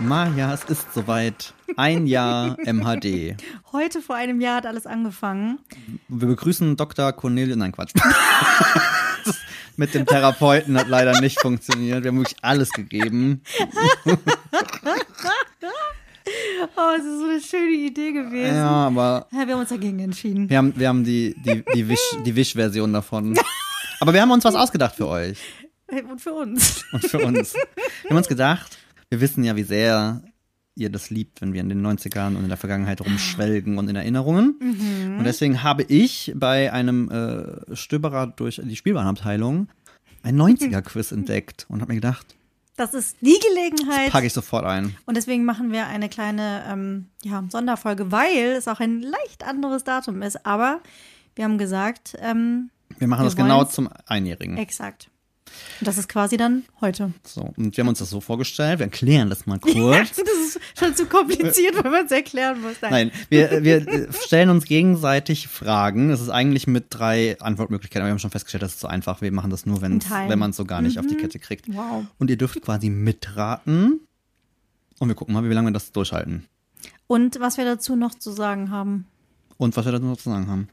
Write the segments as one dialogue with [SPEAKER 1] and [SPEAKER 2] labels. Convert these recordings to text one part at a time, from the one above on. [SPEAKER 1] Maja, es ist soweit. Ein Jahr MHD.
[SPEAKER 2] Heute vor einem Jahr hat alles angefangen.
[SPEAKER 1] Wir begrüßen Dr. Cornelius. Nein, Quatsch. Das Mit dem Therapeuten hat leider nicht funktioniert. Wir haben wirklich alles gegeben.
[SPEAKER 2] Oh, es ist so eine schöne Idee gewesen.
[SPEAKER 1] Ja, aber
[SPEAKER 2] Ja, wir haben uns dagegen entschieden.
[SPEAKER 1] wir haben, wir haben die, die, die Wish, die Wish-Version davon. Aber wir haben uns was ausgedacht für euch
[SPEAKER 2] Und für uns.
[SPEAKER 1] und für uns. Wir haben uns gedacht, wir wissen ja, wie sehr ihr das liebt, wenn wir in den 90ern und in der Vergangenheit rumschwelgen und in Erinnerungen.
[SPEAKER 2] Mhm.
[SPEAKER 1] Und deswegen habe ich bei einem äh, Stöberer durch die Spielwarenabteilung ein 90er-Quiz entdeckt und habe mir gedacht,
[SPEAKER 2] Das ist die
[SPEAKER 1] das
[SPEAKER 2] Gelegenheit.
[SPEAKER 1] packe ich sofort ein.
[SPEAKER 2] Und deswegen machen wir eine kleine ähm, ja, Sonderfolge, weil es auch ein leicht anderes Datum ist. Aber wir haben gesagt, ähm,
[SPEAKER 1] Wir machen
[SPEAKER 2] Wir
[SPEAKER 1] das genau
[SPEAKER 2] wollen's.
[SPEAKER 1] zum Einjährigen.
[SPEAKER 2] exakt. Und das ist quasi dann heute.
[SPEAKER 1] So, und wir haben uns das so vorgestellt, wir erklären das mal kurz.
[SPEAKER 2] Das ist schon zu kompliziert, wenn man es erklären muss. Nein.
[SPEAKER 1] Nein, wir, wir äh, stellen uns gegenseitig Fragen. Es ist eigentlich mit drei Antwortmöglichkeiten, aber wir haben schon festgestellt, das ist zu einfach. Wir machen das nur, wenn's,
[SPEAKER 2] Teilen.
[SPEAKER 1] wenn man es so gar nicht auf die Kette kriegt.
[SPEAKER 2] Mhm. Wow.
[SPEAKER 1] Und ihr dürft quasi mitraten. Und wir gucken mal, wie lange wir das durchhalten.
[SPEAKER 2] Und was wir dazu noch zu sagen haben.
[SPEAKER 1] Und was wir dazu noch zu sagen haben.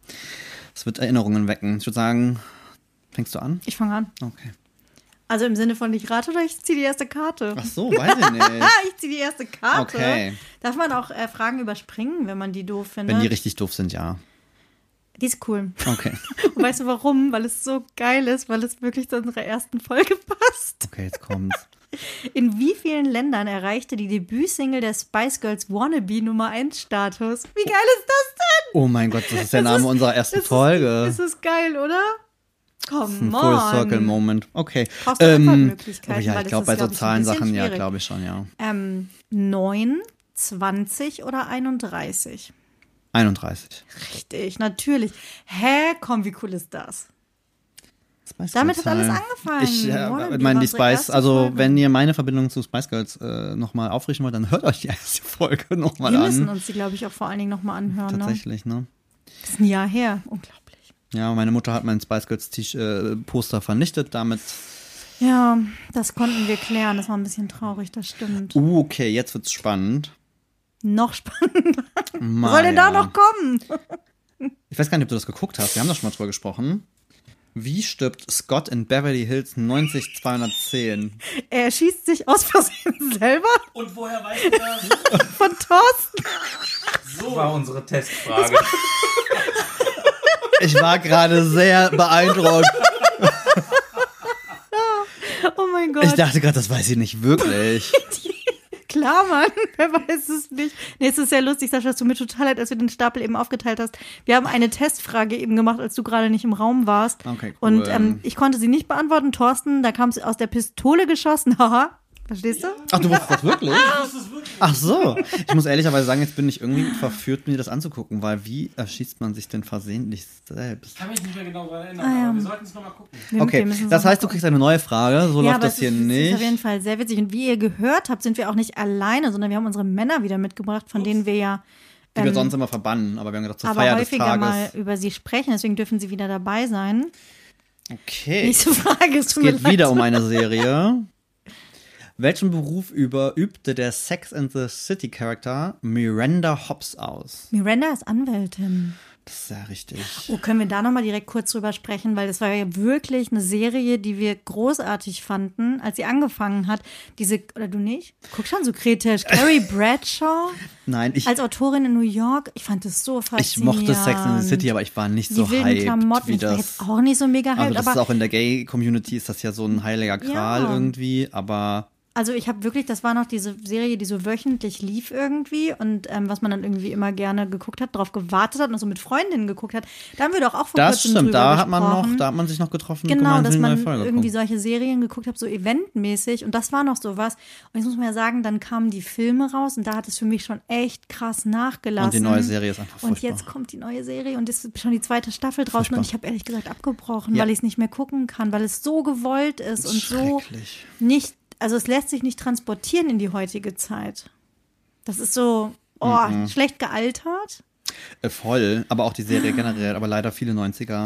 [SPEAKER 1] Es wird Erinnerungen wecken. Ich würde sagen, fängst du an?
[SPEAKER 2] Ich fange an.
[SPEAKER 1] Okay.
[SPEAKER 2] Also im Sinne von ich rate oder ich ziehe die erste Karte.
[SPEAKER 1] Ach so, weiß ich
[SPEAKER 2] Ah,
[SPEAKER 1] nicht.
[SPEAKER 2] ich ziehe die erste Karte.
[SPEAKER 1] Okay.
[SPEAKER 2] Darf man auch äh, Fragen überspringen, wenn man die doof findet?
[SPEAKER 1] Wenn die richtig doof sind, ja.
[SPEAKER 2] die ist cool.
[SPEAKER 1] Okay.
[SPEAKER 2] Und weißt du warum? Weil es so geil ist, weil es wirklich zu unserer ersten Folge passt.
[SPEAKER 1] Okay, jetzt kommt's.
[SPEAKER 2] In wie vielen Ländern erreichte die Debütsingle der Spice Girls Wannabe Nummer 1 Status? Wie geil ist das denn?
[SPEAKER 1] Oh mein Gott, das ist der
[SPEAKER 2] Es
[SPEAKER 1] Name
[SPEAKER 2] ist-
[SPEAKER 1] unserer ersten
[SPEAKER 2] es ist-
[SPEAKER 1] Folge.
[SPEAKER 2] Es ist geil, oder?
[SPEAKER 1] ein
[SPEAKER 2] Come
[SPEAKER 1] Full Circle
[SPEAKER 2] on.
[SPEAKER 1] Moment. Okay.
[SPEAKER 2] Brauchst du Antwortmöglichkeiten,
[SPEAKER 1] oh ja,
[SPEAKER 2] weil
[SPEAKER 1] ich
[SPEAKER 2] das
[SPEAKER 1] glaube,
[SPEAKER 2] ist,
[SPEAKER 1] bei so
[SPEAKER 2] glaub ich, ein
[SPEAKER 1] Zahlensachen,
[SPEAKER 2] bisschen
[SPEAKER 1] ja,
[SPEAKER 2] schwierig.
[SPEAKER 1] glaube ich schon, ja.
[SPEAKER 2] Ähm, 9, 20 oder 31?
[SPEAKER 1] 31.
[SPEAKER 2] Richtig, natürlich. Hä? Komm, wie cool ist das?
[SPEAKER 1] Spice
[SPEAKER 2] Damit
[SPEAKER 1] Girls
[SPEAKER 2] hat alles
[SPEAKER 1] halt.
[SPEAKER 2] angefangen.
[SPEAKER 1] Ich äh,
[SPEAKER 2] Wannabe
[SPEAKER 1] meine,
[SPEAKER 2] war
[SPEAKER 1] die
[SPEAKER 2] unsere
[SPEAKER 1] Spice,
[SPEAKER 2] erste
[SPEAKER 1] also
[SPEAKER 2] Folge.
[SPEAKER 1] wenn ihr meine Verbindung zu Spice Girls äh, nochmal aufrichten wollt, dann hört euch die erste Folge nochmal
[SPEAKER 2] Wir müssen
[SPEAKER 1] an.
[SPEAKER 2] uns die, glaube ich, auch vor allen Dingen nochmal anhören. Ne?
[SPEAKER 1] Tatsächlich, ne?
[SPEAKER 2] Das ist ein Jahr her. Unglaublich.
[SPEAKER 1] Ja, meine Mutter hat mein Spice Girls T- äh, Poster vernichtet, damit.
[SPEAKER 2] Ja, das konnten wir klären. Das war ein bisschen traurig, das stimmt.
[SPEAKER 1] Uh, okay, jetzt wird's spannend.
[SPEAKER 2] Noch spannend.
[SPEAKER 1] Maja.
[SPEAKER 2] Soll denn da noch kommen?
[SPEAKER 1] Ich weiß gar nicht, ob du das geguckt hast. Wir haben da schon mal drüber gesprochen. Wie stirbt Scott in Beverly Hills 90210?
[SPEAKER 2] Er schießt sich aus Versehen selber
[SPEAKER 3] Und woher weißt du das?
[SPEAKER 2] von Thorsten.
[SPEAKER 3] So war unsere Testfrage.
[SPEAKER 1] Ich war gerade sehr beeindruckt.
[SPEAKER 2] Oh mein Gott.
[SPEAKER 1] Ich dachte gerade, das weiß ich nicht wirklich.
[SPEAKER 2] Klar, Mann, wer weiß es nicht. Nee, es ist sehr lustig, Sascha, dass du mir total leid, als du den Stapel eben aufgeteilt hast. Wir haben eine Testfrage eben gemacht, als du gerade nicht im Raum warst.
[SPEAKER 1] Okay, cool.
[SPEAKER 2] Und ähm, ich konnte sie nicht beantworten. Thorsten, da kam es aus der Pistole geschossen. Haha. Verstehst du?
[SPEAKER 1] Ach, du wusstest das wirklich? Ach so. Ich muss ehrlicherweise sagen, jetzt bin ich irgendwie verführt, mir das anzugucken, weil wie erschießt man sich denn versehentlich selbst?
[SPEAKER 3] Ich kann mich nicht mehr genau daran erinnern,
[SPEAKER 2] Ah,
[SPEAKER 3] aber wir sollten es nochmal gucken.
[SPEAKER 2] Wir- wir
[SPEAKER 1] Okay,
[SPEAKER 2] müssen
[SPEAKER 1] das
[SPEAKER 2] so-
[SPEAKER 1] heißt, du kriegst eine neue Frage. So läuft
[SPEAKER 2] aber
[SPEAKER 1] das
[SPEAKER 2] es
[SPEAKER 1] hier
[SPEAKER 2] ist, Es ist auf jeden
[SPEAKER 1] nicht.
[SPEAKER 2] Fall sehr witzig. Und wie ihr gehört habt, sind wir auch nicht alleine, sondern wir haben unsere Männer wieder mitgebracht, von denen wir ja ähm,
[SPEAKER 1] Die wir sonst immer verbannen, aber wir haben gedacht, zur
[SPEAKER 2] aber
[SPEAKER 1] Feier des
[SPEAKER 2] häufiger mal
[SPEAKER 1] Tages.
[SPEAKER 2] über sie sprechen. Deswegen dürfen sie wieder dabei sein.
[SPEAKER 1] Okay.
[SPEAKER 2] Nächste Frage. Es
[SPEAKER 1] Es geht wieder um eine Serie. Welchen Beruf überübte der Sex and the City Charakter Miranda Hobbs aus?
[SPEAKER 2] Miranda ist Anwältin.
[SPEAKER 1] Das ist ja richtig.
[SPEAKER 2] Oh, können wir da nochmal direkt kurz drüber sprechen, weil das war ja wirklich eine Serie, die wir großartig fanden, als sie angefangen hat. Diese, oder du nicht? Guck schon so kritisch. Carrie Bradshaw
[SPEAKER 1] Nein, ich,
[SPEAKER 2] als Autorin in New York. Ich fand das so faszinierend.
[SPEAKER 1] ich mochte Sex and the City, aber ich war nicht
[SPEAKER 2] Die
[SPEAKER 1] so
[SPEAKER 2] wilden
[SPEAKER 1] hyped
[SPEAKER 2] Klamotten.
[SPEAKER 1] wie
[SPEAKER 2] Ich war
[SPEAKER 1] das.
[SPEAKER 2] jetzt auch nicht so mega
[SPEAKER 1] Also
[SPEAKER 2] hyped,
[SPEAKER 1] das
[SPEAKER 2] aber
[SPEAKER 1] ist auch in der Gay-Community ist das ja so ein heiliger Gral
[SPEAKER 2] Ja.
[SPEAKER 1] irgendwie, aber
[SPEAKER 2] Also ich habe wirklich, das war noch diese Serie, die so wöchentlich lief irgendwie und ähm, was man dann irgendwie immer gerne geguckt hat, drauf gewartet hat und so mit Freundinnen geguckt hat. Da haben wir doch auch vor
[SPEAKER 1] das
[SPEAKER 2] kurzem
[SPEAKER 1] stimmt,
[SPEAKER 2] drüber
[SPEAKER 1] da
[SPEAKER 2] gesprochen.
[SPEAKER 1] hat man noch, da hat man sich noch getroffen und
[SPEAKER 2] Genau,
[SPEAKER 1] gemeinsam
[SPEAKER 2] dass
[SPEAKER 1] eine neue
[SPEAKER 2] man
[SPEAKER 1] Folge
[SPEAKER 2] irgendwie
[SPEAKER 1] geguckt.
[SPEAKER 2] solche Serien geguckt hat, so eventmäßig und das war noch sowas. Und jetzt muss man ja sagen, dann kamen die Filme raus und da hat es für mich schon echt krass nachgelassen.
[SPEAKER 1] Und die neue Serie ist einfach
[SPEAKER 2] Und
[SPEAKER 1] furchtbar.
[SPEAKER 2] jetzt kommt die neue Serie und es ist schon die zweite Staffel draußen
[SPEAKER 1] Furchtbar.
[SPEAKER 2] und ich habe ehrlich gesagt abgebrochen,
[SPEAKER 1] Ja.
[SPEAKER 2] weil ich es nicht mehr gucken kann, weil es so gewollt ist und so
[SPEAKER 1] Schrecklich.
[SPEAKER 2] nicht, also es lässt sich nicht transportieren in die heutige Zeit. Das ist so, oh, schlecht gealtert.
[SPEAKER 1] Äh, voll, aber auch die Serie generell, aber leider viele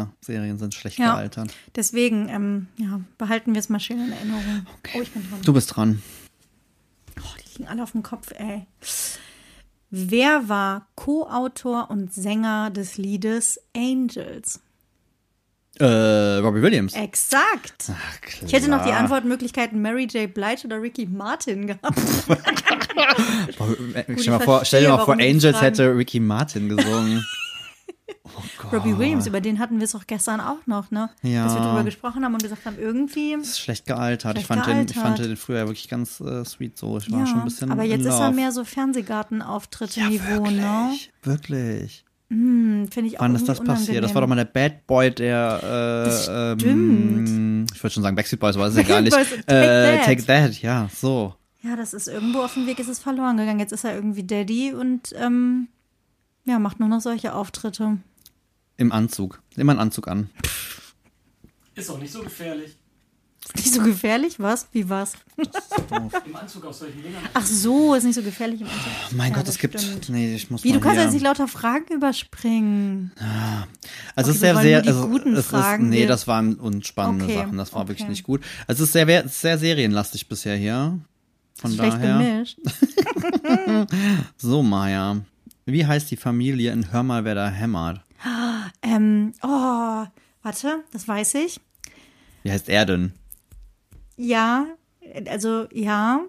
[SPEAKER 1] 90er-Serien sind schlecht
[SPEAKER 2] Ah. Ja.
[SPEAKER 1] gealtert.
[SPEAKER 2] Deswegen, ähm, ja, behalten wir es mal schön in Erinnerung. Oh, ich bin dran.
[SPEAKER 1] Du bist dran.
[SPEAKER 2] Oh, die liegen alle auf dem Kopf, ey. Wer war Co-Autor und Sänger des Liedes Angels?
[SPEAKER 1] Äh, Robbie Williams.
[SPEAKER 2] Exakt.
[SPEAKER 1] Ach, klar.
[SPEAKER 2] Ich hätte noch die Antwortmöglichkeiten Mary J. Blige oder Ricky Martin gehabt.
[SPEAKER 1] Boah, äh,
[SPEAKER 2] ich
[SPEAKER 1] stell, dir mal vor, stell dir mal
[SPEAKER 2] verstehe,
[SPEAKER 1] vor,
[SPEAKER 2] warum die
[SPEAKER 1] Angels
[SPEAKER 2] fragen.
[SPEAKER 1] hätte Ricky Martin gesungen. Oh Gott.
[SPEAKER 2] Robbie Williams, über den hatten wir es auch gestern auch noch, ne?
[SPEAKER 1] Ja.
[SPEAKER 2] Dass wir drüber gesprochen haben und gesagt haben, irgendwie.
[SPEAKER 1] Das ist schlecht gealtert. ich,
[SPEAKER 2] Schlecht
[SPEAKER 1] fand Den, ich fand
[SPEAKER 2] gealtert.
[SPEAKER 1] den früher wirklich ganz äh, sweet so. Ich war
[SPEAKER 2] Ja,
[SPEAKER 1] schon ein bisschen
[SPEAKER 2] aber jetzt
[SPEAKER 1] in
[SPEAKER 2] ist
[SPEAKER 1] love.
[SPEAKER 2] er mehr so Fernsehgartenauftritte-Niveau,
[SPEAKER 1] wirklich,
[SPEAKER 2] ne?
[SPEAKER 1] Wirklich.
[SPEAKER 2] Hm, Finde ich auch
[SPEAKER 1] Wann ist
[SPEAKER 2] irgendwie
[SPEAKER 1] das passiert? Das
[SPEAKER 2] unangenehm.
[SPEAKER 1] war doch mal der Bad Boy, der. Äh, ähm, ich würde schon sagen Backstreet Boys, aber das ist ja gar nicht.
[SPEAKER 2] Backstreet Boys,
[SPEAKER 1] äh,
[SPEAKER 2] Take
[SPEAKER 1] take That, ja, so.
[SPEAKER 2] Ja, das ist irgendwo auf dem Weg, ist es verloren gegangen. Jetzt ist er irgendwie Daddy und ähm, ja, macht nur noch solche Auftritte.
[SPEAKER 1] Im Anzug. Immer einen Anzug an.
[SPEAKER 3] Ist auch nicht so gefährlich.
[SPEAKER 2] Ist nicht so gefährlich, was? Wie was?
[SPEAKER 3] Im Anzug auf solchen Dingern.
[SPEAKER 2] Ach so, ist nicht so gefährlich im Anzug.
[SPEAKER 1] Oh mein
[SPEAKER 2] Ja,
[SPEAKER 1] Gott,
[SPEAKER 2] das
[SPEAKER 1] es gibt.
[SPEAKER 2] stimmt.
[SPEAKER 1] Nee, ich muss
[SPEAKER 2] Wie,
[SPEAKER 1] mal
[SPEAKER 2] du kannst
[SPEAKER 1] hier.
[SPEAKER 2] jetzt nicht lauter Fragen überspringen.
[SPEAKER 1] Also es ist sehr,
[SPEAKER 2] Okay, wir wollen
[SPEAKER 1] sehr,
[SPEAKER 2] nur die
[SPEAKER 1] also,
[SPEAKER 2] guten
[SPEAKER 1] es
[SPEAKER 2] Fragen,
[SPEAKER 1] Ist, nee,
[SPEAKER 2] wir-
[SPEAKER 1] das waren unspannende
[SPEAKER 2] Okay,
[SPEAKER 1] Sachen. Das war wirklich
[SPEAKER 2] okay.
[SPEAKER 1] nicht gut. Also es ist sehr, wer- sehr serienlastig bisher hier. Von
[SPEAKER 2] Schlecht
[SPEAKER 1] daher.
[SPEAKER 2] gemischt.
[SPEAKER 1] So, Maya. Wie heißt die Familie in Hör mal, wer da hämmert?
[SPEAKER 2] Ähm, oh, warte, das weiß ich.
[SPEAKER 1] Wie heißt er denn?
[SPEAKER 2] Ja, also ja.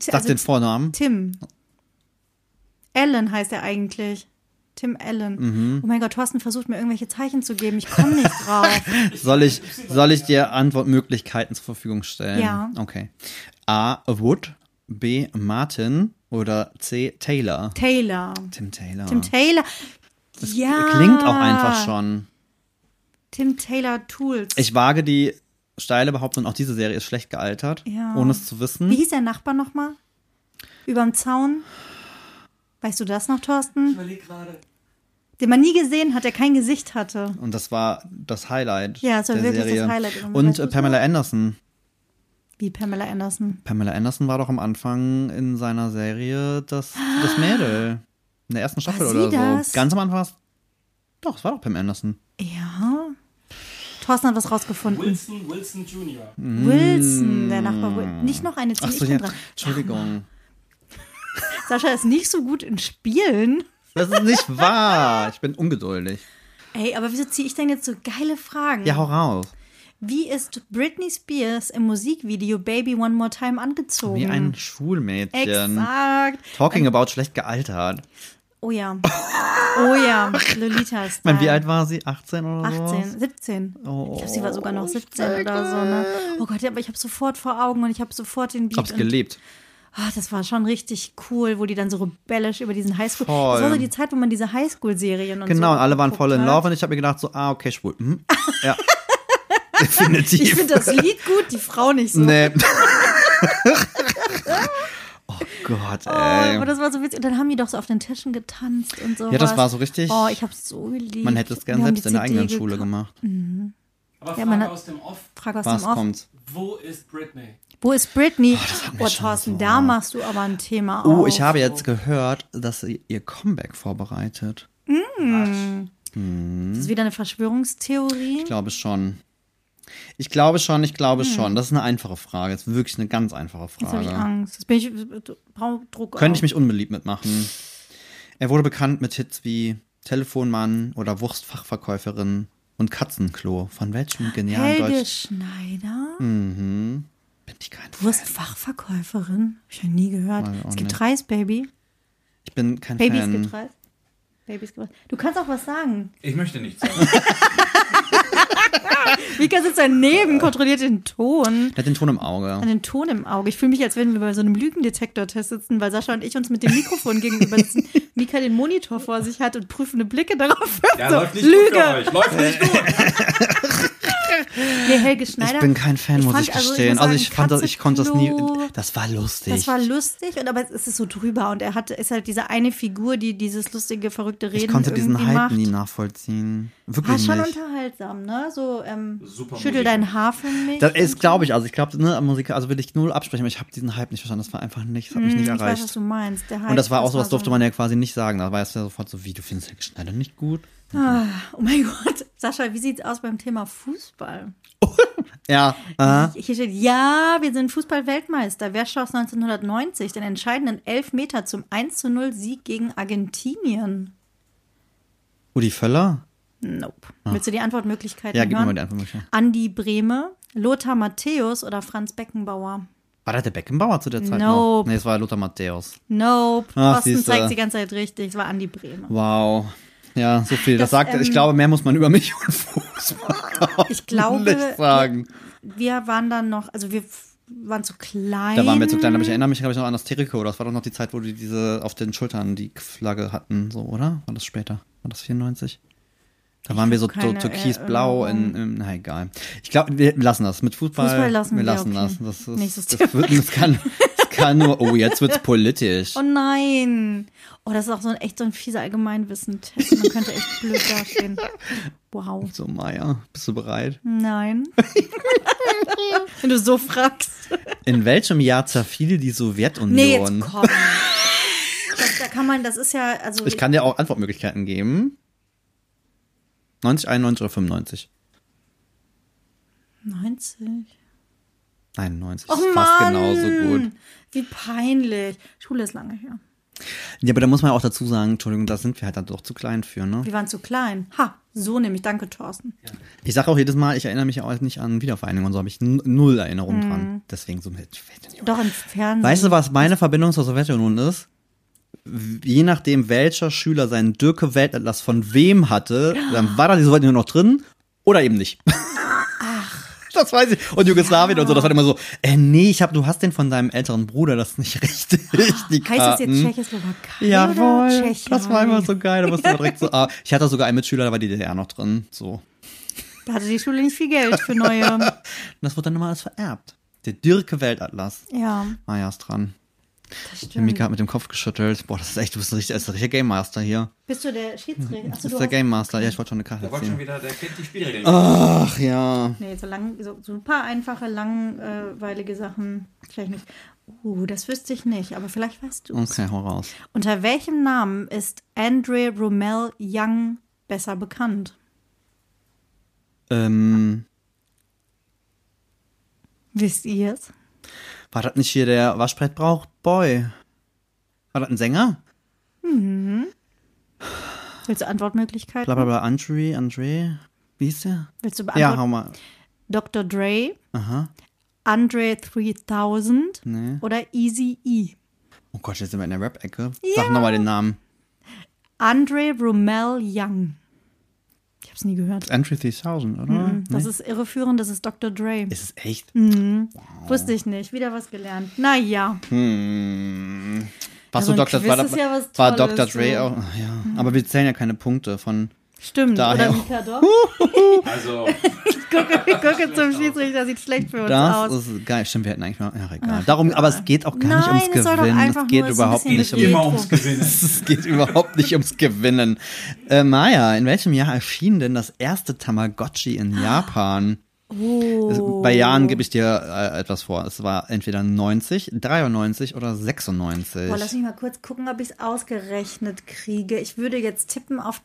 [SPEAKER 1] Sag
[SPEAKER 2] Also,
[SPEAKER 1] den Vornamen.
[SPEAKER 2] Tim. Allen heißt er eigentlich. Tim Allen.
[SPEAKER 1] Mhm.
[SPEAKER 2] Oh mein Gott, Thorsten versucht mir irgendwelche Zeichen zu geben. Ich komme nicht drauf.
[SPEAKER 1] Soll ich, soll ich dir Antwortmöglichkeiten zur Verfügung stellen?
[SPEAKER 2] Ja.
[SPEAKER 1] Okay. A. Wood. B. Martin. Oder C. Taylor.
[SPEAKER 2] Taylor.
[SPEAKER 1] Tim Taylor.
[SPEAKER 2] Tim Ah. Taylor. ja.
[SPEAKER 1] Klingt auch einfach schon.
[SPEAKER 2] Tim Taylor Tools.
[SPEAKER 1] Ich wage die steile Behauptung, auch diese Serie ist schlecht gealtert,
[SPEAKER 2] Ja.
[SPEAKER 1] ohne es zu wissen.
[SPEAKER 2] Wie hieß der Nachbar nochmal? Überm Zaun? Weißt du das noch,
[SPEAKER 3] Ich
[SPEAKER 2] Thorsten?
[SPEAKER 3] überlege gerade.
[SPEAKER 2] Den man nie gesehen hat, der kein Gesicht hatte.
[SPEAKER 1] Und das war das Highlight.
[SPEAKER 2] Ja, es war
[SPEAKER 1] der
[SPEAKER 2] wirklich das
[SPEAKER 1] Serie.
[SPEAKER 2] Highlight. Und weißt
[SPEAKER 1] Und äh,
[SPEAKER 2] du's
[SPEAKER 1] Pamela Anderson.
[SPEAKER 2] Wie Pamela Anderson.
[SPEAKER 1] Pamela Anderson war doch am Anfang in seiner Serie das, das Mädel. In der ersten Staffel
[SPEAKER 2] War sie
[SPEAKER 1] oder so.
[SPEAKER 2] das?
[SPEAKER 1] Ganz am Anfang war es. Doch, es war doch Pam Anderson.
[SPEAKER 2] Ja. Thorsten hat was rausgefunden.
[SPEAKER 3] Wilson Wilson Jr.
[SPEAKER 2] Wilson, der Nachbar. Wil- Nicht noch eine
[SPEAKER 1] Mm. Ach
[SPEAKER 2] ziemlich
[SPEAKER 1] so, ja.
[SPEAKER 2] dran.
[SPEAKER 1] Entschuldigung.
[SPEAKER 2] Sascha ist nicht so gut in Spielen.
[SPEAKER 1] Das ist nicht wahr. Ich bin ungeduldig.
[SPEAKER 2] Ey, aber wieso ziehe ich denn jetzt so geile Fragen?
[SPEAKER 1] Ja, hau raus.
[SPEAKER 2] Wie ist Britney Spears im Musikvideo Baby One More Time angezogen?
[SPEAKER 1] Wie ein Schulmädchen.
[SPEAKER 2] Exakt.
[SPEAKER 1] Talking about schlecht gealtert.
[SPEAKER 2] Oh ja. Oh ja, Lolita ist
[SPEAKER 1] Ich meine, wie alt war sie? 18 oder so?
[SPEAKER 2] 18, 17. ich glaube, sie war sogar noch 17 oder so. Ne? Oh Gott, ja, aber ich habe sofort vor Augen und ich habe sofort den Beat.
[SPEAKER 1] Hab's
[SPEAKER 2] und-
[SPEAKER 1] gelebt.
[SPEAKER 2] Ah, das war schon richtig cool, wo die dann so rebellisch über diesen Highschool.
[SPEAKER 1] Voll.
[SPEAKER 2] Das war so die Zeit, wo man diese Highschool-Serien und
[SPEAKER 1] Genau,
[SPEAKER 2] so
[SPEAKER 1] und alle waren
[SPEAKER 2] geguckt
[SPEAKER 1] voll in
[SPEAKER 2] hat.
[SPEAKER 1] Love und ich habe mir gedacht, so, ah, okay, schwul. Mhm. Ja.
[SPEAKER 2] Ich
[SPEAKER 1] Definitiv.
[SPEAKER 2] finde das Lied gut, die Frau nicht so.
[SPEAKER 1] Nee. oh Gott,
[SPEAKER 2] Oh, aber
[SPEAKER 1] ey.
[SPEAKER 2] das war so witzig. Und dann haben die doch so auf den Tischen getanzt und so.
[SPEAKER 1] Ähm. Ja, das war so richtig-
[SPEAKER 2] Oh, ich hab's so geliebt.
[SPEAKER 1] Man hätte es gern
[SPEAKER 2] Wir haben
[SPEAKER 1] selbst
[SPEAKER 2] die
[SPEAKER 1] in der
[SPEAKER 2] CD
[SPEAKER 1] eigenen Schule
[SPEAKER 2] gekauft.
[SPEAKER 1] gemacht.
[SPEAKER 3] Aber
[SPEAKER 2] Ja, man
[SPEAKER 3] Frage
[SPEAKER 2] hat-
[SPEAKER 3] aus dem Off.
[SPEAKER 2] Frage aus
[SPEAKER 1] Was
[SPEAKER 2] dem Off.
[SPEAKER 1] kommt?
[SPEAKER 3] Wo ist Britney?
[SPEAKER 2] Wo ist Britney?
[SPEAKER 1] hatten wir
[SPEAKER 2] Oh,
[SPEAKER 1] schon
[SPEAKER 2] Thorsten,
[SPEAKER 1] so.
[SPEAKER 2] da machst du aber ein Thema
[SPEAKER 1] Oh,
[SPEAKER 2] auf.
[SPEAKER 1] ich habe jetzt gehört, dass sie ihr Comeback vorbereitet.
[SPEAKER 2] Hm.
[SPEAKER 3] Quatsch.
[SPEAKER 2] Das ist wieder eine Verschwörungstheorie.
[SPEAKER 1] Ich glaube schon. Ich glaube schon, ich glaube schon. Das ist eine einfache Frage. Das ist wirklich eine ganz einfache
[SPEAKER 2] Hm. Jetzt habe ich
[SPEAKER 1] Frage.
[SPEAKER 2] Angst. Jetzt bin ich, brauche Druck
[SPEAKER 1] Könnte ich
[SPEAKER 2] auf.
[SPEAKER 1] mich unbeliebt mitmachen? Er wurde bekannt mit Hits wie Telefonmann oder Wurstfachverkäuferin und Katzenklo. Von welchem genialen
[SPEAKER 2] Helge
[SPEAKER 1] Deutsch?
[SPEAKER 2] Schneider?
[SPEAKER 1] Bin ich kein
[SPEAKER 2] Du wirst Fachverkäuferin? Hab ich noch nie gehört.
[SPEAKER 1] Nein, auch
[SPEAKER 2] Es gibt
[SPEAKER 1] nicht.
[SPEAKER 2] Reis, Baby.
[SPEAKER 1] Ich bin kein
[SPEAKER 2] Baby, es
[SPEAKER 1] Fan.
[SPEAKER 2] gibt Reis. Baby, es gibt Reis. Du kannst auch was sagen.
[SPEAKER 4] Ich möchte nichts sagen.
[SPEAKER 2] Mika sitzt
[SPEAKER 1] Äh.
[SPEAKER 2] daneben, kontrolliert den Ton.
[SPEAKER 1] Der hat den Ton im Auge.
[SPEAKER 2] an den Ton im Auge. Ich fühle mich, als würden wir bei so einem Lügendetektor-Test sitzen, weil Sascha und ich uns mit dem Mikrofon gegenüber sitzen. Mika den Monitor vor sich hat und prüfende Blicke darauf wirft.
[SPEAKER 4] Ja,
[SPEAKER 2] so,
[SPEAKER 4] läuft nicht gut für
[SPEAKER 2] Lüge!
[SPEAKER 4] euch. Läuft nicht
[SPEAKER 1] Äh,
[SPEAKER 4] gut.
[SPEAKER 2] Nee, Helge Schneider.
[SPEAKER 1] Ich bin kein Fan,
[SPEAKER 2] Ich
[SPEAKER 1] muss
[SPEAKER 2] fand
[SPEAKER 1] ich
[SPEAKER 2] also, ich
[SPEAKER 1] gestehen.
[SPEAKER 2] muss
[SPEAKER 1] Also ich,
[SPEAKER 2] sagen,
[SPEAKER 1] fand das, ich konnte das nie.
[SPEAKER 2] Katzenklo-
[SPEAKER 1] Das war lustig.
[SPEAKER 2] Das war lustig, und aber es ist so drüber. Und er hat, ist halt diese eine Figur, die dieses lustige, verrückte Reden
[SPEAKER 1] ich konnte diesen
[SPEAKER 2] irgendwie
[SPEAKER 1] Hype
[SPEAKER 2] macht.
[SPEAKER 1] nie nachvollziehen.
[SPEAKER 2] War
[SPEAKER 1] Wirklich
[SPEAKER 2] schon
[SPEAKER 1] nicht.
[SPEAKER 2] unterhaltsam, ne? So, ähm,
[SPEAKER 4] Super
[SPEAKER 2] schüttel
[SPEAKER 4] Musiker.
[SPEAKER 2] dein Haar für mich.
[SPEAKER 1] Das ist, glaube ich, also ich glaube, ne, Musik, also will ich null absprechen, aber ich habe diesen Hype nicht verstanden. Das war einfach nicht, das hat mich nicht
[SPEAKER 2] hm, ich weiß, was
[SPEAKER 1] erreicht.
[SPEAKER 2] du meinst. Der
[SPEAKER 1] Und das war auch
[SPEAKER 2] so
[SPEAKER 1] so, was durfte man ja quasi nicht sagen. Da war es ja sofort so, wie, du findest Helge Schneider nicht gut?
[SPEAKER 2] Ah, oh mein Gott. Sascha, wie sieht's aus beim Thema Fußball?
[SPEAKER 1] Ja. Aha.
[SPEAKER 2] Hier steht, ja, wir sind Fußball-Weltmeister. Wer schoss 1990 den entscheidenden Elfmeter zum 1-0-Sieg gegen Argentinien?
[SPEAKER 1] Udi Völler?
[SPEAKER 2] Nope. Willst du die Antwortmöglichkeiten
[SPEAKER 1] Ah. Ja,
[SPEAKER 2] hören?
[SPEAKER 1] gib mir mal die Antwortmöglichkeit.
[SPEAKER 2] Andi Brehme, Lothar Matthäus oder Franz Beckenbauer?
[SPEAKER 1] War das der Beckenbauer zu der Zeit noch?
[SPEAKER 2] Nope.
[SPEAKER 1] Nee, es war Lothar Matthäus.
[SPEAKER 2] Nope.
[SPEAKER 1] Ach,
[SPEAKER 2] Thorsten
[SPEAKER 1] siehste.
[SPEAKER 2] zeigt die ganze Zeit richtig. Es war Andi Brehme.
[SPEAKER 1] Wow. Ja, so viel. Das,
[SPEAKER 2] Das,
[SPEAKER 1] sagt, ich
[SPEAKER 2] ähm,
[SPEAKER 1] glaube, mehr muss man über mich und Fußball
[SPEAKER 2] Ich glaube,
[SPEAKER 1] nicht sagen.
[SPEAKER 2] Wir waren dann noch, also wir f- waren zu klein.
[SPEAKER 1] Da waren wir zu klein, aber ich erinnere mich, glaube ich, noch an das Terrico. Das war doch noch die Zeit, wo die diese auf den Schultern die Flagge hatten, so, oder? War das später? War das 94? Da waren wir so, so
[SPEAKER 2] keine
[SPEAKER 1] türkisblau in, in, na egal. Ich glaube, wir lassen das. Mit Fußball,
[SPEAKER 2] Fußball lassen
[SPEAKER 1] wir
[SPEAKER 2] wir,
[SPEAKER 1] lassen
[SPEAKER 2] okay.
[SPEAKER 1] das. Das, ist,
[SPEAKER 2] Nächstes
[SPEAKER 1] das,
[SPEAKER 2] Thema.
[SPEAKER 1] wird, das, kann, das kann nur, oh, jetzt wird's politisch.
[SPEAKER 2] Oh nein. Oh, das ist auch so ein echt so ein fieser Allgemeinwissen-Test. Man könnte echt blöd dastehen. Wow.
[SPEAKER 1] so, Maya, bist du bereit?
[SPEAKER 2] Nein. Wenn du so fragst.
[SPEAKER 1] In welchem Jahr zerfiel die Sowjetunion?
[SPEAKER 2] Nee, jetzt komm. Das, da kann man, das ist ja, also
[SPEAKER 1] ich kann dir auch Antwortmöglichkeiten geben. 90, 91 oder 95?
[SPEAKER 2] 90.
[SPEAKER 1] 91.
[SPEAKER 2] Oh
[SPEAKER 1] ist
[SPEAKER 2] Mann.
[SPEAKER 1] fast genauso gut.
[SPEAKER 2] Wie peinlich. Schule ist lange her.
[SPEAKER 1] Ja, aber da muss man ja auch dazu sagen, Entschuldigung, da sind wir halt dann doch zu klein für, ne?
[SPEAKER 2] Wir waren zu klein. Ha, so nämlich. Danke, Thorsten.
[SPEAKER 1] Ich sage auch jedes Mal, ich erinnere mich auch nicht an Wiedervereinigung und so habe ich n- null Erinnerung
[SPEAKER 2] Mhm.
[SPEAKER 1] dran. Deswegen so mit Sowjetunion.
[SPEAKER 2] Doch im Fernsehen.
[SPEAKER 1] Weißt du, was meine Verbindung zur Sowjetunion ist? W- Je nachdem, welcher Schüler seinen Dürke-Weltatlas von wem hatte, dann war da die Sowjetunion noch drin oder eben nicht. Ach. Das weiß ich. Und Jugoslawien und so, das war immer so, äh, nee, ich hab, du hast den von deinem älteren Bruder, das ist nicht richtig. Die
[SPEAKER 2] Heißt das jetzt
[SPEAKER 1] Karten.
[SPEAKER 2] Tschechoslowakei?
[SPEAKER 1] ähm, Jawohl,
[SPEAKER 2] Oder Tschechien?
[SPEAKER 1] das war immer so geil. Da musste man direkt so, ah, ich hatte sogar einen Mitschüler, da war die DDR noch drin. So.
[SPEAKER 2] Da hatte die Schule nicht viel Geld für neue.
[SPEAKER 1] Und das wurde dann immer alles vererbt. Der Dirke Weltatlas.
[SPEAKER 2] Ja,
[SPEAKER 1] Maya ist dran.
[SPEAKER 2] das
[SPEAKER 1] Der
[SPEAKER 2] stimmt.
[SPEAKER 1] Mika hat mit dem Kopf geschüttelt. Boah, das ist echt, du bist ein richtiger, das ist ein richtiger Game Master hier.
[SPEAKER 2] Bist du der Schiedsrichter? Achso,
[SPEAKER 1] Das
[SPEAKER 2] du
[SPEAKER 1] Mhm. ist der
[SPEAKER 2] hast...
[SPEAKER 1] Game Master. Ja, ich wollte schon eine
[SPEAKER 4] Der
[SPEAKER 1] Karte
[SPEAKER 4] wollte schon
[SPEAKER 1] ziehen.
[SPEAKER 4] wieder, der kennt die Spielregeln.
[SPEAKER 1] Ah. Ach ja.
[SPEAKER 2] Nee, so, lang, so super einfache, langweilige Sachen. Vielleicht nicht. Uh, das wüsste ich nicht, aber vielleicht weißt du.
[SPEAKER 1] Okay, hau raus.
[SPEAKER 2] Unter welchem Namen ist Andre Rommel Young besser bekannt?
[SPEAKER 1] Ähm,
[SPEAKER 2] Wisst ihr es?
[SPEAKER 1] war das nicht hier der Waschbrett braucht Boy? War das ein Sänger?
[SPEAKER 2] Willst du Antwortmöglichkeiten?
[SPEAKER 1] Blablabla, Andre, Andre. Wie hieß der?
[SPEAKER 2] Willst du
[SPEAKER 1] Ja, hau
[SPEAKER 2] beantworten?
[SPEAKER 1] mal.
[SPEAKER 2] Dr. Dre,
[SPEAKER 1] Aha.
[SPEAKER 2] Andre 3000
[SPEAKER 1] Nee.
[SPEAKER 2] oder Easy E?
[SPEAKER 1] Oh Gott, jetzt sind wir in der Rap-Ecke. Sag nochmal den Namen.
[SPEAKER 2] Andre Rommel Young. Ich hab's nie gehört.
[SPEAKER 1] Entry 3000, oder?
[SPEAKER 2] Das ist irreführend, das ist Dr. Dre.
[SPEAKER 1] Ist es echt?
[SPEAKER 2] Hm. Wusste ich nicht, wieder was gelernt. Naja.
[SPEAKER 1] Hm. Warst
[SPEAKER 2] Also
[SPEAKER 1] du
[SPEAKER 2] ein
[SPEAKER 1] Dr.
[SPEAKER 2] Quiz
[SPEAKER 1] War,
[SPEAKER 2] ist ja was
[SPEAKER 1] war
[SPEAKER 2] Tolles, Hm.
[SPEAKER 1] Dr. Dre
[SPEAKER 2] so.
[SPEAKER 1] auch? Ja. Aber wir zählen ja keine Punkte von.
[SPEAKER 2] Stimmt,
[SPEAKER 1] Daher
[SPEAKER 2] oder
[SPEAKER 1] auch.
[SPEAKER 2] Mika doch?
[SPEAKER 4] Also,
[SPEAKER 2] Gucke, gucke zum Schiedsrichter, sieht schlecht für uns
[SPEAKER 1] Das
[SPEAKER 2] aus.
[SPEAKER 1] ist geil. Stimmt, wir hätten eigentlich mal. Ja, egal. Darum, aber es geht auch gar nicht ums
[SPEAKER 2] Nein, es soll doch
[SPEAKER 1] Gewinnen.
[SPEAKER 2] einfach
[SPEAKER 1] es geht
[SPEAKER 2] nur so ein
[SPEAKER 1] überhaupt
[SPEAKER 2] bisschen
[SPEAKER 1] nicht
[SPEAKER 2] Retro.
[SPEAKER 1] ums,
[SPEAKER 4] immer ums Gewinnen.
[SPEAKER 1] Es geht überhaupt nicht ums Gewinnen. Äh, Maya, in welchem Jahr erschien denn das erste Tamagotchi in
[SPEAKER 2] Ah.
[SPEAKER 1] Japan?
[SPEAKER 2] Oh.
[SPEAKER 1] Bei Jahren gebe ich dir äh, etwas vor. Es war entweder 90, 93 oder 96.
[SPEAKER 2] Boah, lass mich mal kurz gucken, ob ich es ausgerechnet kriege. Ich würde jetzt tippen auf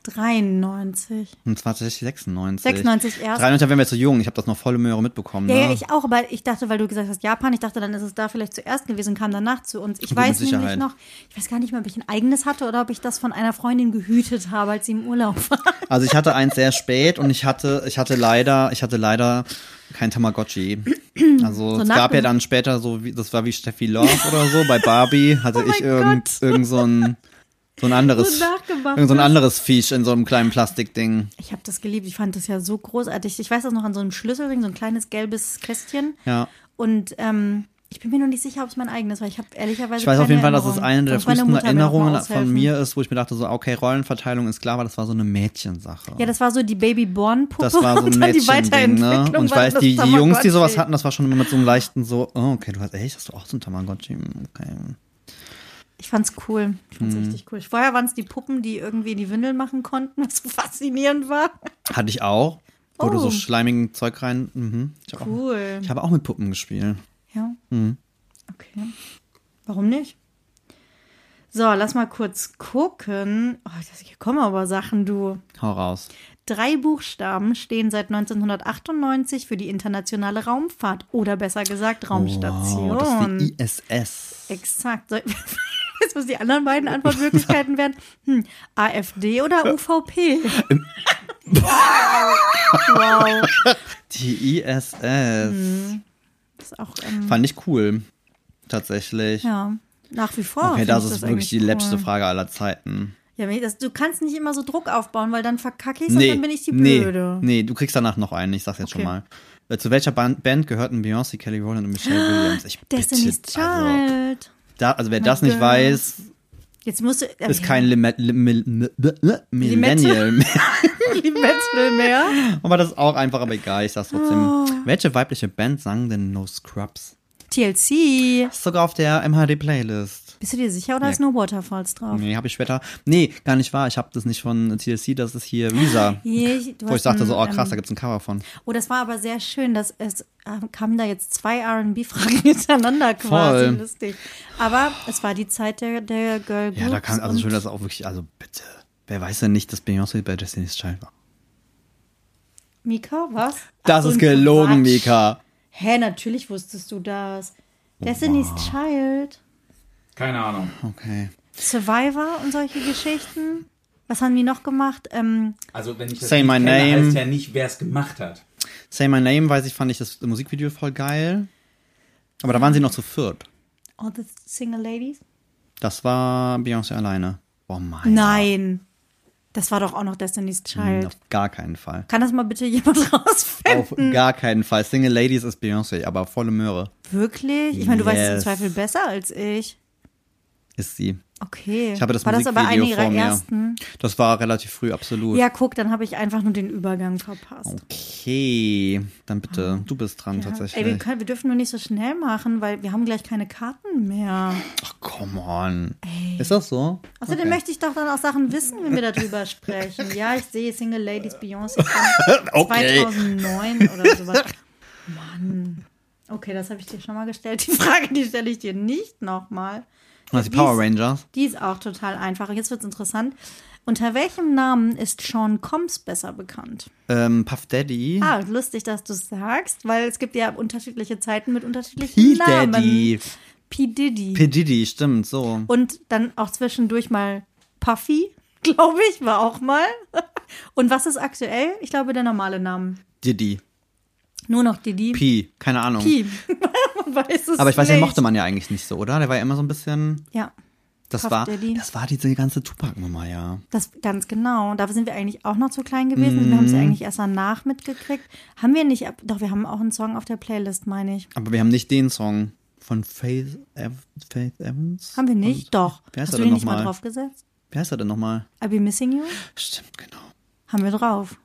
[SPEAKER 2] 93.
[SPEAKER 1] Und zwar tatsächlich 96.
[SPEAKER 2] 96 erst.
[SPEAKER 1] 93 wären wir zu jung. Ich habe das noch volle Möhre mitbekommen.
[SPEAKER 2] Ja,
[SPEAKER 1] ne?
[SPEAKER 2] ja, ich auch, aber ich dachte, weil du gesagt hast Japan, ich dachte, dann ist es da vielleicht zuerst gewesen und kam danach zu uns. Ich
[SPEAKER 1] Gut,
[SPEAKER 2] weiß
[SPEAKER 1] mit
[SPEAKER 2] nämlich
[SPEAKER 1] Sicherheit.
[SPEAKER 2] noch, ich weiß gar nicht mehr, ob ich ein eigenes hatte oder ob ich das von einer Freundin gehütet habe, als sie im Urlaub war.
[SPEAKER 1] Also ich hatte eins sehr spät und ich hatte, ich hatte leider, ich hatte leider kein Tamagotchi. Also es gab
[SPEAKER 2] nachgem-
[SPEAKER 1] ja dann später so, wie, das war wie Steffi Love oder so, bei Barbie hatte ich irgend, irgend so ein, so ein anderes,
[SPEAKER 2] Oh So nachgemacht
[SPEAKER 1] irgend so ein
[SPEAKER 2] ist.
[SPEAKER 1] anderes Viech in so einem kleinen Plastikding.
[SPEAKER 2] Ich habe das geliebt. Ich fand das ja so großartig. Ich weiß das noch an so einem Schlüsselring, so ein kleines gelbes Kästchen.
[SPEAKER 1] Ja.
[SPEAKER 2] Und ähm, ich bin mir noch nicht sicher, ob es mein eigenes war. Ich habe ehrlicherweise
[SPEAKER 1] Ich weiß auf
[SPEAKER 2] keine
[SPEAKER 1] jeden Fall, dass es
[SPEAKER 2] Erinnerung.
[SPEAKER 1] eine der
[SPEAKER 2] Sonst meine
[SPEAKER 1] frühesten
[SPEAKER 2] Mutter mir noch mal
[SPEAKER 1] Erinnerungen von
[SPEAKER 2] aushelfen.
[SPEAKER 1] mir ist, wo ich mir dachte so, okay, Rollenverteilung ist klar, aber das war so eine Mädchensache.
[SPEAKER 2] Ja, das war so die Babyborn-Puppe
[SPEAKER 1] Das war so ein
[SPEAKER 2] und dann die
[SPEAKER 1] Mädchending, ne?
[SPEAKER 2] Weiterentwicklung.
[SPEAKER 1] Und ich
[SPEAKER 2] war
[SPEAKER 1] weiß,
[SPEAKER 2] das
[SPEAKER 1] die, die Jungs, die sowas
[SPEAKER 2] Tamagotchi.
[SPEAKER 1] hatten, das war schon immer mit so einem leichten so, oh, okay, du hast echt, hast du auch so ein Tamagotchi? Okay.
[SPEAKER 2] Ich fand's cool. Ich
[SPEAKER 1] Mhm.
[SPEAKER 2] fand's richtig cool. Vorher waren es die Puppen, die irgendwie die Windeln machen konnten, was so faszinierend war.
[SPEAKER 1] Hatte ich auch. Wo du so
[SPEAKER 2] Oh.
[SPEAKER 1] schleimigen Zeug rein. Mhm. Ich, hab auch,
[SPEAKER 2] Cool.
[SPEAKER 1] ich habe auch mit Mhm. Puppen gespielt.
[SPEAKER 2] Ja. Okay. Warum nicht? So, lass mal kurz gucken. Oh, das- hier kommen aber Sachen, du.
[SPEAKER 1] Hau raus.
[SPEAKER 2] Drei Buchstaben stehen seit 1998 für die internationale Raumfahrt oder besser gesagt Raumstation.
[SPEAKER 1] Wow, Oh, das ist die ISS.
[SPEAKER 2] Exakt. So, Jetzt muss die anderen beiden Antwortmöglichkeiten werden. Hm, AfD oder UVP? wow.
[SPEAKER 1] Die ISS.
[SPEAKER 2] Mhm. Das ist auch, ähm,
[SPEAKER 1] Fand ich cool. Tatsächlich.
[SPEAKER 2] ja, nach wie vor.
[SPEAKER 1] okay,
[SPEAKER 2] find
[SPEAKER 1] das
[SPEAKER 2] ich
[SPEAKER 1] ist wirklich
[SPEAKER 2] eigentlich
[SPEAKER 1] die letzte
[SPEAKER 2] cool.
[SPEAKER 1] Frage aller Zeiten.
[SPEAKER 2] Ja, mir- das, du kannst nicht immer so Druck aufbauen, weil dann verkacke ich und
[SPEAKER 1] Nee,
[SPEAKER 2] dann bin ich die
[SPEAKER 1] nee,
[SPEAKER 2] Blöde.
[SPEAKER 1] nee, du kriegst danach noch einen, ich sag's jetzt
[SPEAKER 2] Okay.
[SPEAKER 1] schon mal. Äh, Zu welcher Band, Band gehörten Beyoncé, Kelly Rowland und Michelle Williams? Ich
[SPEAKER 2] Destiny's
[SPEAKER 1] bitte, also,
[SPEAKER 2] Child. Oh
[SPEAKER 1] da, also wer
[SPEAKER 2] My
[SPEAKER 1] das nicht
[SPEAKER 2] girls.
[SPEAKER 1] weiß,
[SPEAKER 2] Jetzt musst du. Äh,
[SPEAKER 1] ist kein Lim Millennial mehr.
[SPEAKER 2] Metzl mehr.
[SPEAKER 1] Aber das ist auch einfach, aber egal, ich sag's trotzdem.
[SPEAKER 2] Oh.
[SPEAKER 1] Welche weibliche Band sang denn No Scrubs?
[SPEAKER 2] TLC.
[SPEAKER 1] Ist sogar auf der MHD-Playlist.
[SPEAKER 2] Bist du dir sicher oder
[SPEAKER 1] Nee.
[SPEAKER 2] ist nur Waterfalls drauf?
[SPEAKER 1] Nee, habe ich später. Nee, gar nicht wahr. Ich habe das nicht von TLC, das ist hier Visa.
[SPEAKER 2] Hier, ich- du
[SPEAKER 1] Wo ich
[SPEAKER 2] hast
[SPEAKER 1] dachte
[SPEAKER 2] ein,
[SPEAKER 1] so, oh krass,
[SPEAKER 2] ähm,
[SPEAKER 1] da gibt's ein Cover von.
[SPEAKER 2] Oh, das war aber sehr schön, dass es äh, kamen da jetzt zwei RB-Fragen hintereinander quasi.
[SPEAKER 1] Voll.
[SPEAKER 2] Lustig. Aber es war die Zeit der, der Girl Groups.
[SPEAKER 1] Ja, da kann, also
[SPEAKER 2] und-
[SPEAKER 1] schön, dass auch wirklich, also bitte. Wer weiß denn nicht, dass Beyoncé bei Destiny's Child war?
[SPEAKER 2] Mika, was? Ach,
[SPEAKER 1] Das
[SPEAKER 2] so
[SPEAKER 1] ist
[SPEAKER 2] ein
[SPEAKER 1] gelogen,
[SPEAKER 2] Quatsch.
[SPEAKER 1] Mika. Oh,
[SPEAKER 2] Hä, natürlich wusstest du das. Destiny's Child,
[SPEAKER 4] Keine Ahnung.
[SPEAKER 1] Okay.
[SPEAKER 2] Survivor und solche Geschichten. Was haben die noch gemacht? Ähm,
[SPEAKER 4] Also wenn ich das
[SPEAKER 1] Say
[SPEAKER 4] nicht
[SPEAKER 1] my
[SPEAKER 4] kenne,
[SPEAKER 1] name.
[SPEAKER 4] heißt ja nicht, wer es gemacht hat.
[SPEAKER 1] Say My Name, weiß ich, fand ich das Musikvideo voll geil. Aber da waren sie noch zu viert.
[SPEAKER 2] All the Single Ladies?
[SPEAKER 1] Das war Beyoncé alleine. Oh mein
[SPEAKER 2] Nein. Das war doch auch noch Destiny's
[SPEAKER 1] Gott,
[SPEAKER 2] Child.
[SPEAKER 1] Auf gar keinen Fall.
[SPEAKER 2] Kann das mal bitte jemand rausfinden?
[SPEAKER 1] Auf gar keinen Fall. Single Ladies ist Beyoncé, aber volle Möhre
[SPEAKER 2] Wirklich? Ich meine, du weißt es im
[SPEAKER 1] Yes.
[SPEAKER 2] Zweifel besser als ich.
[SPEAKER 1] ist sie.
[SPEAKER 2] Okay.
[SPEAKER 1] Ich habe das
[SPEAKER 2] War das
[SPEAKER 1] Musikvideo
[SPEAKER 2] aber eine
[SPEAKER 1] vor
[SPEAKER 2] ihrer
[SPEAKER 1] mir.
[SPEAKER 2] ersten?
[SPEAKER 1] Das war relativ früh, absolut.
[SPEAKER 2] Ja, guck, dann habe ich einfach nur den Übergang verpasst.
[SPEAKER 1] Oh, Okay, dann bitte, du bist dran tatsächlich.
[SPEAKER 2] Ah. Ey, wir, können, wir dürfen nur nicht so schnell machen, weil wir haben gleich keine Karten mehr.
[SPEAKER 1] Ach, come on. Ist das so?
[SPEAKER 2] Außerdem
[SPEAKER 1] Okay.
[SPEAKER 2] möchte ich doch dann auch Sachen wissen, wenn wir darüber sprechen. Ja, ich sehe Single Ladies Beyoncé von
[SPEAKER 1] Okay.
[SPEAKER 2] 2009 oder sowas. Mann. Okay, das habe ich dir schon mal gestellt. Die Frage, die stelle ich dir nicht nochmal.
[SPEAKER 1] Was, die
[SPEAKER 2] Die ist-
[SPEAKER 1] Power Rangers?
[SPEAKER 2] Die ist auch total einfach. Jetzt wird's interessant. Unter welchem Namen ist Sean Combs besser bekannt?
[SPEAKER 1] Ähm, Puff Daddy?
[SPEAKER 2] Ah, lustig, dass du sagst, weil es gibt ja unterschiedliche Zeiten mit unterschiedlichen
[SPEAKER 1] P.
[SPEAKER 2] Namen.
[SPEAKER 1] Daddy.
[SPEAKER 2] P. Diddy.
[SPEAKER 1] P. Diddy, stimmt, so.
[SPEAKER 2] Und dann auch zwischendurch mal Puffy, glaube ich, war auch mal. Und was ist aktuell? Ich glaube, der normale Name.
[SPEAKER 1] Diddy.
[SPEAKER 2] Nur noch Diddy.
[SPEAKER 1] P. Keine Ahnung.
[SPEAKER 2] Pi. Man weiß es
[SPEAKER 1] Aber ich weiß, den
[SPEAKER 2] nicht.
[SPEAKER 1] mochte man ja eigentlich nicht so, oder? Der war ja immer so ein bisschen.
[SPEAKER 2] Ja,
[SPEAKER 1] Das
[SPEAKER 2] Puff
[SPEAKER 1] war,
[SPEAKER 2] Daddy.
[SPEAKER 1] das war diese ganze Tupac-Nummer, ja.
[SPEAKER 2] das ganz genau. Da sind wir eigentlich auch noch zu klein gewesen. Wir haben es ja
[SPEAKER 1] Mhm.
[SPEAKER 2] eigentlich erst danach mitgekriegt. Haben wir nicht, ab- doch, wir haben auch einen Song auf der Playlist, meine ich.
[SPEAKER 1] Aber wir haben nicht den Song von Faith, Ev Faith Evans.
[SPEAKER 2] Haben wir nicht? Doch.
[SPEAKER 1] Wer ist
[SPEAKER 2] Hast
[SPEAKER 1] er
[SPEAKER 2] du
[SPEAKER 1] denn
[SPEAKER 2] den nicht mal
[SPEAKER 1] nochmal?
[SPEAKER 2] drauf gesetzt?
[SPEAKER 1] Wie heißt er denn nochmal?
[SPEAKER 2] I'll be missing you?
[SPEAKER 1] Stimmt, genau.
[SPEAKER 2] Haben wir drauf.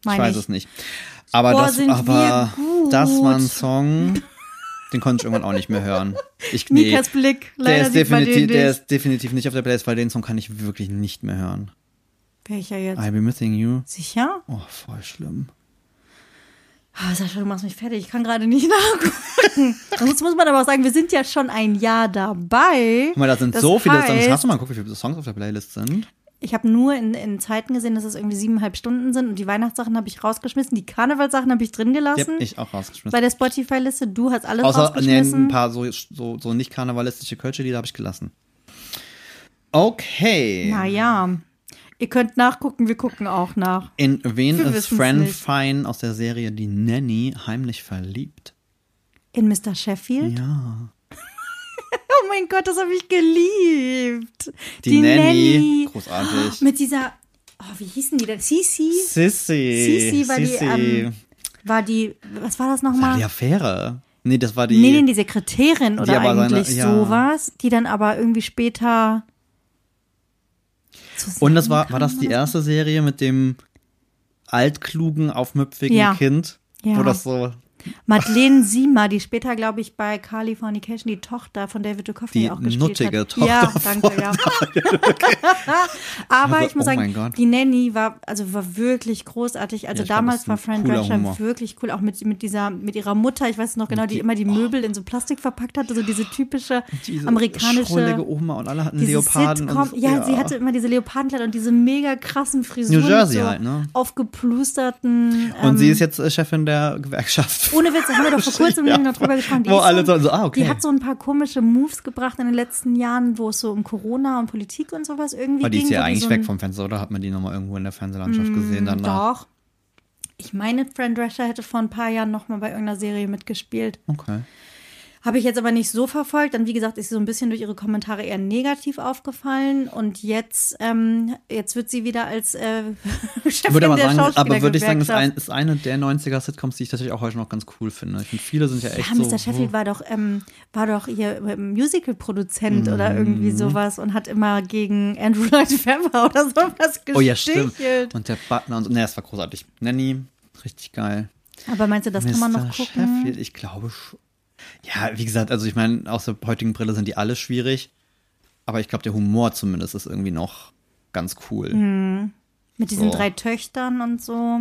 [SPEAKER 1] Ich
[SPEAKER 2] Meine
[SPEAKER 1] weiß
[SPEAKER 2] ich.
[SPEAKER 1] es nicht. Aber,
[SPEAKER 2] Boah,
[SPEAKER 1] das,
[SPEAKER 2] sind wir
[SPEAKER 1] aber
[SPEAKER 2] gut.
[SPEAKER 1] das war ein Song, den konnte ich irgendwann auch nicht mehr hören. Ich, nee,
[SPEAKER 2] Mikas Blick.
[SPEAKER 1] der,
[SPEAKER 2] Leider
[SPEAKER 1] ist
[SPEAKER 2] sieht man den
[SPEAKER 1] definitiv,
[SPEAKER 2] nicht.
[SPEAKER 1] der ist definitiv nicht auf der Playlist, weil den Song kann ich wirklich nicht mehr hören.
[SPEAKER 2] Welcher jetzt?
[SPEAKER 1] I'll be missing you.
[SPEAKER 2] Sicher?
[SPEAKER 1] Oh, voll schlimm.
[SPEAKER 2] Ah, Sascha, du machst mich fertig. Ich kann gerade nicht nachgucken. Sonst muss man aber auch sagen, wir sind ja schon ein Jahr dabei.
[SPEAKER 1] Guck mal, da sind so viele Songs.
[SPEAKER 2] heißt-
[SPEAKER 1] Hast du mal geguckt, wie viele Songs auf der Playlist sind?
[SPEAKER 2] Ich habe nur in, in Zeiten gesehen, dass es irgendwie siebeneinhalb Stunden sind und die Weihnachtssachen habe ich rausgeschmissen, die Karnevalsachen habe ich drin
[SPEAKER 1] Die hab
[SPEAKER 2] gelassen.
[SPEAKER 1] ich auch rausgeschmissen.
[SPEAKER 2] Bei der Spotify-Liste, du hast alles
[SPEAKER 1] Außer nee,
[SPEAKER 2] rausgeschmissen.
[SPEAKER 1] ein paar so, so, so nicht karnevalistische Kölsche-Lieder habe ich gelassen. Okay.
[SPEAKER 2] naja, ihr könnt nachgucken, wir gucken auch nach.
[SPEAKER 1] In wen
[SPEAKER 2] Wir
[SPEAKER 1] ist
[SPEAKER 2] wissen's
[SPEAKER 1] Fran
[SPEAKER 2] nicht.
[SPEAKER 1] Fine aus der Serie Die Nanny heimlich verliebt?
[SPEAKER 2] In Mr. Sheffield?
[SPEAKER 1] Ja.
[SPEAKER 2] Oh mein Gott, das habe ich geliebt.
[SPEAKER 1] Die, Nanny. Großartig.
[SPEAKER 2] Mit dieser, oh, wie hießen die denn? Sisi?
[SPEAKER 1] Sissy.
[SPEAKER 2] Sissi war die, ähm, War die, was war das nochmal?
[SPEAKER 1] war die Affäre. Nee, das war die.
[SPEAKER 2] nee, nee, die Sekretärin oder
[SPEAKER 1] aber seine-
[SPEAKER 2] eigentlich
[SPEAKER 1] ja.
[SPEAKER 2] sowas, die dann aber irgendwie später.
[SPEAKER 1] Und das war, war das die erste Serie mit dem altklugen, aufmüpfigen
[SPEAKER 2] Ja.
[SPEAKER 1] Kind?
[SPEAKER 2] Ja.
[SPEAKER 1] Wo das so
[SPEAKER 2] Madeleine Sima, die später, glaube ich, bei Californication die Tochter von David Duchovny
[SPEAKER 1] Die
[SPEAKER 2] auch gespielt
[SPEAKER 1] nuttige
[SPEAKER 2] hat.
[SPEAKER 1] Tochter
[SPEAKER 2] Ja, danke, ja. Aber
[SPEAKER 1] Also,
[SPEAKER 2] ich muss
[SPEAKER 1] oh mein
[SPEAKER 2] sagen,
[SPEAKER 1] Gott.
[SPEAKER 2] die Nanny war, also war wirklich großartig.
[SPEAKER 1] Ja,
[SPEAKER 2] Also
[SPEAKER 1] ich glaub, das
[SPEAKER 2] damals
[SPEAKER 1] ist
[SPEAKER 2] war
[SPEAKER 1] ein
[SPEAKER 2] Fran
[SPEAKER 1] cooler
[SPEAKER 2] Drescher
[SPEAKER 1] Humor.
[SPEAKER 2] wirklich cool, auch mit, mit dieser, mit ihrer Mutter, ich weiß noch genau, die,
[SPEAKER 1] die- oh.
[SPEAKER 2] immer die Möbel in so Plastik verpackt hatte, so diese typische
[SPEAKER 1] Diese schrullige
[SPEAKER 2] amerikanische.
[SPEAKER 1] Oma und alle hatten
[SPEAKER 2] Dieses
[SPEAKER 1] Leoparden.
[SPEAKER 2] Sitcom,
[SPEAKER 1] und so.
[SPEAKER 2] ja, sie hatte immer diese Leopardenkleider und diese mega krassen Frisuren.
[SPEAKER 1] New Jersey
[SPEAKER 2] mit so
[SPEAKER 1] halt, ne?
[SPEAKER 2] Aufgeplusterten.
[SPEAKER 1] Und sie ist jetzt äh, Chefin der Gewerkschaft.
[SPEAKER 2] Ohne Witz, da haben wir doch vor kurzem
[SPEAKER 1] Ja.
[SPEAKER 2] noch drüber gesprochen. Die,
[SPEAKER 1] Wo
[SPEAKER 2] ist
[SPEAKER 1] alle
[SPEAKER 2] so,
[SPEAKER 1] so- so, ah, okay.
[SPEAKER 2] die hat so ein paar komische Moves gebracht in den letzten Jahren, wo es so um Corona und Politik und sowas irgendwie
[SPEAKER 1] Aber die
[SPEAKER 2] ging.
[SPEAKER 1] ist ja
[SPEAKER 2] wo
[SPEAKER 1] eigentlich
[SPEAKER 2] so ein- Mm,
[SPEAKER 1] weg vom Fenster, oder? Hat man die nochmal irgendwo in der Fernsehlandschaft gesehen danach?
[SPEAKER 2] Doch. Ich meine, Fran Drescher hätte vor ein paar Jahren nochmal bei irgendeiner Serie mitgespielt.
[SPEAKER 1] Okay.
[SPEAKER 2] Habe ich jetzt aber nicht so verfolgt. Dann, wie gesagt, ist sie so ein bisschen durch ihre Kommentare eher negativ aufgefallen. Und jetzt, ähm, jetzt wird sie wieder als äh, Chefin
[SPEAKER 1] Würde aber
[SPEAKER 2] der
[SPEAKER 1] sagen, aber würde ich sagen, ist,
[SPEAKER 2] Schauspielergewerkschaft.
[SPEAKER 1] ein, ist eine der 90er-Sitcoms, die ich tatsächlich auch heute noch ganz cool finde. Ich finde, viele sind ja echt
[SPEAKER 2] Ja,
[SPEAKER 1] so.
[SPEAKER 2] Mr. Sheffield war doch, ähm, war doch hier ähm, Musical-Produzent
[SPEAKER 1] Mhm.
[SPEAKER 2] oder irgendwie sowas und hat immer gegen Andrew Lloyd Webber oder sowas gestichelt.
[SPEAKER 1] oh ja, stimmt. Und der Butler und so. Ne, das war großartig. Nanny, richtig geil.
[SPEAKER 2] Aber meinst du, das kann man
[SPEAKER 1] Mr.
[SPEAKER 2] noch gucken?
[SPEAKER 1] Sheffield, ich glaube sch- Ja, wie gesagt, also ich meine, aus der heutigen Brille sind die alle schwierig. Aber ich glaube, der Humor zumindest ist irgendwie noch ganz cool.
[SPEAKER 2] Hm. Mit diesen
[SPEAKER 1] So.
[SPEAKER 2] drei Töchtern und so.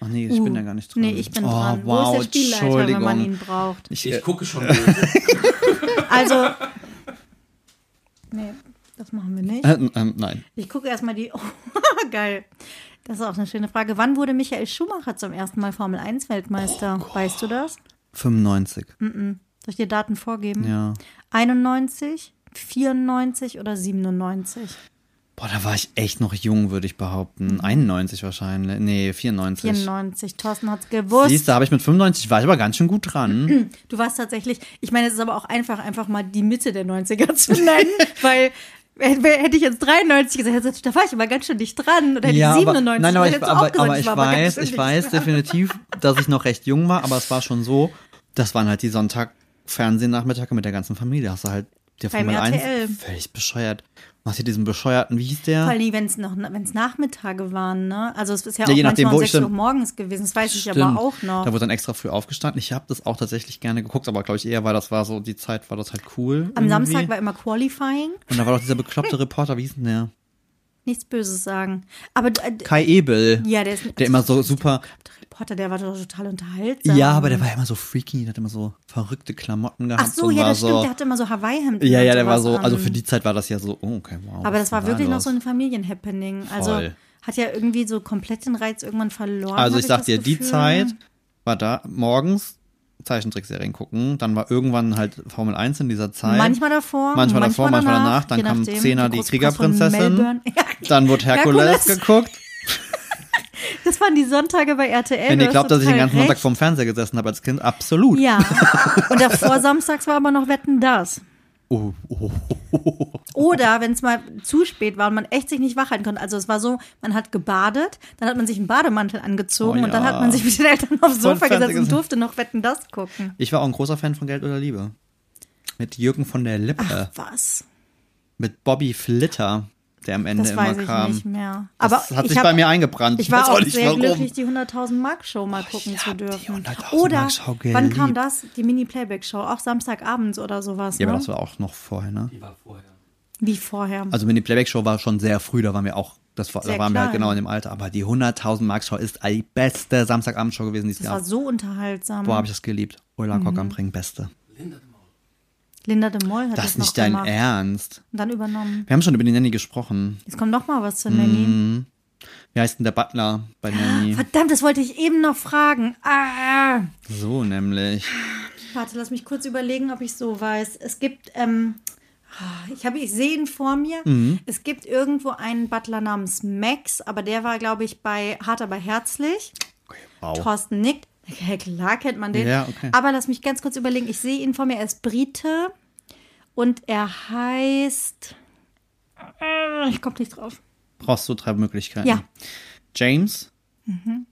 [SPEAKER 1] Ach nee, ich bin da gar nicht dran.
[SPEAKER 2] Uh. Nee, ich bin
[SPEAKER 1] oh,
[SPEAKER 2] dran.
[SPEAKER 1] Wow,
[SPEAKER 2] Wo ist der Spielleiter, wenn
[SPEAKER 1] Entschuldigung.
[SPEAKER 2] man ihn braucht?
[SPEAKER 1] ich,
[SPEAKER 4] Ich
[SPEAKER 1] äh,
[SPEAKER 4] gucke schon böse.
[SPEAKER 2] Also. nee, das machen wir nicht.
[SPEAKER 1] äh, ähm, nein.
[SPEAKER 2] Ich gucke erstmal die. Oh, geil. Das ist auch eine schöne Frage. Wann wurde Michael Schumacher zum ersten Mal Formel 1
[SPEAKER 1] Oh
[SPEAKER 2] Weltmeister? weißt du das?
[SPEAKER 1] 95.
[SPEAKER 2] Hm. Soll ich dir Daten vorgeben?
[SPEAKER 1] Ja.
[SPEAKER 2] 91, 94 oder 97?
[SPEAKER 1] Boah, da war ich echt noch jung, würde ich
[SPEAKER 2] Hm.
[SPEAKER 1] behaupten. 91 wahrscheinlich. Nee, 94.
[SPEAKER 2] 94. Thorsten hat's
[SPEAKER 1] Siehst
[SPEAKER 2] gewusst.
[SPEAKER 1] du, habe ich mit 95, war ich aber ganz schön gut dran.
[SPEAKER 2] Du warst tatsächlich, ich meine, es ist aber auch einfach, einfach mal die Mitte der 90er zu nennen, weil hätte hätte ich jetzt 93 gesagt, hätte ich gesagt, da war ich aber ganz schön dicht dran. Oder hätte ich 97
[SPEAKER 1] aber, nein, aber
[SPEAKER 2] hätte
[SPEAKER 1] ich,
[SPEAKER 2] auch
[SPEAKER 1] aber,
[SPEAKER 2] gesagt,
[SPEAKER 1] aber ich
[SPEAKER 2] war ganz
[SPEAKER 1] weiß,
[SPEAKER 2] schön
[SPEAKER 1] ich
[SPEAKER 2] dicht
[SPEAKER 1] weiß
[SPEAKER 2] dran.
[SPEAKER 1] definitiv, dass ich noch recht jung war, aber es war schon so, das waren halt die Sonntag Fernsehnachmittage mit der ganzen Familie. Hast du halt der
[SPEAKER 2] Beim
[SPEAKER 1] Formel 1
[SPEAKER 2] RTL.
[SPEAKER 1] völlig bescheuert. Machst du diesen bescheuerten, wie hieß der?
[SPEAKER 2] Vor allem, wenn es noch, wenn es Nachmittage waren, ne? Also es ist ja,
[SPEAKER 1] Ja,
[SPEAKER 2] auch
[SPEAKER 1] je nachdem,
[SPEAKER 2] manchmal um
[SPEAKER 1] wo ich
[SPEAKER 2] 6 Uhr
[SPEAKER 1] dann-
[SPEAKER 2] morgens gewesen, das weiß ich
[SPEAKER 1] Stimmt.
[SPEAKER 2] aber auch noch.
[SPEAKER 1] Da wurde dann extra früh aufgestanden. Ich habe das auch tatsächlich gerne geguckt, aber glaube ich eher, weil das war so, die Zeit war das halt cool.
[SPEAKER 2] Am
[SPEAKER 1] irgendwie.
[SPEAKER 2] Samstag war immer Qualifying.
[SPEAKER 1] Und da war doch dieser bekloppte Reporter, wie hieß denn der?
[SPEAKER 2] Nichts Böses sagen. Aber äh,
[SPEAKER 1] Kai Ebel.
[SPEAKER 2] ja, der ist
[SPEAKER 1] Der immer so super.
[SPEAKER 2] der Reporter, der war doch total unterhaltsam.
[SPEAKER 1] Ja, aber der war immer so freaky, der hat immer so verrückte Klamotten gehabt.
[SPEAKER 2] Ach so,
[SPEAKER 1] und
[SPEAKER 2] ja,
[SPEAKER 1] war
[SPEAKER 2] das stimmt.
[SPEAKER 1] so,
[SPEAKER 2] Der hatte immer so Hawaii-Hemden.
[SPEAKER 1] Ja,
[SPEAKER 2] und
[SPEAKER 1] ja, der war
[SPEAKER 2] sowas
[SPEAKER 1] so,
[SPEAKER 2] an.
[SPEAKER 1] also für die Zeit war das ja so, oh, okay, wow.
[SPEAKER 2] Aber
[SPEAKER 1] was
[SPEAKER 2] das
[SPEAKER 1] ist
[SPEAKER 2] war
[SPEAKER 1] denn
[SPEAKER 2] wirklich
[SPEAKER 1] da
[SPEAKER 2] noch so
[SPEAKER 1] los?
[SPEAKER 2] ein Familien-Happening. Also
[SPEAKER 1] Voll.
[SPEAKER 2] hat ja irgendwie so komplett den Reiz irgendwann verloren.
[SPEAKER 1] Also
[SPEAKER 2] hab
[SPEAKER 1] ich sag
[SPEAKER 2] das
[SPEAKER 1] dir, die
[SPEAKER 2] Gefühl.
[SPEAKER 1] Zeit war da morgens Zeichentrickserien gucken, dann war irgendwann halt Formel 1 in dieser Zeit.
[SPEAKER 2] Manchmal davor,
[SPEAKER 1] Manchmal davor, manchmal danach, dann
[SPEAKER 2] je
[SPEAKER 1] kam
[SPEAKER 2] nachdem,
[SPEAKER 1] Zehner die
[SPEAKER 2] große
[SPEAKER 1] Kriegerprinzessin.
[SPEAKER 2] Post von Melbourne. Ja,
[SPEAKER 1] Dann wurde Herkules
[SPEAKER 2] Herkules.
[SPEAKER 1] geguckt.
[SPEAKER 2] das waren die Sonntage bei RTL.
[SPEAKER 1] Wenn
[SPEAKER 2] du
[SPEAKER 1] ihr
[SPEAKER 2] hast
[SPEAKER 1] glaubt, dass ich den
[SPEAKER 2] total
[SPEAKER 1] ganzen Sonntag
[SPEAKER 2] recht.
[SPEAKER 1] vorm Fernseher gesessen habe als Kind, absolut.
[SPEAKER 2] Ja, und davor samstags war aber noch Wetten, das.
[SPEAKER 1] Oh, oh, oh.
[SPEAKER 2] Oder wenn es mal zu spät war und man echt sich nicht wach halten konnte. Also es war so, man hat gebadet, dann hat man sich einen Bademantel angezogen
[SPEAKER 1] Oh
[SPEAKER 2] und dann
[SPEAKER 1] ja.
[SPEAKER 2] hat man sich mit den Eltern aufs
[SPEAKER 1] Vor den
[SPEAKER 2] Sofa gesetzt
[SPEAKER 1] Fernseher
[SPEAKER 2] und durfte noch Wetten, das gucken.
[SPEAKER 1] Ich war auch ein großer Fan von Geld oder Liebe. Mit Jürgen von der Lippe,
[SPEAKER 2] Was?
[SPEAKER 1] mit Bobby Flitter, der am Ende
[SPEAKER 2] Das weiß
[SPEAKER 1] Ne, immer
[SPEAKER 2] ich
[SPEAKER 1] kam.
[SPEAKER 2] nicht mehr.
[SPEAKER 1] Das
[SPEAKER 2] Aber
[SPEAKER 1] hat
[SPEAKER 2] ich
[SPEAKER 1] sich
[SPEAKER 2] hab,
[SPEAKER 1] bei mir eingebrannt.
[SPEAKER 2] Ich war
[SPEAKER 1] weiß
[SPEAKER 2] auch
[SPEAKER 1] nicht,
[SPEAKER 2] sehr
[SPEAKER 1] warum.
[SPEAKER 2] glücklich, die 100.000 Mark Show mal gucken zu
[SPEAKER 1] hab die
[SPEAKER 2] dürfen.
[SPEAKER 1] 100.000
[SPEAKER 2] Oder
[SPEAKER 1] Mark Show
[SPEAKER 2] wann kam
[SPEAKER 1] geliebt.
[SPEAKER 2] das? Die Mini-Playback-Show, auch Samstagabends oder sowas,
[SPEAKER 1] Ja,
[SPEAKER 2] ne?
[SPEAKER 1] aber das war auch noch vorher, ne?
[SPEAKER 3] Die war vorher.
[SPEAKER 2] Wie vorher.
[SPEAKER 1] Also mit die Playback-Show war schon sehr früh, da waren wir auch, das war, da
[SPEAKER 2] Sehr
[SPEAKER 1] waren wir halt
[SPEAKER 2] klein.
[SPEAKER 1] genau in dem Alter. Aber die 100.000 Mark-Show ist die beste Samstagabendshow gewesen, die es
[SPEAKER 2] das war
[SPEAKER 1] gab.
[SPEAKER 2] so Mhm. unterhaltsam.
[SPEAKER 1] Boah, habe ich das geliebt. Ulla Kock am Ring, beste.
[SPEAKER 3] Linda de Mol.
[SPEAKER 2] Linda de Mol hat das,
[SPEAKER 1] Das ist nicht
[SPEAKER 2] noch
[SPEAKER 1] dein
[SPEAKER 2] gemacht
[SPEAKER 1] Ernst.
[SPEAKER 2] und dann übernommen.
[SPEAKER 1] Wir haben schon über die Nanny gesprochen.
[SPEAKER 2] Jetzt kommt noch mal was
[SPEAKER 1] Mm.
[SPEAKER 2] zu Nanny.
[SPEAKER 1] Wie heißt denn der Butler bei Nanny?
[SPEAKER 2] Verdammt, das wollte ich eben noch fragen. Ah,
[SPEAKER 1] So nämlich.
[SPEAKER 2] warte, lass mich kurz überlegen, ob ich so weiß. Es gibt, ähm, ah, ich habe, ich sehe ihn vor mir.
[SPEAKER 1] Mhm.
[SPEAKER 2] Es gibt irgendwo einen Butler namens Max, aber der war, glaube ich, bei Hart aber herzlich.
[SPEAKER 1] Wow.
[SPEAKER 2] Thorsten nickt. Ja, klar kennt man den.
[SPEAKER 1] Ja, okay.
[SPEAKER 2] Aber lass mich ganz kurz überlegen. Ich sehe ihn vor mir. Er ist Brite und er heißt. Ah, Ich komme nicht drauf.
[SPEAKER 1] Brauchst du drei Möglichkeiten?
[SPEAKER 2] Ja. Mhm.
[SPEAKER 1] James,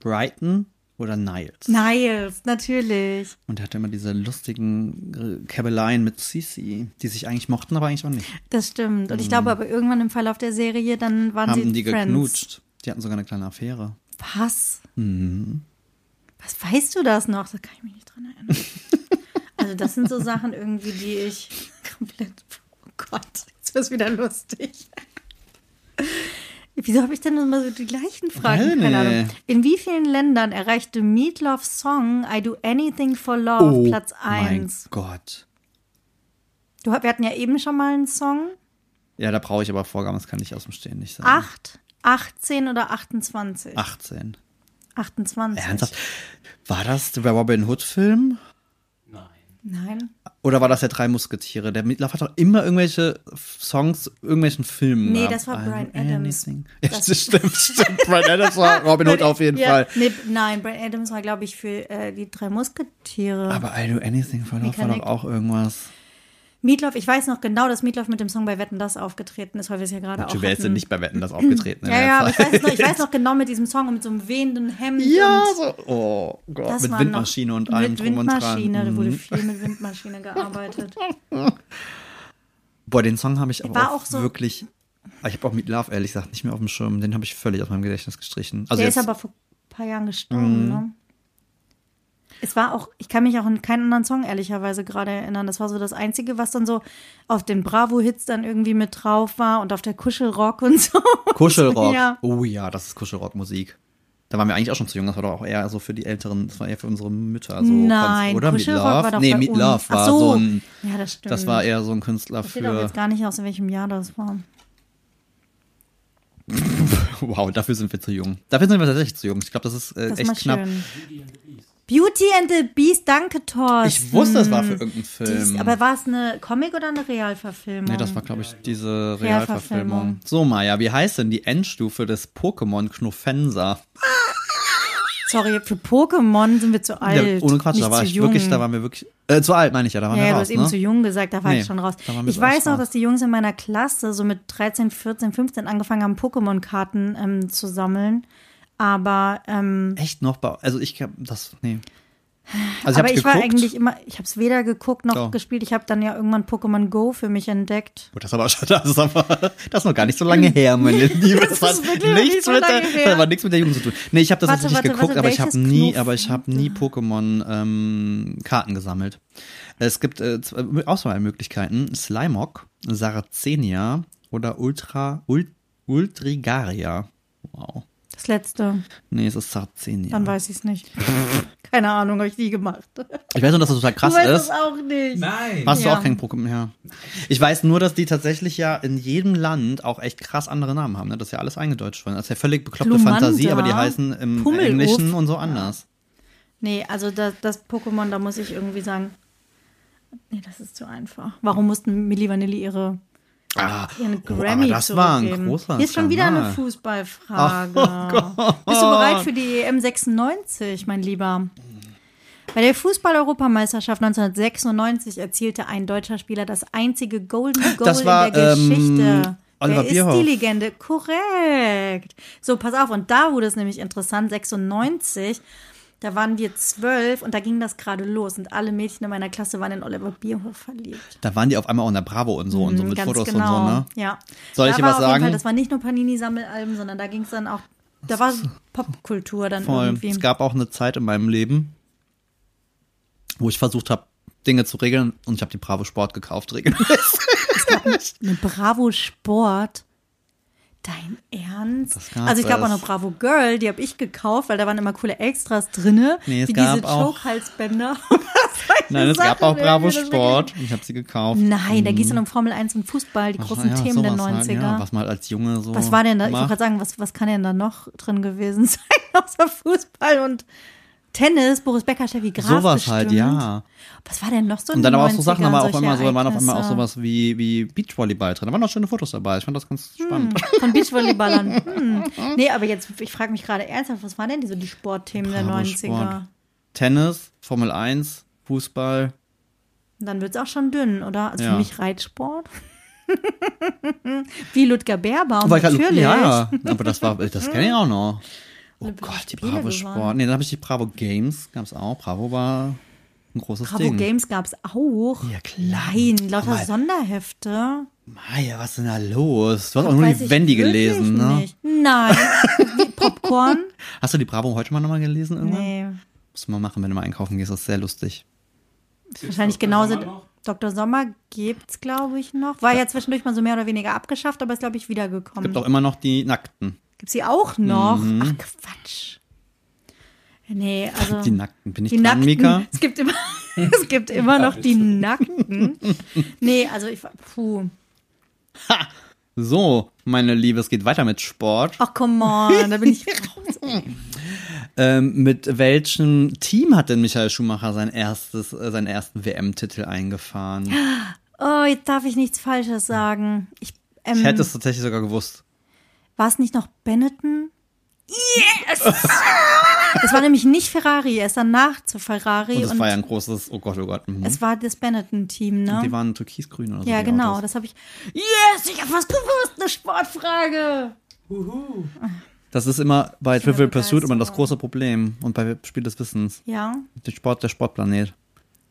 [SPEAKER 1] Brighton oder Niles?
[SPEAKER 2] Niles, natürlich.
[SPEAKER 1] Und er hatte immer diese lustigen äh, Käbeleien mit Sisi, die sich eigentlich mochten, aber eigentlich auch nicht.
[SPEAKER 2] Das stimmt. Und ich glaube, aber irgendwann im Verlauf der Serie, dann waren
[SPEAKER 1] Ähm. haben
[SPEAKER 2] sie
[SPEAKER 1] die
[SPEAKER 2] Friends.
[SPEAKER 1] geknutscht. Die hatten sogar eine kleine Affäre.
[SPEAKER 2] Was? Was weißt du das noch? Da kann ich mich nicht dran erinnern. also, das sind so Sachen irgendwie, die ich komplett. Oh Gott, jetzt wird wieder lustig. Wieso habe ich denn immer so die gleichen Fragen?
[SPEAKER 1] Keine.
[SPEAKER 2] Keine Ahnung. In wie vielen Ländern erreichte Meatloaf's Song I Do Anything for Love Platz
[SPEAKER 1] Oh mein
[SPEAKER 2] 1?
[SPEAKER 1] Gott.
[SPEAKER 2] Du, wir hatten ja eben schon mal einen Song.
[SPEAKER 1] Ja, da brauche ich aber Vorgaben, das kann ich aus dem Stehen nicht
[SPEAKER 2] Ah.
[SPEAKER 1] sagen.
[SPEAKER 2] 8, 18 oder 28?
[SPEAKER 1] 18.
[SPEAKER 2] 28.
[SPEAKER 1] Ernsthaft? War das der Robin Hood-Film?
[SPEAKER 4] Nein.
[SPEAKER 2] Nein.
[SPEAKER 1] Oder war das der Drei Musketiere? Der Midlauf hat doch immer irgendwelche Songs, irgendwelchen Filmen.
[SPEAKER 2] Nee,
[SPEAKER 1] gehabt.
[SPEAKER 2] das war
[SPEAKER 1] I
[SPEAKER 2] Bryan
[SPEAKER 1] do
[SPEAKER 2] Adams.
[SPEAKER 1] anything. Ja, das stimmt, stimmt. Brian Adams war Robin Hood auf jeden
[SPEAKER 2] Ja,
[SPEAKER 1] Fall.
[SPEAKER 2] Nee, nein, Brad Adams war, glaube ich, für äh, die drei Musketiere.
[SPEAKER 1] Aber I Do Anything for Love war doch
[SPEAKER 2] connect.
[SPEAKER 1] auch irgendwas.
[SPEAKER 2] Meatloaf, ich weiß noch genau, dass Meatloaf mit dem Song bei Wetten das aufgetreten ist, weil wir es ja gerade auch
[SPEAKER 1] Du wärst
[SPEAKER 2] hatten.
[SPEAKER 1] denn nicht bei Wetten, das aufgetreten in
[SPEAKER 2] ja,
[SPEAKER 1] der
[SPEAKER 2] ja, aber ich
[SPEAKER 1] Zeit.
[SPEAKER 2] weiß, noch, ich weiß noch genau mit diesem Song und mit so einem wehenden Hemd.
[SPEAKER 1] Ja,
[SPEAKER 2] und
[SPEAKER 1] so. Oh Gott,
[SPEAKER 2] das
[SPEAKER 1] mit
[SPEAKER 2] war
[SPEAKER 1] Windmaschine
[SPEAKER 2] noch,
[SPEAKER 1] und allem
[SPEAKER 2] Mit
[SPEAKER 1] drum und dran.
[SPEAKER 2] Windmaschine, da wurde
[SPEAKER 1] Mhm.
[SPEAKER 2] viel mit Windmaschine gearbeitet.
[SPEAKER 1] Boah, den Song habe ich aber
[SPEAKER 2] War
[SPEAKER 1] auch,
[SPEAKER 2] auch so-
[SPEAKER 1] wirklich. Ah, Ich habe auch Meat Love ehrlich gesagt nicht mehr auf dem Schirm. Den habe ich völlig aus meinem Gedächtnis gestrichen. Also
[SPEAKER 2] Der
[SPEAKER 1] jetzt, Mhm.
[SPEAKER 2] ist aber vor ein paar Jahren gestorben, ne? Es war auch, ich kann mich auch an keinen anderen Song ehrlicherweise gerade erinnern. Das war so das Einzige, was dann so auf den Bravo-Hits dann irgendwie mit drauf war und auf der Kuschelrock und so.
[SPEAKER 1] Kuschelrock.
[SPEAKER 2] Ja.
[SPEAKER 1] Oh ja, das ist Kuschelrock-Musik. Da waren wir eigentlich auch schon zu jung. Das war doch auch eher so für die Älteren. Das war eher für unsere Mütter. So
[SPEAKER 2] Nein,
[SPEAKER 1] Konz- oder Meat
[SPEAKER 2] Kuschelrock
[SPEAKER 1] Love.
[SPEAKER 2] war doch
[SPEAKER 1] nee,
[SPEAKER 2] bei
[SPEAKER 1] Meat
[SPEAKER 2] uns.
[SPEAKER 1] Love
[SPEAKER 2] Ach
[SPEAKER 1] war
[SPEAKER 2] so.
[SPEAKER 1] so ein.
[SPEAKER 2] Ja, das stimmt.
[SPEAKER 1] Das war eher so ein Künstler
[SPEAKER 2] ich sehe doch
[SPEAKER 1] für.
[SPEAKER 2] jetzt gar nicht aus, in welchem Jahr das war.
[SPEAKER 1] Wow, dafür sind wir zu jung. Dafür sind wir tatsächlich zu jung. Ich glaube, das ist äh,
[SPEAKER 2] Das ist
[SPEAKER 1] echt
[SPEAKER 2] mal
[SPEAKER 1] knapp.
[SPEAKER 2] schön.
[SPEAKER 3] Beauty and the Beast.
[SPEAKER 2] Beauty and the Beast, danke, Thorsten.
[SPEAKER 1] Ich wusste, das war für irgendeinen
[SPEAKER 2] hm, Die
[SPEAKER 1] Film.
[SPEAKER 2] ist, aber war es eine Comic- oder eine Realverfilmung?
[SPEAKER 1] Nee, das war, glaube ich, diese
[SPEAKER 2] Realverfilmung.
[SPEAKER 1] Realverfilmung. So, Maya, wie heißt denn die Endstufe des Pokémon Knofensa?
[SPEAKER 2] Sorry, für Pokémon sind wir zu
[SPEAKER 1] Ja,
[SPEAKER 2] alt.
[SPEAKER 1] ohne Quatsch,
[SPEAKER 2] nicht
[SPEAKER 1] da war
[SPEAKER 2] zu
[SPEAKER 1] ich
[SPEAKER 2] jung.
[SPEAKER 1] wirklich, da waren wir wirklich. Äh, zu alt, meine ich ja, da waren
[SPEAKER 2] Ja,
[SPEAKER 1] wir
[SPEAKER 2] ja, du
[SPEAKER 1] raus,
[SPEAKER 2] hast eben zu
[SPEAKER 1] ne?
[SPEAKER 2] jung gesagt, da war
[SPEAKER 1] Nee,
[SPEAKER 2] ich schon raus.
[SPEAKER 1] da waren wir
[SPEAKER 2] Ich
[SPEAKER 1] raus,
[SPEAKER 2] weiß noch,
[SPEAKER 1] raus.
[SPEAKER 2] dass die Jungs in meiner Klasse so mit 13, 14, 15 angefangen haben, Pokémon-Karten ähm, zu sammeln. Aber, ähm,
[SPEAKER 1] Echt noch, bei, also ich hab das, nee. Also ich
[SPEAKER 2] aber
[SPEAKER 1] hab's
[SPEAKER 2] ich
[SPEAKER 1] geguckt.
[SPEAKER 2] war eigentlich immer, ich habe es weder geguckt noch
[SPEAKER 1] Oh.
[SPEAKER 2] gespielt. Ich habe dann ja irgendwann Pokémon Go für mich entdeckt.
[SPEAKER 1] Gut, das, ist aber, schon- das, ist aber, das ist noch gar nicht so lange her, meine Liebe. Das,
[SPEAKER 2] ist
[SPEAKER 1] hat
[SPEAKER 2] wirklich noch
[SPEAKER 1] nichts
[SPEAKER 2] nicht so
[SPEAKER 1] mit der,
[SPEAKER 2] lange her.
[SPEAKER 1] das hat nichts mit der Jugend zu tun. Nee, ich habe das
[SPEAKER 2] Warte,
[SPEAKER 1] natürlich
[SPEAKER 2] warte,
[SPEAKER 1] geguckt,
[SPEAKER 2] warte,
[SPEAKER 1] aber ich habe
[SPEAKER 2] welches
[SPEAKER 1] nie,
[SPEAKER 2] Knopf?
[SPEAKER 1] aber ich habe nie Pokémon ähm, Karten gesammelt. Es gibt äh, zwei Auswahlmöglichkeiten: Slimog, Saracenia oder Ultra Ult, Ultrigaria. Wow.
[SPEAKER 2] Das letzte.
[SPEAKER 1] Nee, es ist Saracenia.
[SPEAKER 2] Dann weiß ich es nicht. Keine Ahnung, habe ich nie gemacht.
[SPEAKER 1] Ich weiß nur, dass das total krass
[SPEAKER 2] du weißt
[SPEAKER 1] ist.
[SPEAKER 2] es auch nicht.
[SPEAKER 4] Nein.
[SPEAKER 1] Hast
[SPEAKER 2] Ja.
[SPEAKER 1] du auch kein Pokémon mehr? Ich weiß nur, dass die tatsächlich ja in jedem Land auch echt krass andere Namen haben. Ne? Das ist ja alles eingedeutscht worden. Das ist ja völlig bekloppte
[SPEAKER 2] Glumanda,
[SPEAKER 1] Fantasie, aber die heißen im
[SPEAKER 2] Pummeluff.
[SPEAKER 1] Englischen und so anders.
[SPEAKER 2] Nee, also das, das Pokémon, da muss ich irgendwie sagen, nee, das ist zu einfach. Warum mussten Milli Vanilli ihre,
[SPEAKER 1] oh,
[SPEAKER 2] ihren
[SPEAKER 1] aber
[SPEAKER 2] Grammy
[SPEAKER 1] das war ein
[SPEAKER 2] zurückgeben?
[SPEAKER 1] großer
[SPEAKER 2] Hier ist schon wieder eine
[SPEAKER 1] Skandal. Oh,
[SPEAKER 2] Fußballfrage. Bist du bereit für die EM 96, mein Lieber? Bei der Fußball-Europameisterschaft 1996 erzielte ein deutscher Spieler das einzige Golden Goal
[SPEAKER 1] Das war,
[SPEAKER 2] in der
[SPEAKER 1] ähm,
[SPEAKER 2] Geschichte.
[SPEAKER 1] Oliver
[SPEAKER 2] Wer
[SPEAKER 1] Bierhoff.
[SPEAKER 2] ist die Legende? Korrekt. So, pass auf. Und da wurde es nämlich interessant. 96, da waren wir zwölf und da ging das gerade los. Und alle Mädchen in meiner Klasse waren in Oliver Bierhoff verliebt.
[SPEAKER 1] Da waren die auf einmal auch in der Bravo und so und so
[SPEAKER 2] Mhm,
[SPEAKER 1] mit
[SPEAKER 2] Ganz
[SPEAKER 1] Fotos
[SPEAKER 2] genau.
[SPEAKER 1] und so, ne?
[SPEAKER 2] Ja.
[SPEAKER 1] Soll
[SPEAKER 2] da
[SPEAKER 1] ich dir
[SPEAKER 2] war
[SPEAKER 1] was
[SPEAKER 2] auf jeden
[SPEAKER 1] sagen?
[SPEAKER 2] Fall, das war nicht nur Panini-Sammelalben, sondern da ging es dann auch, da war Popkultur dann
[SPEAKER 1] Voll.
[SPEAKER 2] irgendwie.
[SPEAKER 1] Es gab auch eine Zeit in meinem Leben, wo ich versucht habe, Dinge zu regeln und ich habe die Bravo Sport gekauft, regeln.
[SPEAKER 2] Eine Bravo Sport. Dein Ernst?
[SPEAKER 1] Das gab
[SPEAKER 2] also ich glaube auch
[SPEAKER 1] es.
[SPEAKER 2] eine Bravo Girl, die habe ich gekauft, weil da waren immer coole Extras drinne,
[SPEAKER 1] Nee, es
[SPEAKER 2] wie
[SPEAKER 1] gab
[SPEAKER 2] diese
[SPEAKER 1] auch-
[SPEAKER 2] Choke-Halsbänder. und solche
[SPEAKER 1] Nein, es gab
[SPEAKER 2] Sachen,
[SPEAKER 1] auch Bravo
[SPEAKER 2] irgendwie, das war
[SPEAKER 1] Sport und ich habe sie gekauft.
[SPEAKER 2] wirklich- Nein, da ging es dann um Formel 1 und Fußball, die
[SPEAKER 1] Ach,
[SPEAKER 2] großen
[SPEAKER 1] ja,
[SPEAKER 2] Themen der
[SPEAKER 1] sowas halt,
[SPEAKER 2] 90er.
[SPEAKER 1] ja, was mal als Junge so.
[SPEAKER 2] was war denn da? Ich wollte
[SPEAKER 1] macht.
[SPEAKER 2] gerade sagen, was, was kann denn da noch drin gewesen sein, außer Fußball und Tennis, Boris Becker, Steffi Graf
[SPEAKER 1] Sowas
[SPEAKER 2] bestimmt.
[SPEAKER 1] halt, ja.
[SPEAKER 2] Was war denn noch so in
[SPEAKER 1] Und dann
[SPEAKER 2] den
[SPEAKER 1] aber auch so
[SPEAKER 2] 90ern,
[SPEAKER 1] Sachen, da war auf
[SPEAKER 2] solche
[SPEAKER 1] einmal so, da waren auf einmal auch
[SPEAKER 2] Ereignisse?
[SPEAKER 1] sowas wie, wie Beachvolleyball drin. Da waren auch schöne Fotos dabei. Ich fand das ganz
[SPEAKER 2] Hm,
[SPEAKER 1] spannend.
[SPEAKER 2] Von Beachvolleyballern. Hm. Nee, aber jetzt, ich frage mich gerade ernsthaft, was waren denn die, so die Sportthemen der
[SPEAKER 1] Bravo,
[SPEAKER 2] 90er?
[SPEAKER 1] Sport. Tennis, Formel 1, Fußball.
[SPEAKER 2] Und dann wird es auch schon dünn, oder? Also
[SPEAKER 1] Ja.
[SPEAKER 2] für mich Reitsport. Wie Ludger Baerbaum,
[SPEAKER 1] Weil grad-
[SPEAKER 2] natürlich.
[SPEAKER 1] halt-
[SPEAKER 2] Hm.
[SPEAKER 1] Ja, aber das war, das kenne ich auch noch. Oh Gott, die
[SPEAKER 2] Spiele
[SPEAKER 1] Bravo
[SPEAKER 2] gewonnen.
[SPEAKER 1] Sport. Nee, dann habe ich die Bravo Games, gab es auch. Bravo war ein großes
[SPEAKER 2] Bravo
[SPEAKER 1] Ding.
[SPEAKER 2] Games gab es auch.
[SPEAKER 1] Ja, klar.
[SPEAKER 2] Nein, lauter
[SPEAKER 1] Aber-
[SPEAKER 2] Sonderhefte.
[SPEAKER 1] Maya, was ist denn da los? Du hast auch nur
[SPEAKER 2] Weiß
[SPEAKER 1] die
[SPEAKER 2] ich
[SPEAKER 1] Wendy
[SPEAKER 2] wirklich
[SPEAKER 1] gelesen, ne?
[SPEAKER 2] Nicht. Nein. Wie Popcorn?
[SPEAKER 1] Hast du die Bravo heute mal nochmal gelesen irgendwann?
[SPEAKER 2] Nee.
[SPEAKER 1] Muss man machen, wenn du mal einkaufen gehst, das ist sehr lustig.
[SPEAKER 2] Ist wahrscheinlich
[SPEAKER 3] Dr.
[SPEAKER 2] genauso.
[SPEAKER 3] Sommer noch?
[SPEAKER 2] Dr. Sommer gibt's, glaube ich, noch. War ja zwischendurch mal so mehr oder weniger abgeschafft, aber ist, glaube ich, wiedergekommen.
[SPEAKER 1] Gibt Mhm. auch immer noch die Nackten.
[SPEAKER 2] Gibt's die auch noch? Ach, Quatsch. Nee, also.
[SPEAKER 1] die Nackten, bin ich
[SPEAKER 2] Die
[SPEAKER 1] dran,
[SPEAKER 2] Nackten.
[SPEAKER 1] Mika?
[SPEAKER 2] Es gibt immer, es gibt immer noch die Nackten. Nee, also ich. Puh.
[SPEAKER 1] So, meine Liebe, es geht weiter mit Sport.
[SPEAKER 2] Ach, come on. Da bin ich.
[SPEAKER 1] Ähm, mit welchem Team hat denn Michael Schumacher sein erstes, äh, seinen ersten WM-Titel eingefahren?
[SPEAKER 2] Oh, jetzt darf ich nichts Falsches sagen. Ich,
[SPEAKER 1] Ich
[SPEAKER 2] ähm,
[SPEAKER 1] hätte es tatsächlich sogar gewusst.
[SPEAKER 2] war es nicht noch Benetton? Yes! es war nämlich nicht Ferrari. Er ist danach zu Ferrari.
[SPEAKER 1] Und es war ja ein großes, oh Gott, oh Gott. Mhm.
[SPEAKER 2] Es war das Benetton-Team, ne?
[SPEAKER 1] Die waren türkisgrün oder so.
[SPEAKER 2] ja,
[SPEAKER 1] die
[SPEAKER 2] genau,
[SPEAKER 1] Autos.
[SPEAKER 2] das habe ich. Yes, ich habe was gewusst, eine Sportfrage.
[SPEAKER 1] Das ist immer bei
[SPEAKER 2] bin
[SPEAKER 1] Trivial Pursuit immer das
[SPEAKER 2] begeistert.
[SPEAKER 1] große Problem. Und bei Spiel des Wissens.
[SPEAKER 2] Ja.
[SPEAKER 1] Den Sport, der Sportplanet.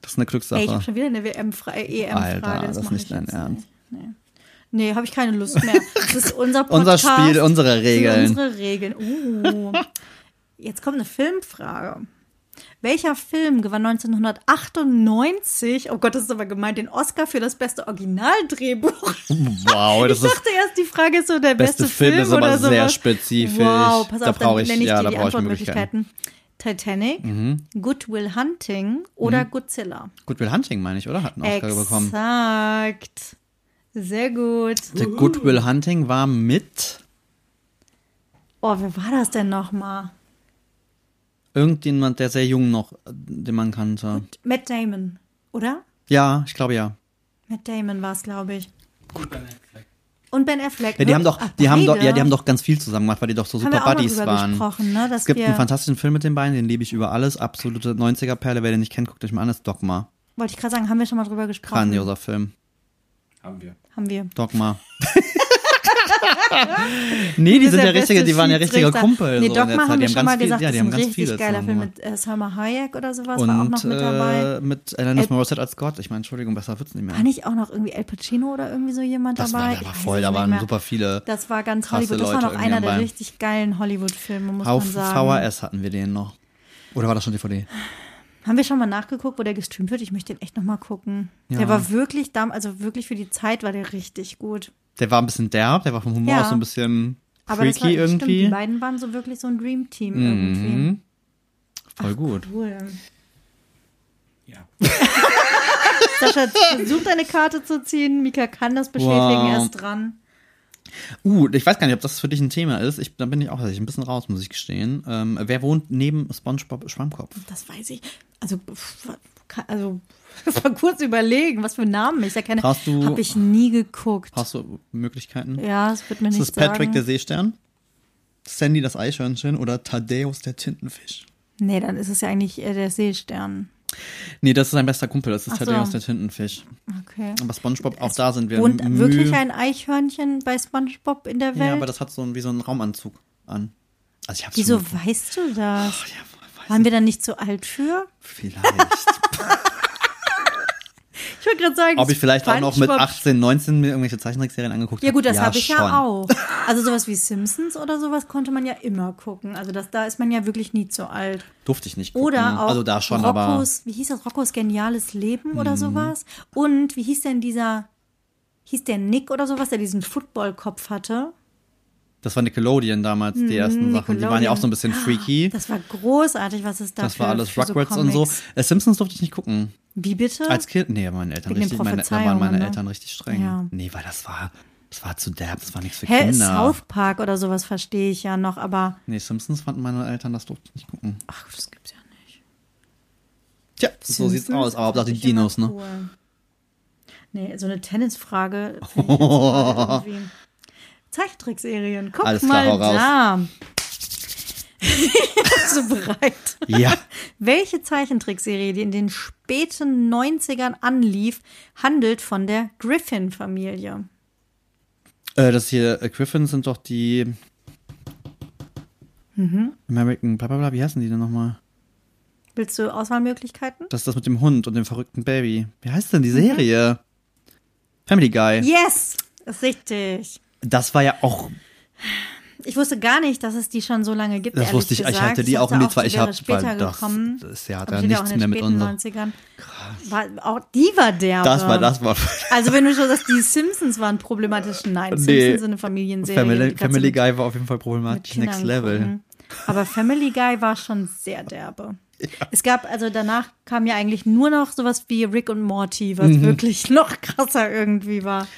[SPEAKER 1] Das ist eine Glückssache.
[SPEAKER 2] Ey, ich habe schon wieder eine WM-Frage, EM-Frage.
[SPEAKER 1] Alter, das ist
[SPEAKER 2] mach
[SPEAKER 1] nicht
[SPEAKER 2] ich
[SPEAKER 1] dein
[SPEAKER 2] jetzt
[SPEAKER 1] Ernst.
[SPEAKER 2] Nee, nee habe ich keine Lust mehr. Das ist unser
[SPEAKER 1] Unser
[SPEAKER 2] Podcast.
[SPEAKER 1] Spiel, unsere
[SPEAKER 2] Das
[SPEAKER 1] Regeln.
[SPEAKER 2] sind unsere Regeln. Uh. Jetzt kommt eine Filmfrage. Welcher Film gewann 1998, oh Gott, das ist aber gemeint, den Oscar für das beste Originaldrehbuch?
[SPEAKER 1] Wow, das
[SPEAKER 2] ich
[SPEAKER 1] ist
[SPEAKER 2] dachte erst, die Frage ist so der beste,
[SPEAKER 1] beste Film ist aber
[SPEAKER 2] oder sowas.
[SPEAKER 1] sehr spezifisch.
[SPEAKER 2] Wow, pass
[SPEAKER 1] Da
[SPEAKER 2] auf,
[SPEAKER 1] brauch
[SPEAKER 2] dann
[SPEAKER 1] ich-
[SPEAKER 2] nenne ich
[SPEAKER 1] ja,
[SPEAKER 2] dir
[SPEAKER 1] da
[SPEAKER 2] die
[SPEAKER 1] brauch ich Mhm.
[SPEAKER 2] Antwortmöglichkeiten. Titanic, Good Will Hunting oder Godzilla.
[SPEAKER 1] Good Will Hunting, meine ich, oder? Hat einen Oscar bekommen.
[SPEAKER 2] Exakt. Sehr gut.
[SPEAKER 1] Der Good Will Hunting war mit
[SPEAKER 2] Oh, wer war das denn nochmal?
[SPEAKER 1] irgendjemand, der sehr jung noch, äh, den man kannte.
[SPEAKER 2] Matt Damon, oder?
[SPEAKER 1] Ja, ich glaube ja.
[SPEAKER 2] Matt Damon war es, glaube ich.
[SPEAKER 3] Und Ben Affleck.
[SPEAKER 2] Und Ben Affleck.
[SPEAKER 1] Ja, die
[SPEAKER 2] ne?
[SPEAKER 1] haben doch,
[SPEAKER 2] Ach,
[SPEAKER 1] die haben doch,
[SPEAKER 2] beide.
[SPEAKER 1] ja, die haben doch ganz viel zusammen gemacht, weil die doch so
[SPEAKER 2] Haben
[SPEAKER 1] super
[SPEAKER 2] wir auch noch
[SPEAKER 1] Buddies
[SPEAKER 2] drüber
[SPEAKER 1] waren.
[SPEAKER 2] gesprochen, ne, dass
[SPEAKER 1] Es gibt
[SPEAKER 2] wir-
[SPEAKER 1] einen fantastischen Film mit den beiden, den liebe ich über alles. Absolute 90er-Perle. Wer den nicht kennt, guckt euch mal an. Das ist Dogma.
[SPEAKER 2] Wollte ich gerade sagen, haben wir schon mal drüber gesprochen.
[SPEAKER 1] Grandioser Film.
[SPEAKER 4] Haben wir.
[SPEAKER 2] Haben wir.
[SPEAKER 1] Dogma. nee, die
[SPEAKER 2] Das
[SPEAKER 1] sind
[SPEAKER 2] ist
[SPEAKER 1] ja
[SPEAKER 2] der beste
[SPEAKER 1] richtige, die waren ja richtige
[SPEAKER 2] Schiedsrichter.
[SPEAKER 1] Kumpel.
[SPEAKER 2] Nee,
[SPEAKER 1] so in der
[SPEAKER 2] Dogma
[SPEAKER 1] Zeit.
[SPEAKER 2] haben
[SPEAKER 1] Die
[SPEAKER 2] wir
[SPEAKER 1] haben
[SPEAKER 2] schon mal
[SPEAKER 1] ganz viel-
[SPEAKER 2] gesagt,
[SPEAKER 1] ja,
[SPEAKER 2] das
[SPEAKER 1] die
[SPEAKER 2] ist ein
[SPEAKER 1] haben ganz
[SPEAKER 2] richtig
[SPEAKER 1] viele
[SPEAKER 2] geiler
[SPEAKER 1] zusammen
[SPEAKER 2] Film
[SPEAKER 1] gemacht.
[SPEAKER 2] mit äh, Salma Hayek oder sowas, war auch
[SPEAKER 1] Und
[SPEAKER 2] noch mit dabei.
[SPEAKER 1] äh, mit Alanis
[SPEAKER 2] El-
[SPEAKER 1] Morissette als Gott. Ich meine, Entschuldigung, besser wird's nicht mehr.
[SPEAKER 2] War nicht auch noch irgendwie El Pacino oder irgendwie so jemand
[SPEAKER 1] das
[SPEAKER 2] dabei?
[SPEAKER 1] war
[SPEAKER 2] Ich
[SPEAKER 1] aber
[SPEAKER 2] weiß
[SPEAKER 1] voll,
[SPEAKER 2] es
[SPEAKER 1] da
[SPEAKER 2] nicht
[SPEAKER 1] waren
[SPEAKER 2] mehr.
[SPEAKER 1] super viele.
[SPEAKER 2] Das war ganz
[SPEAKER 1] krasse
[SPEAKER 2] Hollywood. Das war
[SPEAKER 1] Leute
[SPEAKER 2] noch einer
[SPEAKER 1] irgendwie
[SPEAKER 2] der
[SPEAKER 1] dabei.
[SPEAKER 2] richtig geilen Hollywood-Filme, muss
[SPEAKER 1] Auf
[SPEAKER 2] man sagen.
[SPEAKER 1] VHS hatten wir den noch. Oder war das schon DVD?
[SPEAKER 2] Haben wir schon mal nachgeguckt, wo der gestreamt wird? Ich möchte den echt nochmal gucken.
[SPEAKER 1] Ja.
[SPEAKER 2] Der war wirklich, dam also wirklich für die Zeit war der richtig gut.
[SPEAKER 1] Der war ein bisschen derb, der war vom Humor
[SPEAKER 2] Ja.
[SPEAKER 1] aus so ein bisschen
[SPEAKER 2] Aber
[SPEAKER 1] freaky
[SPEAKER 2] das war, stimmt, die
[SPEAKER 1] irgendwie.
[SPEAKER 2] beiden waren so wirklich so ein Dreamteam irgendwie.
[SPEAKER 1] Mhm. Voll gut.
[SPEAKER 2] Cool.
[SPEAKER 4] Ja.
[SPEAKER 2] Sascha versucht eine Karte zu ziehen. Mika kann das bestätigen,
[SPEAKER 1] Wow.
[SPEAKER 2] er ist dran.
[SPEAKER 1] Uh, ich weiß gar nicht, ob das für dich ein Thema ist. Ich, da bin ich auch tatsächlich ein bisschen raus, muss ich gestehen. Ähm, wer wohnt neben SpongeBob Schwammkopf?
[SPEAKER 2] Das weiß ich. Also, pff, also das war kurz überlegen, was für Namen ich erkenne.
[SPEAKER 1] Brauchst du-
[SPEAKER 2] Habe ich nie geguckt.
[SPEAKER 1] Hast du Möglichkeiten?
[SPEAKER 2] Ja, das wird mir
[SPEAKER 1] ist
[SPEAKER 2] nicht
[SPEAKER 1] das Patrick
[SPEAKER 2] sagen.
[SPEAKER 1] der Seestern? Sandy das Eichhörnchen oder Thaddeus der Tintenfisch?
[SPEAKER 2] nee, dann ist es ja eigentlich äh, der Seestern.
[SPEAKER 1] Nee, das ist sein bester Kumpel, das ist
[SPEAKER 2] Ach so.
[SPEAKER 1] Thaddeus der Tintenfisch.
[SPEAKER 2] Okay.
[SPEAKER 1] Aber SpongeBob, auch da sind wir
[SPEAKER 2] Wohnt
[SPEAKER 1] Mühe-
[SPEAKER 2] wirklich ein Eichhörnchen bei SpongeBob in der Welt?
[SPEAKER 1] Ja, aber das hat so ein, wie so einen Raumanzug an. Also ich hab's
[SPEAKER 2] Wieso
[SPEAKER 1] schon
[SPEAKER 2] weißt du das?
[SPEAKER 1] Ach ja, weiß
[SPEAKER 2] Waren wir dann nicht zu alt für?
[SPEAKER 1] vielleicht.
[SPEAKER 2] Ich wollte gerade sagen,
[SPEAKER 1] Ob ich vielleicht auch noch mit
[SPEAKER 2] SpongeBob-
[SPEAKER 1] 18, 19 mir irgendwelche Zeichentrickserien angeguckt habe.
[SPEAKER 2] Ja gut, das habe ich
[SPEAKER 1] schon.
[SPEAKER 2] ja auch. Also sowas wie Simpsons oder sowas konnte man ja immer gucken. Also das, da ist man ja wirklich nie zu alt.
[SPEAKER 1] Durfte ich nicht gucken.
[SPEAKER 2] Oder auch
[SPEAKER 1] also da schon, aber Mhm.
[SPEAKER 2] Roccos, wie hieß das, Roccos geniales Leben oder sowas? Und wie hieß denn dieser, hieß der Nick oder sowas, der diesen Footballkopf hatte?
[SPEAKER 1] das war Nickelodeon damals,
[SPEAKER 2] Mhm,
[SPEAKER 1] die ersten Sachen. Die waren ja auch so ein bisschen freaky. Das,
[SPEAKER 2] Das war großartig, was es da Ah, für,
[SPEAKER 1] war alles
[SPEAKER 2] für
[SPEAKER 1] Rugrats
[SPEAKER 2] so
[SPEAKER 1] und so.
[SPEAKER 2] Comics.
[SPEAKER 1] Äh, Simpsons durfte ich nicht gucken.
[SPEAKER 2] Wie bitte?
[SPEAKER 1] Als Kind, nee, meine Eltern
[SPEAKER 2] Wegen den
[SPEAKER 1] richtig, meine, da waren meine
[SPEAKER 2] Prophezeiungen, ne?
[SPEAKER 1] Eltern richtig streng.
[SPEAKER 2] Ja.
[SPEAKER 1] Nee, weil das war, das war zu derb, das war nichts für
[SPEAKER 2] Hä,
[SPEAKER 1] Kinder.
[SPEAKER 2] South Park oder sowas verstehe ich ja noch, aber
[SPEAKER 1] Nee, Simpsons fanden meine Eltern, das durfte ich nicht gucken.
[SPEAKER 2] ach, das gibt's ja nicht.
[SPEAKER 1] Tja, so sieht's aus, aber hauptsache die
[SPEAKER 2] Ich immer
[SPEAKER 1] Dinos, ne?
[SPEAKER 2] cool. Nee, so eine Tennisfrage finde ich jetzt gerade irgendwie. Zeichentrickserien, guck
[SPEAKER 1] Alles
[SPEAKER 2] mal
[SPEAKER 1] klar, hau
[SPEAKER 2] da. Bist du bereit?
[SPEAKER 1] Ja.
[SPEAKER 2] Welche Zeichentrickserie, die in den späten 90ern anlief, handelt von der Griffin-Familie?
[SPEAKER 1] Äh, das hier, äh, Griffins sind doch die.
[SPEAKER 2] Mhm.
[SPEAKER 1] American, bla bla bla, wie heißen die denn nochmal?
[SPEAKER 2] Willst du Auswahlmöglichkeiten?
[SPEAKER 1] Das ist das mit dem Hund und dem verrückten Baby. Wie heißt
[SPEAKER 2] Mhm.
[SPEAKER 1] denn die Serie? Family Guy.
[SPEAKER 2] Yes! Ist richtig.
[SPEAKER 1] Das war ja auch
[SPEAKER 2] Ich wusste gar nicht, dass es die schon so lange gibt.
[SPEAKER 1] Das
[SPEAKER 2] ehrlich
[SPEAKER 1] wusste ich.
[SPEAKER 2] gesagt.
[SPEAKER 1] Ich hatte die auch
[SPEAKER 2] dachte
[SPEAKER 1] in die zwei. Ich
[SPEAKER 2] wäre
[SPEAKER 1] habe
[SPEAKER 2] später
[SPEAKER 1] das,
[SPEAKER 2] gekommen.
[SPEAKER 1] das hat
[SPEAKER 2] Aber
[SPEAKER 1] ja
[SPEAKER 2] die war auch
[SPEAKER 1] nichts
[SPEAKER 2] in
[SPEAKER 1] mehr
[SPEAKER 2] den
[SPEAKER 1] mit
[SPEAKER 2] späten
[SPEAKER 1] unserem.
[SPEAKER 2] 90ern. War, auch die war derbe.
[SPEAKER 1] Das war, das war
[SPEAKER 2] Also wenn du schon sagst, die Simpsons waren problematisch. Nein,
[SPEAKER 1] Nee.
[SPEAKER 2] Simpsons sind eine Familienserie.
[SPEAKER 1] Family,
[SPEAKER 2] die kannst du
[SPEAKER 1] Family
[SPEAKER 2] mit-
[SPEAKER 1] Guy war auf jeden Fall
[SPEAKER 2] mit
[SPEAKER 1] problematisch.
[SPEAKER 2] Kindern ne?
[SPEAKER 1] Next Level.
[SPEAKER 2] gucken. Aber Family Guy war schon sehr derbe. Es gab, also danach kam ja eigentlich nur noch sowas wie Rick und Morty,
[SPEAKER 1] Mhm.
[SPEAKER 2] was wirklich noch krasser irgendwie war.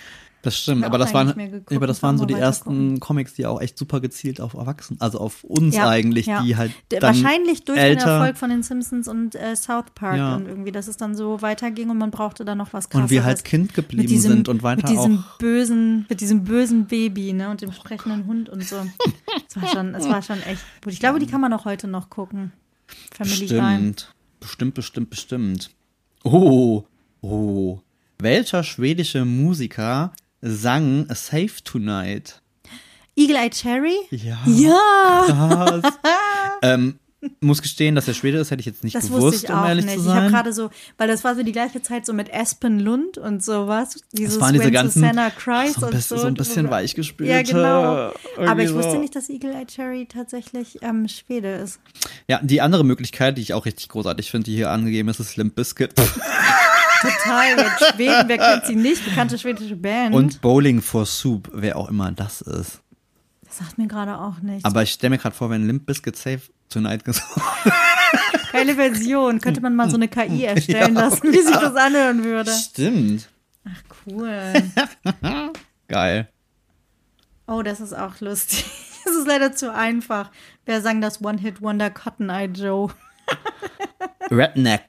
[SPEAKER 1] Das stimmt,
[SPEAKER 2] Haben wir
[SPEAKER 1] aber
[SPEAKER 2] auch
[SPEAKER 1] das,
[SPEAKER 2] lange
[SPEAKER 1] waren,
[SPEAKER 2] nicht mehr geguckt,
[SPEAKER 1] aber das
[SPEAKER 2] müssen wir
[SPEAKER 1] waren so
[SPEAKER 2] mal
[SPEAKER 1] die
[SPEAKER 2] weiter
[SPEAKER 1] ersten Comics, die auch echt super gezielt auf Erwachsene, also auf uns eigentlich,
[SPEAKER 2] ja.
[SPEAKER 1] die halt
[SPEAKER 2] D-
[SPEAKER 1] dann
[SPEAKER 2] Wahrscheinlich durch
[SPEAKER 1] älter,
[SPEAKER 2] den Erfolg von den Simpsons und äh, South Park
[SPEAKER 1] Ja.
[SPEAKER 2] und irgendwie, dass es dann so weiterging und man brauchte dann noch was krasseres.
[SPEAKER 1] und wir halt Kind geblieben
[SPEAKER 2] mit diesem,
[SPEAKER 1] sind und weiter
[SPEAKER 2] mit diesem
[SPEAKER 1] auch.
[SPEAKER 2] bösen, mit diesem bösen Baby, ne, und dem sprechenden Hund und so. Es war schon, es war schon echt gut. Ich glaube, die kann man auch heute noch gucken. Family Guy.
[SPEAKER 1] Bestimmt. Bestimmt, bestimmt, bestimmt. Oh, oh. Welcher schwedische Musiker sang A Safe Tonight?
[SPEAKER 2] Eagle Eye Cherry?
[SPEAKER 1] Ja.
[SPEAKER 2] Ja,
[SPEAKER 1] Krass. ähm, muss gestehen, dass er Schwede ist, hätte ich jetzt nicht
[SPEAKER 2] das
[SPEAKER 1] gewusst,
[SPEAKER 2] wusste ich
[SPEAKER 1] um
[SPEAKER 2] auch
[SPEAKER 1] ehrlich
[SPEAKER 2] nicht.
[SPEAKER 1] zu
[SPEAKER 2] Ich habe
[SPEAKER 1] sein.
[SPEAKER 2] gerade so, weil das war so die gleiche Zeit so mit Aspen Lund und sowas. Dieses
[SPEAKER 1] waren diese
[SPEAKER 2] When
[SPEAKER 1] ganzen-
[SPEAKER 2] Susanna Cries
[SPEAKER 1] so ein
[SPEAKER 2] und
[SPEAKER 1] bisschen,
[SPEAKER 2] so.
[SPEAKER 1] so ein bisschen weichgespülte.
[SPEAKER 2] Ja, genau. Aber
[SPEAKER 1] irgendwie
[SPEAKER 2] ich wusste
[SPEAKER 1] so.
[SPEAKER 2] nicht, dass Eagle Eye Cherry tatsächlich ähm, Schwede ist.
[SPEAKER 1] Ja, die andere Möglichkeit, die ich auch richtig großartig finde, die hier angegeben ist, ist Limp Bizkit
[SPEAKER 2] Total, mit Schweden, wer kennt sie nicht? Bekannte schwedische Band.
[SPEAKER 1] und Bowling for Soup, wer auch immer das ist.
[SPEAKER 2] Das sagt mir gerade auch nichts.
[SPEAKER 1] Aber ich stelle mir gerade vor, wenn Limp Bizkit Safe Tonight gesagt
[SPEAKER 2] Geile Version. Könnte man mal so eine KI erstellen lassen, wie sich das anhören würde.
[SPEAKER 1] Stimmt.
[SPEAKER 2] Cool.
[SPEAKER 1] Geil.
[SPEAKER 2] Oh, das ist auch lustig. Das ist leider zu einfach. Wer sang das One-Hit-Wonder Cotton Eye Joe?
[SPEAKER 1] Redneck.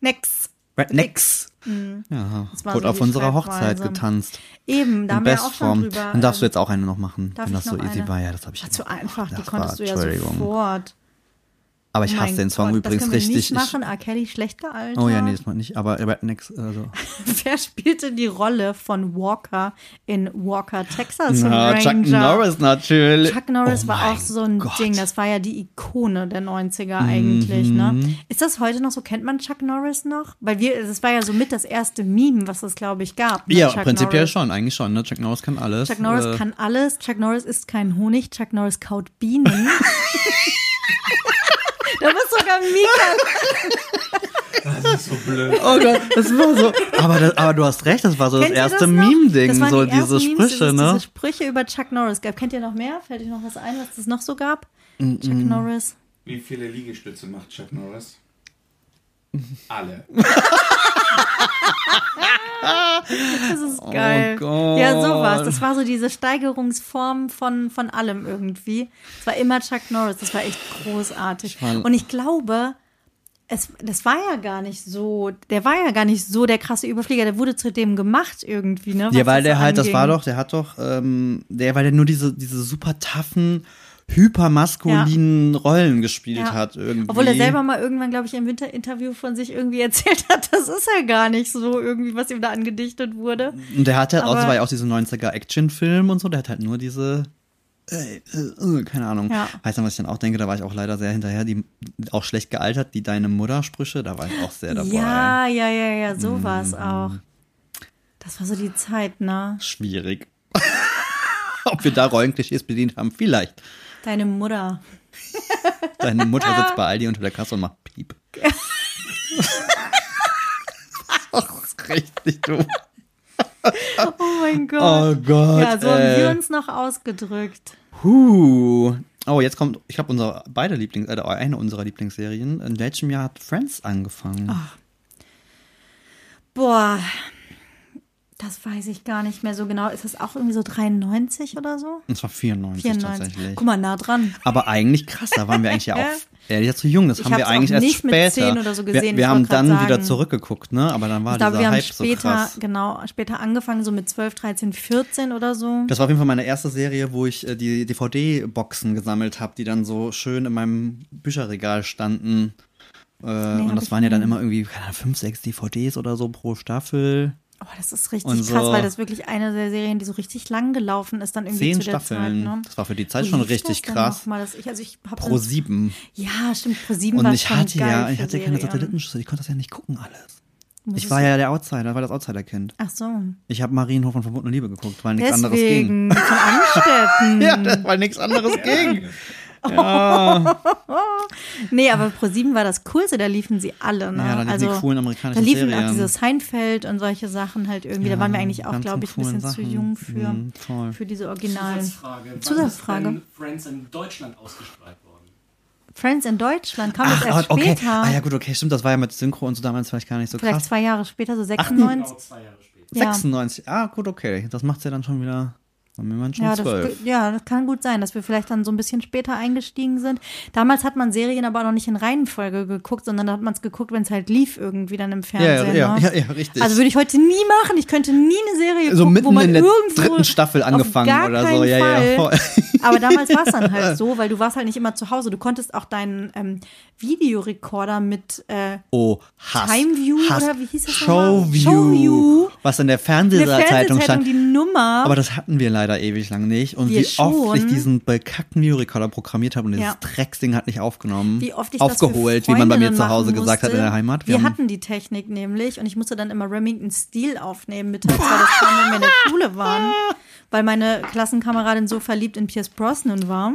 [SPEAKER 2] Nix.
[SPEAKER 1] Rednecks. Ja,
[SPEAKER 2] war
[SPEAKER 1] wurde
[SPEAKER 2] so
[SPEAKER 1] auf
[SPEAKER 2] die
[SPEAKER 1] unserer Hochzeit
[SPEAKER 2] Schreibweise.
[SPEAKER 1] getanzt.
[SPEAKER 2] Eben, da
[SPEAKER 1] in
[SPEAKER 2] haben wir auch schon
[SPEAKER 1] Bestform.
[SPEAKER 2] drüber.
[SPEAKER 1] Dann darfst du
[SPEAKER 2] ähm,
[SPEAKER 1] jetzt auch eine noch machen,
[SPEAKER 2] darf
[SPEAKER 1] wenn
[SPEAKER 2] ich
[SPEAKER 1] das so
[SPEAKER 2] noch
[SPEAKER 1] easy
[SPEAKER 2] eine?
[SPEAKER 1] war. Ja, das habe ich
[SPEAKER 2] war zu
[SPEAKER 1] immer gemacht.
[SPEAKER 2] einfach, die
[SPEAKER 1] Das
[SPEAKER 2] konntest du
[SPEAKER 1] war-
[SPEAKER 2] ja
[SPEAKER 1] Entschuldigung.
[SPEAKER 2] sofort.
[SPEAKER 1] Aber ich
[SPEAKER 2] Oh
[SPEAKER 1] hasse
[SPEAKER 2] mein
[SPEAKER 1] den Song
[SPEAKER 2] Gott, das
[SPEAKER 1] übrigens
[SPEAKER 2] können wir
[SPEAKER 1] richtig.
[SPEAKER 2] Nicht
[SPEAKER 1] Ich-
[SPEAKER 2] machen, R. Kelly schlecht gealtert.
[SPEAKER 1] Oh ja, nee, das macht nicht. Aber Rednecks, also.
[SPEAKER 2] Wer spielte die Rolle von Walker in Walker, Texas
[SPEAKER 1] Na,
[SPEAKER 2] Ranger?
[SPEAKER 1] Chuck Norris natürlich.
[SPEAKER 2] Chuck Norris
[SPEAKER 1] Oh
[SPEAKER 2] war auch
[SPEAKER 1] mein
[SPEAKER 2] so ein
[SPEAKER 1] Gott.
[SPEAKER 2] Ding. Das war ja die Ikone der 90er eigentlich,
[SPEAKER 1] Mhm.
[SPEAKER 2] ne? Ist das heute noch so? Kennt man Chuck Norris noch? Weil wir, das war ja so mit das erste Meme, was es, glaube ich, gab. ne?
[SPEAKER 1] Ja,
[SPEAKER 2] Chuck
[SPEAKER 1] prinzipiell
[SPEAKER 2] Norris.
[SPEAKER 1] schon, eigentlich schon. Ne? Chuck Norris kann alles.
[SPEAKER 2] Chuck Norris
[SPEAKER 1] äh,
[SPEAKER 2] kann alles. Chuck Norris isst keinen Honig. Chuck Norris kaut Bienen. da muss sogar Mika.
[SPEAKER 4] Das ist so blöd.
[SPEAKER 1] Oh Gott, das war so. Aber, das, aber du hast recht, das war so
[SPEAKER 2] Kennt ihr
[SPEAKER 1] das erste
[SPEAKER 2] noch?
[SPEAKER 1] Meme-Ding,
[SPEAKER 2] Das waren
[SPEAKER 1] so
[SPEAKER 2] die ersten
[SPEAKER 1] diese
[SPEAKER 2] Memes,
[SPEAKER 1] Sprüche,
[SPEAKER 2] dieses,
[SPEAKER 1] ne?
[SPEAKER 2] Diese Sprüche über Chuck Norris gab. Kennt ihr noch mehr? Fällt euch noch was ein, was es noch so gab?
[SPEAKER 1] Mm,
[SPEAKER 2] Chuck Norris.
[SPEAKER 4] Wie viele Liegestütze macht Chuck Norris? Alle.
[SPEAKER 2] Das ist geil. Ja, sowas.
[SPEAKER 1] Oh Gott.
[SPEAKER 2] Das war so diese Steigerungsform von, von allem irgendwie. Es war immer Chuck Norris. Das war echt großartig.
[SPEAKER 1] meine-
[SPEAKER 2] Und ich glaube, es, das war ja gar nicht so, der war ja gar nicht so der krasse Überflieger. Der wurde zu dem gemacht irgendwie, ne?
[SPEAKER 1] Ja,
[SPEAKER 2] was
[SPEAKER 1] weil
[SPEAKER 2] das
[SPEAKER 1] der halt, das
[SPEAKER 2] anging.
[SPEAKER 1] war doch, der hat doch, ähm, der, weil der nur diese, diese super taffen, hypermaskulinen Rollen gespielt
[SPEAKER 2] Ja.
[SPEAKER 1] hat irgendwie.
[SPEAKER 2] Obwohl er selber mal irgendwann, glaube ich, im Winterinterview von sich irgendwie erzählt hat, das ist ja gar nicht so irgendwie, was ihm da angedichtet wurde.
[SPEAKER 1] Und der hatte auch,
[SPEAKER 2] aber-
[SPEAKER 1] das war ja auch diese 90er-Action-Film und so, der hat halt nur diese. äh, äh, äh, Keine Ahnung.
[SPEAKER 2] Ja.
[SPEAKER 1] Weißt du, was ich dann auch denke? Da war ich auch leider sehr hinterher, die auch schlecht gealtert, die deine Mutter-Sprüche, da war ich auch sehr dabei. Mhm.
[SPEAKER 2] Ja, ja, ja, ja, sowas auch. Das war so die Zeit, ne?
[SPEAKER 1] Schwierig. Ob wir da Rollenklischees bedient haben, vielleicht.
[SPEAKER 2] Deine Mutter.
[SPEAKER 1] Deine Mutter sitzt bei Aldi unter der Kasse und macht Piep. das ist richtig doof.
[SPEAKER 2] Oh mein
[SPEAKER 1] Oh
[SPEAKER 2] Gott.
[SPEAKER 1] Gott.
[SPEAKER 2] ja, so haben wir
[SPEAKER 1] ey.
[SPEAKER 2] uns noch ausgedrückt.
[SPEAKER 1] Huh. Oh, jetzt kommt, ich glaube, unsere beide Lieblings, äh, eine unserer Lieblingsserien. In welchem Jahr hat Friends angefangen?
[SPEAKER 2] Boah, das weiß ich gar nicht mehr so genau. Ist das auch irgendwie so 93 oder so?
[SPEAKER 1] Und zwar 94,
[SPEAKER 2] 94.
[SPEAKER 1] tatsächlich.
[SPEAKER 2] Guck mal, nah dran.
[SPEAKER 1] Aber eigentlich krass, da waren wir eigentlich ja auch eher ja zu jung. Das
[SPEAKER 2] Ich
[SPEAKER 1] haben wir
[SPEAKER 2] hab's auch
[SPEAKER 1] eigentlich erst
[SPEAKER 2] nicht mit
[SPEAKER 1] später.
[SPEAKER 2] 10 oder so
[SPEAKER 1] wir
[SPEAKER 2] gesehen,
[SPEAKER 1] wir
[SPEAKER 2] ich
[SPEAKER 1] haben
[SPEAKER 2] wollt grad
[SPEAKER 1] dann wieder
[SPEAKER 2] sagen.
[SPEAKER 1] zurückgeguckt, ne? Aber dann war
[SPEAKER 2] Ich glaube,
[SPEAKER 1] dieser
[SPEAKER 2] wir haben
[SPEAKER 1] Hype so
[SPEAKER 2] später,
[SPEAKER 1] krass.
[SPEAKER 2] genau, später angefangen, so mit 12, 13, 14 oder so.
[SPEAKER 1] Das war auf jeden Fall meine erste Serie, wo ich äh, die DVD-Boxen gesammelt habe, die dann so schön in meinem Bücherregal standen. Äh, und
[SPEAKER 2] hab
[SPEAKER 1] das
[SPEAKER 2] ich
[SPEAKER 1] waren ja dann immer irgendwie, keine Ahnung, fünf, sechs DVDs oder so pro Staffel.
[SPEAKER 2] Oh, das ist richtig
[SPEAKER 1] Und so-
[SPEAKER 2] krass, weil das wirklich eine der Serien, die so richtig lang gelaufen ist, dann irgendwie
[SPEAKER 1] Zehn
[SPEAKER 2] zu der
[SPEAKER 1] Staffeln.
[SPEAKER 2] Zeit. Ne?
[SPEAKER 1] Das war für die Zeit
[SPEAKER 2] Wo
[SPEAKER 1] schon
[SPEAKER 2] lief
[SPEAKER 1] richtig
[SPEAKER 2] das denn
[SPEAKER 1] krass.
[SPEAKER 2] noch Mal, dass ich, also ich hab
[SPEAKER 1] Pro
[SPEAKER 2] das-
[SPEAKER 1] sieben.
[SPEAKER 2] Ja, stimmt, Pro 7
[SPEAKER 1] Und
[SPEAKER 2] war
[SPEAKER 1] ich
[SPEAKER 2] schon
[SPEAKER 1] hatte
[SPEAKER 2] geil
[SPEAKER 1] ja, ich
[SPEAKER 2] für
[SPEAKER 1] hatte keine
[SPEAKER 2] Serien.
[SPEAKER 1] Satellitenschüssel, ich konnte das ja nicht gucken alles.
[SPEAKER 2] Muss
[SPEAKER 1] Ich
[SPEAKER 2] es-
[SPEAKER 1] war ja der Outsider, war das Outsider-Kind.
[SPEAKER 2] Ach so.
[SPEAKER 1] Ich habe Marienhof und Verbotene Liebe geguckt, weil nichts anderes ging.
[SPEAKER 2] Deswegen. Von Anstetten.
[SPEAKER 1] Ja, das- weil nichts anderes ging.
[SPEAKER 2] Nee, aber Pro7 war das Coolste, da liefen sie alle. Ne?
[SPEAKER 1] Ja, da liefen
[SPEAKER 2] also,
[SPEAKER 1] die coolen amerikanischen
[SPEAKER 2] Da liefen auch
[SPEAKER 1] Serien.
[SPEAKER 2] diese Seinfeld und solche Sachen halt irgendwie. da waren wir eigentlich auch,
[SPEAKER 1] ganz
[SPEAKER 2] glaube ich, ein
[SPEAKER 1] coolen
[SPEAKER 2] bisschen zu
[SPEAKER 1] Sachen.
[SPEAKER 2] jung für,
[SPEAKER 1] Mhm, toll.
[SPEAKER 2] für diese Originalen.
[SPEAKER 3] Zusatzfrage. Wann
[SPEAKER 2] Zusatzfrage.
[SPEAKER 3] ist denn Friends in Deutschland ausgestrahlt worden?
[SPEAKER 2] Friends in Deutschland kam das
[SPEAKER 1] Ach,
[SPEAKER 2] erst
[SPEAKER 1] okay.
[SPEAKER 2] später.
[SPEAKER 1] Ah ja, gut, okay, stimmt, das war ja mit Synchro und so damals vielleicht gar nicht so
[SPEAKER 2] Vielleicht
[SPEAKER 1] krass.
[SPEAKER 2] zwei Jahre später, so
[SPEAKER 3] Genau
[SPEAKER 2] 96.
[SPEAKER 3] zwei Jahre später.
[SPEAKER 2] Ja.
[SPEAKER 1] 96. Ah, gut, okay. Das macht's ja dann schon wieder. Dann wir waren schon
[SPEAKER 2] Ja das,
[SPEAKER 1] um zwölf.
[SPEAKER 2] ja, das kann gut sein, dass wir vielleicht dann so ein bisschen später eingestiegen sind. Damals hat man Serien aber noch nicht in Reihenfolge geguckt, sondern da hat man es geguckt, wenn es halt lief irgendwie dann im
[SPEAKER 1] Ja, ja,
[SPEAKER 2] Fernsehen.
[SPEAKER 1] ja,
[SPEAKER 2] ne?
[SPEAKER 1] ja, ja, richtig.
[SPEAKER 2] Also würde ich heute nie machen. Ich könnte nie eine Serie
[SPEAKER 1] so
[SPEAKER 2] gucken, wo
[SPEAKER 1] mitten
[SPEAKER 2] man
[SPEAKER 1] in der
[SPEAKER 2] irgendwo
[SPEAKER 1] dritten Staffel angefangen
[SPEAKER 2] auf gar
[SPEAKER 1] oder so.
[SPEAKER 2] keinen
[SPEAKER 1] Ja, ja,
[SPEAKER 2] Fall.
[SPEAKER 1] voll.
[SPEAKER 2] Aber damals war es dann halt so, weil du warst halt nicht immer zu Hause. Du konntest auch deinen ähm, Videorekorder mit äh,
[SPEAKER 1] Oh, Hass.
[SPEAKER 2] Timeview
[SPEAKER 1] Hass.
[SPEAKER 2] oder wie hieß das nochmal?
[SPEAKER 1] Showview.
[SPEAKER 2] Showview.
[SPEAKER 1] Was in der
[SPEAKER 2] in der
[SPEAKER 1] Fernsehzeitung
[SPEAKER 2] Fernsehzeitung
[SPEAKER 1] stand.
[SPEAKER 2] die Nummer.
[SPEAKER 1] Aber das hatten wir leider ewig lang nicht. Und
[SPEAKER 2] Wir
[SPEAKER 1] wie oft ich
[SPEAKER 2] schon.
[SPEAKER 1] diesen bekackten Videorekorder programmiert habe und dieses
[SPEAKER 2] Ja.
[SPEAKER 1] Drecksding hat nicht aufgenommen.
[SPEAKER 2] wie oft ich
[SPEAKER 1] aufgeholt,
[SPEAKER 2] das für
[SPEAKER 1] wie man bei mir
[SPEAKER 2] Freundinnen
[SPEAKER 1] zu Hause
[SPEAKER 2] machen
[SPEAKER 1] gesagt hat in der
[SPEAKER 2] musste.
[SPEAKER 1] Heimat.
[SPEAKER 2] Wir,
[SPEAKER 1] haben-
[SPEAKER 2] hatten die Technik nämlich und ich musste dann immer Remington Steel aufnehmen mittags, weil das kam, wenn wir in der Schule waren. Weil meine Klassenkameradin so verliebt in Pierce Brosnan war.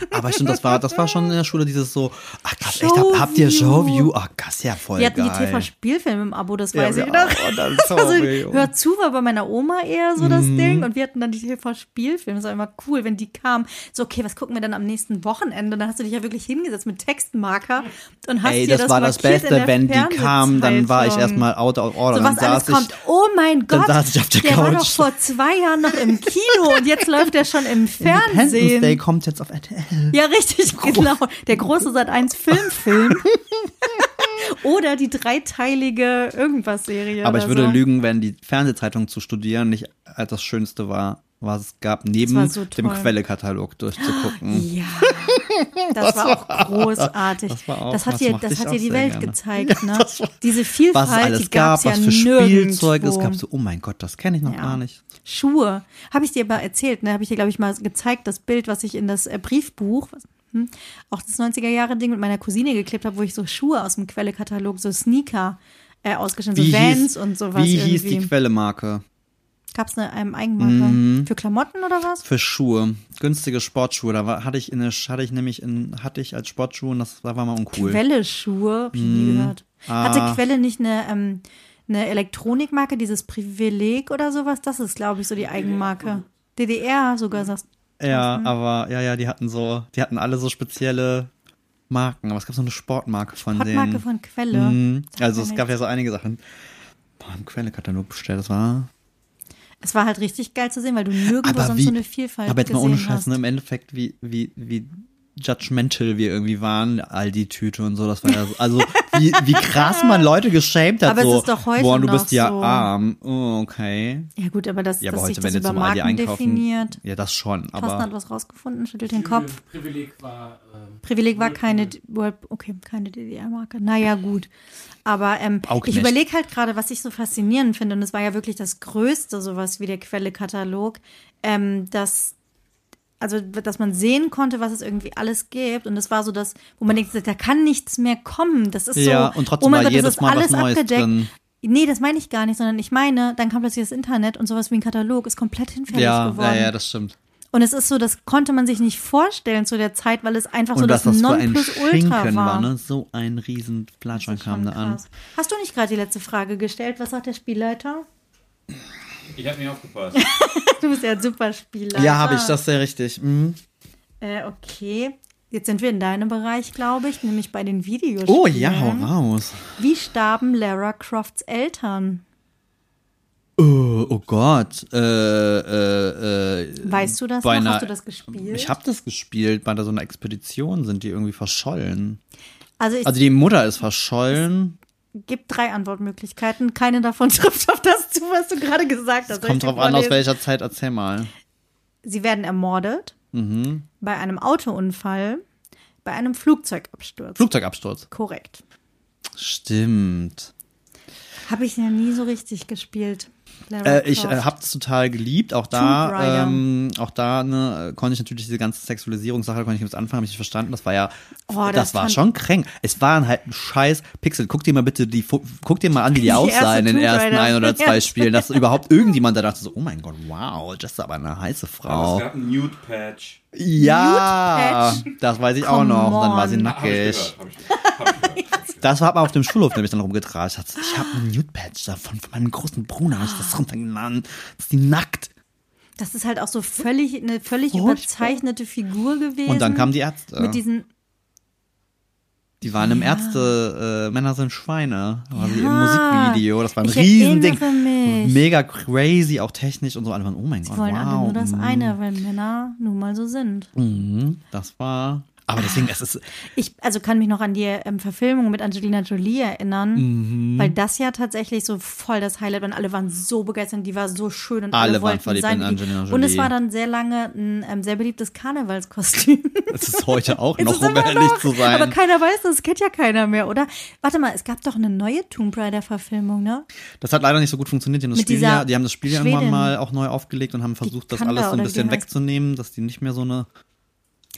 [SPEAKER 1] aber stimmt, das war, das war schon in der Schule dieses so, ach krass, echt, hab, habt ihr
[SPEAKER 2] Showview.
[SPEAKER 1] Showview? Ach, das ist ja voll
[SPEAKER 2] Wir hatten
[SPEAKER 1] geil.
[SPEAKER 2] die TV-Spielfilme im Abo, das
[SPEAKER 1] Ja,
[SPEAKER 2] weiß
[SPEAKER 1] wir
[SPEAKER 2] ich noch.
[SPEAKER 1] auch. Oh, Das ist
[SPEAKER 2] Also,
[SPEAKER 1] sorry, Junge.
[SPEAKER 2] hör zu war bei meiner Oma eher so
[SPEAKER 1] Mhm.
[SPEAKER 2] das Ding und wir hatten dann die TV-Spielfilme. Das war immer cool, wenn die kamen. So, okay, was gucken wir dann am nächsten Wochenende? Dann hast du dich ja wirklich hingesetzt mit Textmarker und hast
[SPEAKER 1] Ey,
[SPEAKER 2] dir
[SPEAKER 1] das,
[SPEAKER 2] das
[SPEAKER 1] war das
[SPEAKER 2] markiert in
[SPEAKER 1] Beste,
[SPEAKER 2] der
[SPEAKER 1] wenn die kamen, dann war ich
[SPEAKER 2] Fernsehzeitung.
[SPEAKER 1] erstmal out of order.
[SPEAKER 2] So
[SPEAKER 1] dann
[SPEAKER 2] was alles
[SPEAKER 1] saß ich,
[SPEAKER 2] kommt. Oh mein Gott.
[SPEAKER 1] dann saß ich auf der
[SPEAKER 2] war doch
[SPEAKER 1] Couch.
[SPEAKER 2] vor zwei Jahren noch im Kino und jetzt läuft er schon im
[SPEAKER 1] Independence Day
[SPEAKER 2] Fernsehen.
[SPEAKER 1] kommt jetzt auf RTL.
[SPEAKER 2] Ja, richtig, genau. Der große Sat 1 Filmfilm. Oder die dreiteilige Irgendwas-Serie.
[SPEAKER 1] Aber ich
[SPEAKER 2] oder
[SPEAKER 1] würde
[SPEAKER 2] so.
[SPEAKER 1] lügen, wenn die Fernsehzeitung zu studieren nicht als das Schönste war, was es gab, neben
[SPEAKER 2] war so
[SPEAKER 1] dem
[SPEAKER 2] toll.
[SPEAKER 1] Quellekatalog durchzugucken.
[SPEAKER 2] Ja. Das, war auch großartig.
[SPEAKER 1] das war auch-
[SPEAKER 2] das hat
[SPEAKER 1] das
[SPEAKER 2] dir,
[SPEAKER 1] mochte
[SPEAKER 2] das
[SPEAKER 1] ich
[SPEAKER 2] hat
[SPEAKER 1] auch
[SPEAKER 2] dir die
[SPEAKER 1] sehr
[SPEAKER 2] Welt
[SPEAKER 1] gerne.
[SPEAKER 2] gezeigt. Ne?
[SPEAKER 1] das war-
[SPEAKER 2] Diese
[SPEAKER 1] Was es
[SPEAKER 2] Vielfalt, die
[SPEAKER 1] alles
[SPEAKER 2] gab
[SPEAKER 1] gab,
[SPEAKER 2] es ja
[SPEAKER 1] was für Spielzeug es
[SPEAKER 2] nirgendwo.
[SPEAKER 1] gab. So, oh mein Gott, das kenne ich noch
[SPEAKER 2] Ja.
[SPEAKER 1] gar nicht.
[SPEAKER 2] Schuhe. Habe ich dir aber erzählt, ne? Habe ich dir, glaube ich, mal gezeigt, das Bild, was ich in das äh, Briefbuch, was- hm, auch das 90er-Jahre-Ding mit meiner Cousine geklebt habe, wo ich so Schuhe aus dem Quelle-Katalog, so Sneaker äh, ausgeschnitten, so Vans und sowas
[SPEAKER 1] wie hieß die
[SPEAKER 2] irgendwie.
[SPEAKER 1] Quellemarke?
[SPEAKER 2] Gab es eine ähm, Eigenmarke?
[SPEAKER 1] Mhm.
[SPEAKER 2] Für Klamotten oder was?
[SPEAKER 1] Für Schuhe. Günstige Sportschuhe. Da war, hatte ich in der, Sch- hatte ich nämlich in, hatte ich als Sportschuhe und das war mal uncool.
[SPEAKER 2] Quelle-Schuhe, hab ich nie gehört.
[SPEAKER 1] Ah.
[SPEAKER 2] Hatte Quelle nicht eine, ähm, eine Elektronikmarke, dieses Privileg oder sowas? Das ist, glaube ich, so die Eigenmarke. DDR sogar sagst ne?
[SPEAKER 1] ja, aber ja, ja, die hatten so, die hatten alle so spezielle Marken. Aber es gab so eine Sportmarke von
[SPEAKER 2] Hotmarke
[SPEAKER 1] denen.
[SPEAKER 2] von Quelle.
[SPEAKER 1] Mhm.
[SPEAKER 2] Sagt
[SPEAKER 1] Also
[SPEAKER 2] mir
[SPEAKER 1] es
[SPEAKER 2] nichts.
[SPEAKER 1] gab ja so einige Sachen. Boah, im Quellekatalog bestellt, das war.
[SPEAKER 2] Es war halt richtig geil zu sehen, weil du nirgendwo
[SPEAKER 1] Aber
[SPEAKER 2] Oh, sonst
[SPEAKER 1] wie,
[SPEAKER 2] so eine Vielfalt
[SPEAKER 1] aber jetzt mal
[SPEAKER 2] gesehen
[SPEAKER 1] ohne Scheiß,
[SPEAKER 2] hast.
[SPEAKER 1] ne, im Endeffekt, wie, wie, wie judgmental wir irgendwie waren, all die Tüte und so, das war ja so, also wie, wie krass man Leute geschämt hat,
[SPEAKER 2] Aber es
[SPEAKER 1] so,
[SPEAKER 2] ist doch heute
[SPEAKER 1] boah, du
[SPEAKER 2] noch
[SPEAKER 1] bist ja
[SPEAKER 2] so.
[SPEAKER 1] arm, oh, okay.
[SPEAKER 2] Ja gut, aber das,
[SPEAKER 1] Ja,
[SPEAKER 2] dass
[SPEAKER 1] aber
[SPEAKER 2] sich
[SPEAKER 1] heute,
[SPEAKER 2] das
[SPEAKER 1] wenn jetzt
[SPEAKER 2] über
[SPEAKER 1] mal die
[SPEAKER 2] Marken
[SPEAKER 1] einkaufen,
[SPEAKER 2] definiert.
[SPEAKER 1] ja, das schon,
[SPEAKER 2] Carsten hat
[SPEAKER 1] aber
[SPEAKER 2] was rausgefunden, schüttelt den Kopf.
[SPEAKER 3] Privileg war. Ähm,
[SPEAKER 2] Privileg war
[SPEAKER 3] Whirlpool.
[SPEAKER 2] keine, D- World- okay, keine DDR-Marke. Naja, gut. Aber ähm,
[SPEAKER 1] Auch
[SPEAKER 2] ich
[SPEAKER 1] nicht.
[SPEAKER 2] überlege halt gerade, was ich so faszinierend finde. Und es war ja wirklich das Größte, sowas wie der Quelle-Katalog, ähm, dass, also, dass man sehen konnte, was es irgendwie alles gibt. Und das war so das, wo man denkt, da kann nichts mehr kommen. Das ist
[SPEAKER 1] Ja,
[SPEAKER 2] so,
[SPEAKER 1] und trotzdem
[SPEAKER 2] oh mein
[SPEAKER 1] war
[SPEAKER 2] Gott, das
[SPEAKER 1] jedes
[SPEAKER 2] ist
[SPEAKER 1] Mal was
[SPEAKER 2] alles
[SPEAKER 1] Neues
[SPEAKER 2] abgedeckt.
[SPEAKER 1] drin.
[SPEAKER 2] Nee, das meine ich gar nicht, sondern ich meine, dann kam plötzlich das Internet und sowas wie ein Katalog ist komplett hinfällig
[SPEAKER 1] ja,
[SPEAKER 2] geworden.
[SPEAKER 1] ja, ja, das stimmt.
[SPEAKER 2] Und es ist so, das konnte man sich nicht vorstellen zu der Zeit, weil es einfach so
[SPEAKER 1] und dass
[SPEAKER 2] das,
[SPEAKER 1] das für ein Schinken
[SPEAKER 2] Nonplusultra war.
[SPEAKER 1] war. ne, so ein riesen
[SPEAKER 2] Das
[SPEAKER 1] Platschwein
[SPEAKER 2] ist
[SPEAKER 1] kam
[SPEAKER 2] schon
[SPEAKER 1] da an.
[SPEAKER 2] krass. Hast du nicht gerade die letzte Frage gestellt? Was sagt der Spielleiter?
[SPEAKER 4] Ich habe nicht aufgepasst.
[SPEAKER 2] Du bist ja ein super Spielleiter.
[SPEAKER 1] Ja, habe ich, das ist ja richtig. Mhm.
[SPEAKER 2] Äh, okay. Jetzt sind wir in deinem Bereich, glaube ich, nämlich bei den Videospielen.
[SPEAKER 1] Oh ja, hau raus.
[SPEAKER 2] Wie starben Lara Crofts Eltern?
[SPEAKER 1] Oh, oh Gott. Äh, äh, äh,
[SPEAKER 2] Weißt du das
[SPEAKER 1] Bei
[SPEAKER 2] noch?
[SPEAKER 1] einer-
[SPEAKER 2] Hast du das gespielt?
[SPEAKER 1] Ich habe das gespielt, bei so einer Expedition sind die irgendwie verschollen.
[SPEAKER 2] also ich
[SPEAKER 1] Also die Mutter ist verschollen.
[SPEAKER 2] gebe drei Antwortmöglichkeiten. Keine davon trifft auf das zu, was du gerade gesagt hast. Soll ich
[SPEAKER 1] Kommt
[SPEAKER 2] dir
[SPEAKER 1] drauf an, aus
[SPEAKER 2] vorlesen?
[SPEAKER 1] welcher Zeit, erzähl mal.
[SPEAKER 2] Sie werden ermordet
[SPEAKER 1] Mhm.
[SPEAKER 2] bei einem Autounfall, bei einem Flugzeugabsturz.
[SPEAKER 1] Flugzeugabsturz.
[SPEAKER 2] Korrekt.
[SPEAKER 1] Stimmt.
[SPEAKER 2] Habe ich ja nie so richtig gespielt. Lara
[SPEAKER 1] Äh, ich äh,
[SPEAKER 2] Croft.
[SPEAKER 1] habe es total geliebt. Auch
[SPEAKER 2] Tomb Raider.
[SPEAKER 1] da, ähm, auch da ne, äh, konnte ich natürlich diese ganze Sexualisierungssache, da konnte ich nicht mit anfangen, habe ich nicht verstanden. Das war ja,
[SPEAKER 2] Oh,
[SPEAKER 1] das,
[SPEAKER 2] das
[SPEAKER 1] war
[SPEAKER 2] fand-
[SPEAKER 1] schon kränk. Es waren halt ein scheiß Pixel. Guck dir mal bitte die, Fo- guck dir mal an, wie die aussahen in den
[SPEAKER 2] erste Tomb
[SPEAKER 1] ersten ein
[SPEAKER 2] Raider.
[SPEAKER 1] oder zwei
[SPEAKER 2] Ja.
[SPEAKER 1] Spielen, dass überhaupt irgendjemand da dachte so, oh mein Gott, wow, das ist aber eine heiße
[SPEAKER 4] Aber es
[SPEAKER 1] Frau.
[SPEAKER 4] gab einen Nude-Patch.
[SPEAKER 1] Ja, das weiß ich auch
[SPEAKER 2] Come
[SPEAKER 1] noch. Und dann war sie
[SPEAKER 2] on.
[SPEAKER 4] Hab ich
[SPEAKER 1] nackig.
[SPEAKER 4] gehört, hab ich gehört. Hab ich gehört.
[SPEAKER 1] Das hat man auf dem Schulhof nämlich dann rumgetragen. Ich hatte- Ich habe einen Nude-Patch davon, von meinem großen Bruder. Hab ich das runtergenannt. Ist die nackt.
[SPEAKER 2] Das ist halt auch so völlig eine völlig
[SPEAKER 1] Furchtbar.
[SPEAKER 2] überzeichnete Figur gewesen.
[SPEAKER 1] Und dann kamen die Ärzte.
[SPEAKER 2] mit diesen Ah.
[SPEAKER 1] Die waren im Ärzte, äh, Männer sind Schweine, war sie im
[SPEAKER 2] Ja.
[SPEAKER 1] Musikvideo. Das war ein
[SPEAKER 2] Ich
[SPEAKER 1] Riesending.
[SPEAKER 2] erinnere mich.
[SPEAKER 1] Mega crazy, auch technisch und so. Alle waren, oh mein Gott,
[SPEAKER 2] wollen
[SPEAKER 1] wow.
[SPEAKER 2] alle nur das
[SPEAKER 1] mm,
[SPEAKER 2] eine, weil Männer nun mal so sind.
[SPEAKER 1] mm, das war. Aber deswegen, es ist.
[SPEAKER 2] Ich also kann mich noch an die ähm, Verfilmung mit Angelina Jolie erinnern,
[SPEAKER 1] Mhm.
[SPEAKER 2] weil das ja tatsächlich so voll das Highlight war. Und alle waren so begeistert, die war so schön und alle,
[SPEAKER 1] Alle waren
[SPEAKER 2] wollten
[SPEAKER 1] verliebt
[SPEAKER 2] sein.
[SPEAKER 1] in
[SPEAKER 2] wie die.
[SPEAKER 1] Angelina
[SPEAKER 2] Und es
[SPEAKER 1] Jolie.
[SPEAKER 2] war dann sehr lange ein ähm, sehr beliebtes Karnevalskostüm.
[SPEAKER 1] Es ist heute auch noch,
[SPEAKER 2] Es ist
[SPEAKER 1] um
[SPEAKER 2] immer
[SPEAKER 1] ehrlich
[SPEAKER 2] noch,
[SPEAKER 1] zu sein.
[SPEAKER 2] Aber keiner weiß das, kennt ja keiner mehr, oder? Warte mal, es gab doch eine neue Tomb Raider-Verfilmung, ne?
[SPEAKER 1] Das hat leider nicht so gut funktioniert. Die haben das
[SPEAKER 2] Mit
[SPEAKER 1] Spiel,
[SPEAKER 2] dieser
[SPEAKER 1] ja, die haben das Spiel ja irgendwann
[SPEAKER 2] Schwedin.
[SPEAKER 1] mal auch neu aufgelegt und haben versucht, das
[SPEAKER 2] Kanda
[SPEAKER 1] alles so ein
[SPEAKER 2] oder wie
[SPEAKER 1] bisschen
[SPEAKER 2] die heißt.
[SPEAKER 1] wegzunehmen, dass die nicht mehr so eine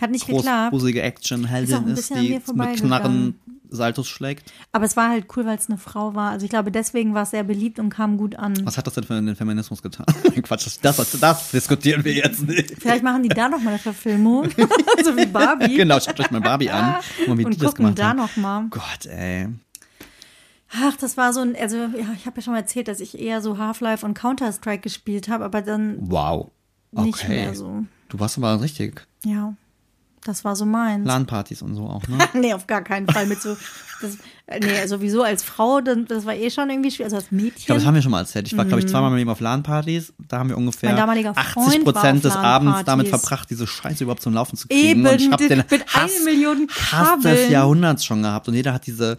[SPEAKER 2] Hat nicht geklappt.
[SPEAKER 1] großbusige
[SPEAKER 2] Ist auch
[SPEAKER 1] Action-Heldin
[SPEAKER 2] ein
[SPEAKER 1] ist,
[SPEAKER 2] bisschen an
[SPEAKER 1] die
[SPEAKER 2] mir
[SPEAKER 1] mit Knarren Saltos schlägt.
[SPEAKER 2] Aber es war halt cool, weil es eine Frau war. Also ich glaube, deswegen war es sehr beliebt und kam gut an.
[SPEAKER 1] Was hat das denn für den Feminismus getan? Quatsch, das, das, das diskutieren wir jetzt nicht.
[SPEAKER 2] Vielleicht machen die da noch mal eine Verfilmung, so wie Barbie.
[SPEAKER 1] Genau, schaut euch mal Barbie an. Guck mal, wie
[SPEAKER 2] Und
[SPEAKER 1] die das
[SPEAKER 2] gucken
[SPEAKER 1] gemacht
[SPEAKER 2] da
[SPEAKER 1] haben.
[SPEAKER 2] noch mal.
[SPEAKER 1] Gott, ey.
[SPEAKER 2] Ach, das war so ein, also ja, ich habe ja schon mal erzählt, dass ich eher so Half-Life und Counter-Strike gespielt habe, aber dann
[SPEAKER 1] Wow. Okay.
[SPEAKER 2] nicht mehr so.
[SPEAKER 1] Du warst aber richtig.
[SPEAKER 2] Ja, das war so meins.
[SPEAKER 1] LAN-Partys und so auch, ne?
[SPEAKER 2] Nee, auf gar keinen Fall. Mit so, das, nee, sowieso als Frau, dann- das war eh schon irgendwie schwierig. Also als Mädchen.
[SPEAKER 1] Ich glaube, das haben wir schon mal erzählt. Ich war, glaube ich, zweimal mit ihm auf LAN-Partys. Da haben wir ungefähr
[SPEAKER 2] Mhm. Mein damaliger Freund
[SPEAKER 1] 80
[SPEAKER 2] war auf
[SPEAKER 1] Prozent des Abends
[SPEAKER 2] LAN-Partys.
[SPEAKER 1] damit verbracht, diese Scheiße überhaupt zum Laufen zu kriegen.
[SPEAKER 2] Eben,
[SPEAKER 1] und ich habe den
[SPEAKER 2] mit
[SPEAKER 1] Hass,
[SPEAKER 2] einer Million
[SPEAKER 1] Hass des
[SPEAKER 2] Kabeln.
[SPEAKER 1] Jahrhunderts schon gehabt. Und jeder hat diese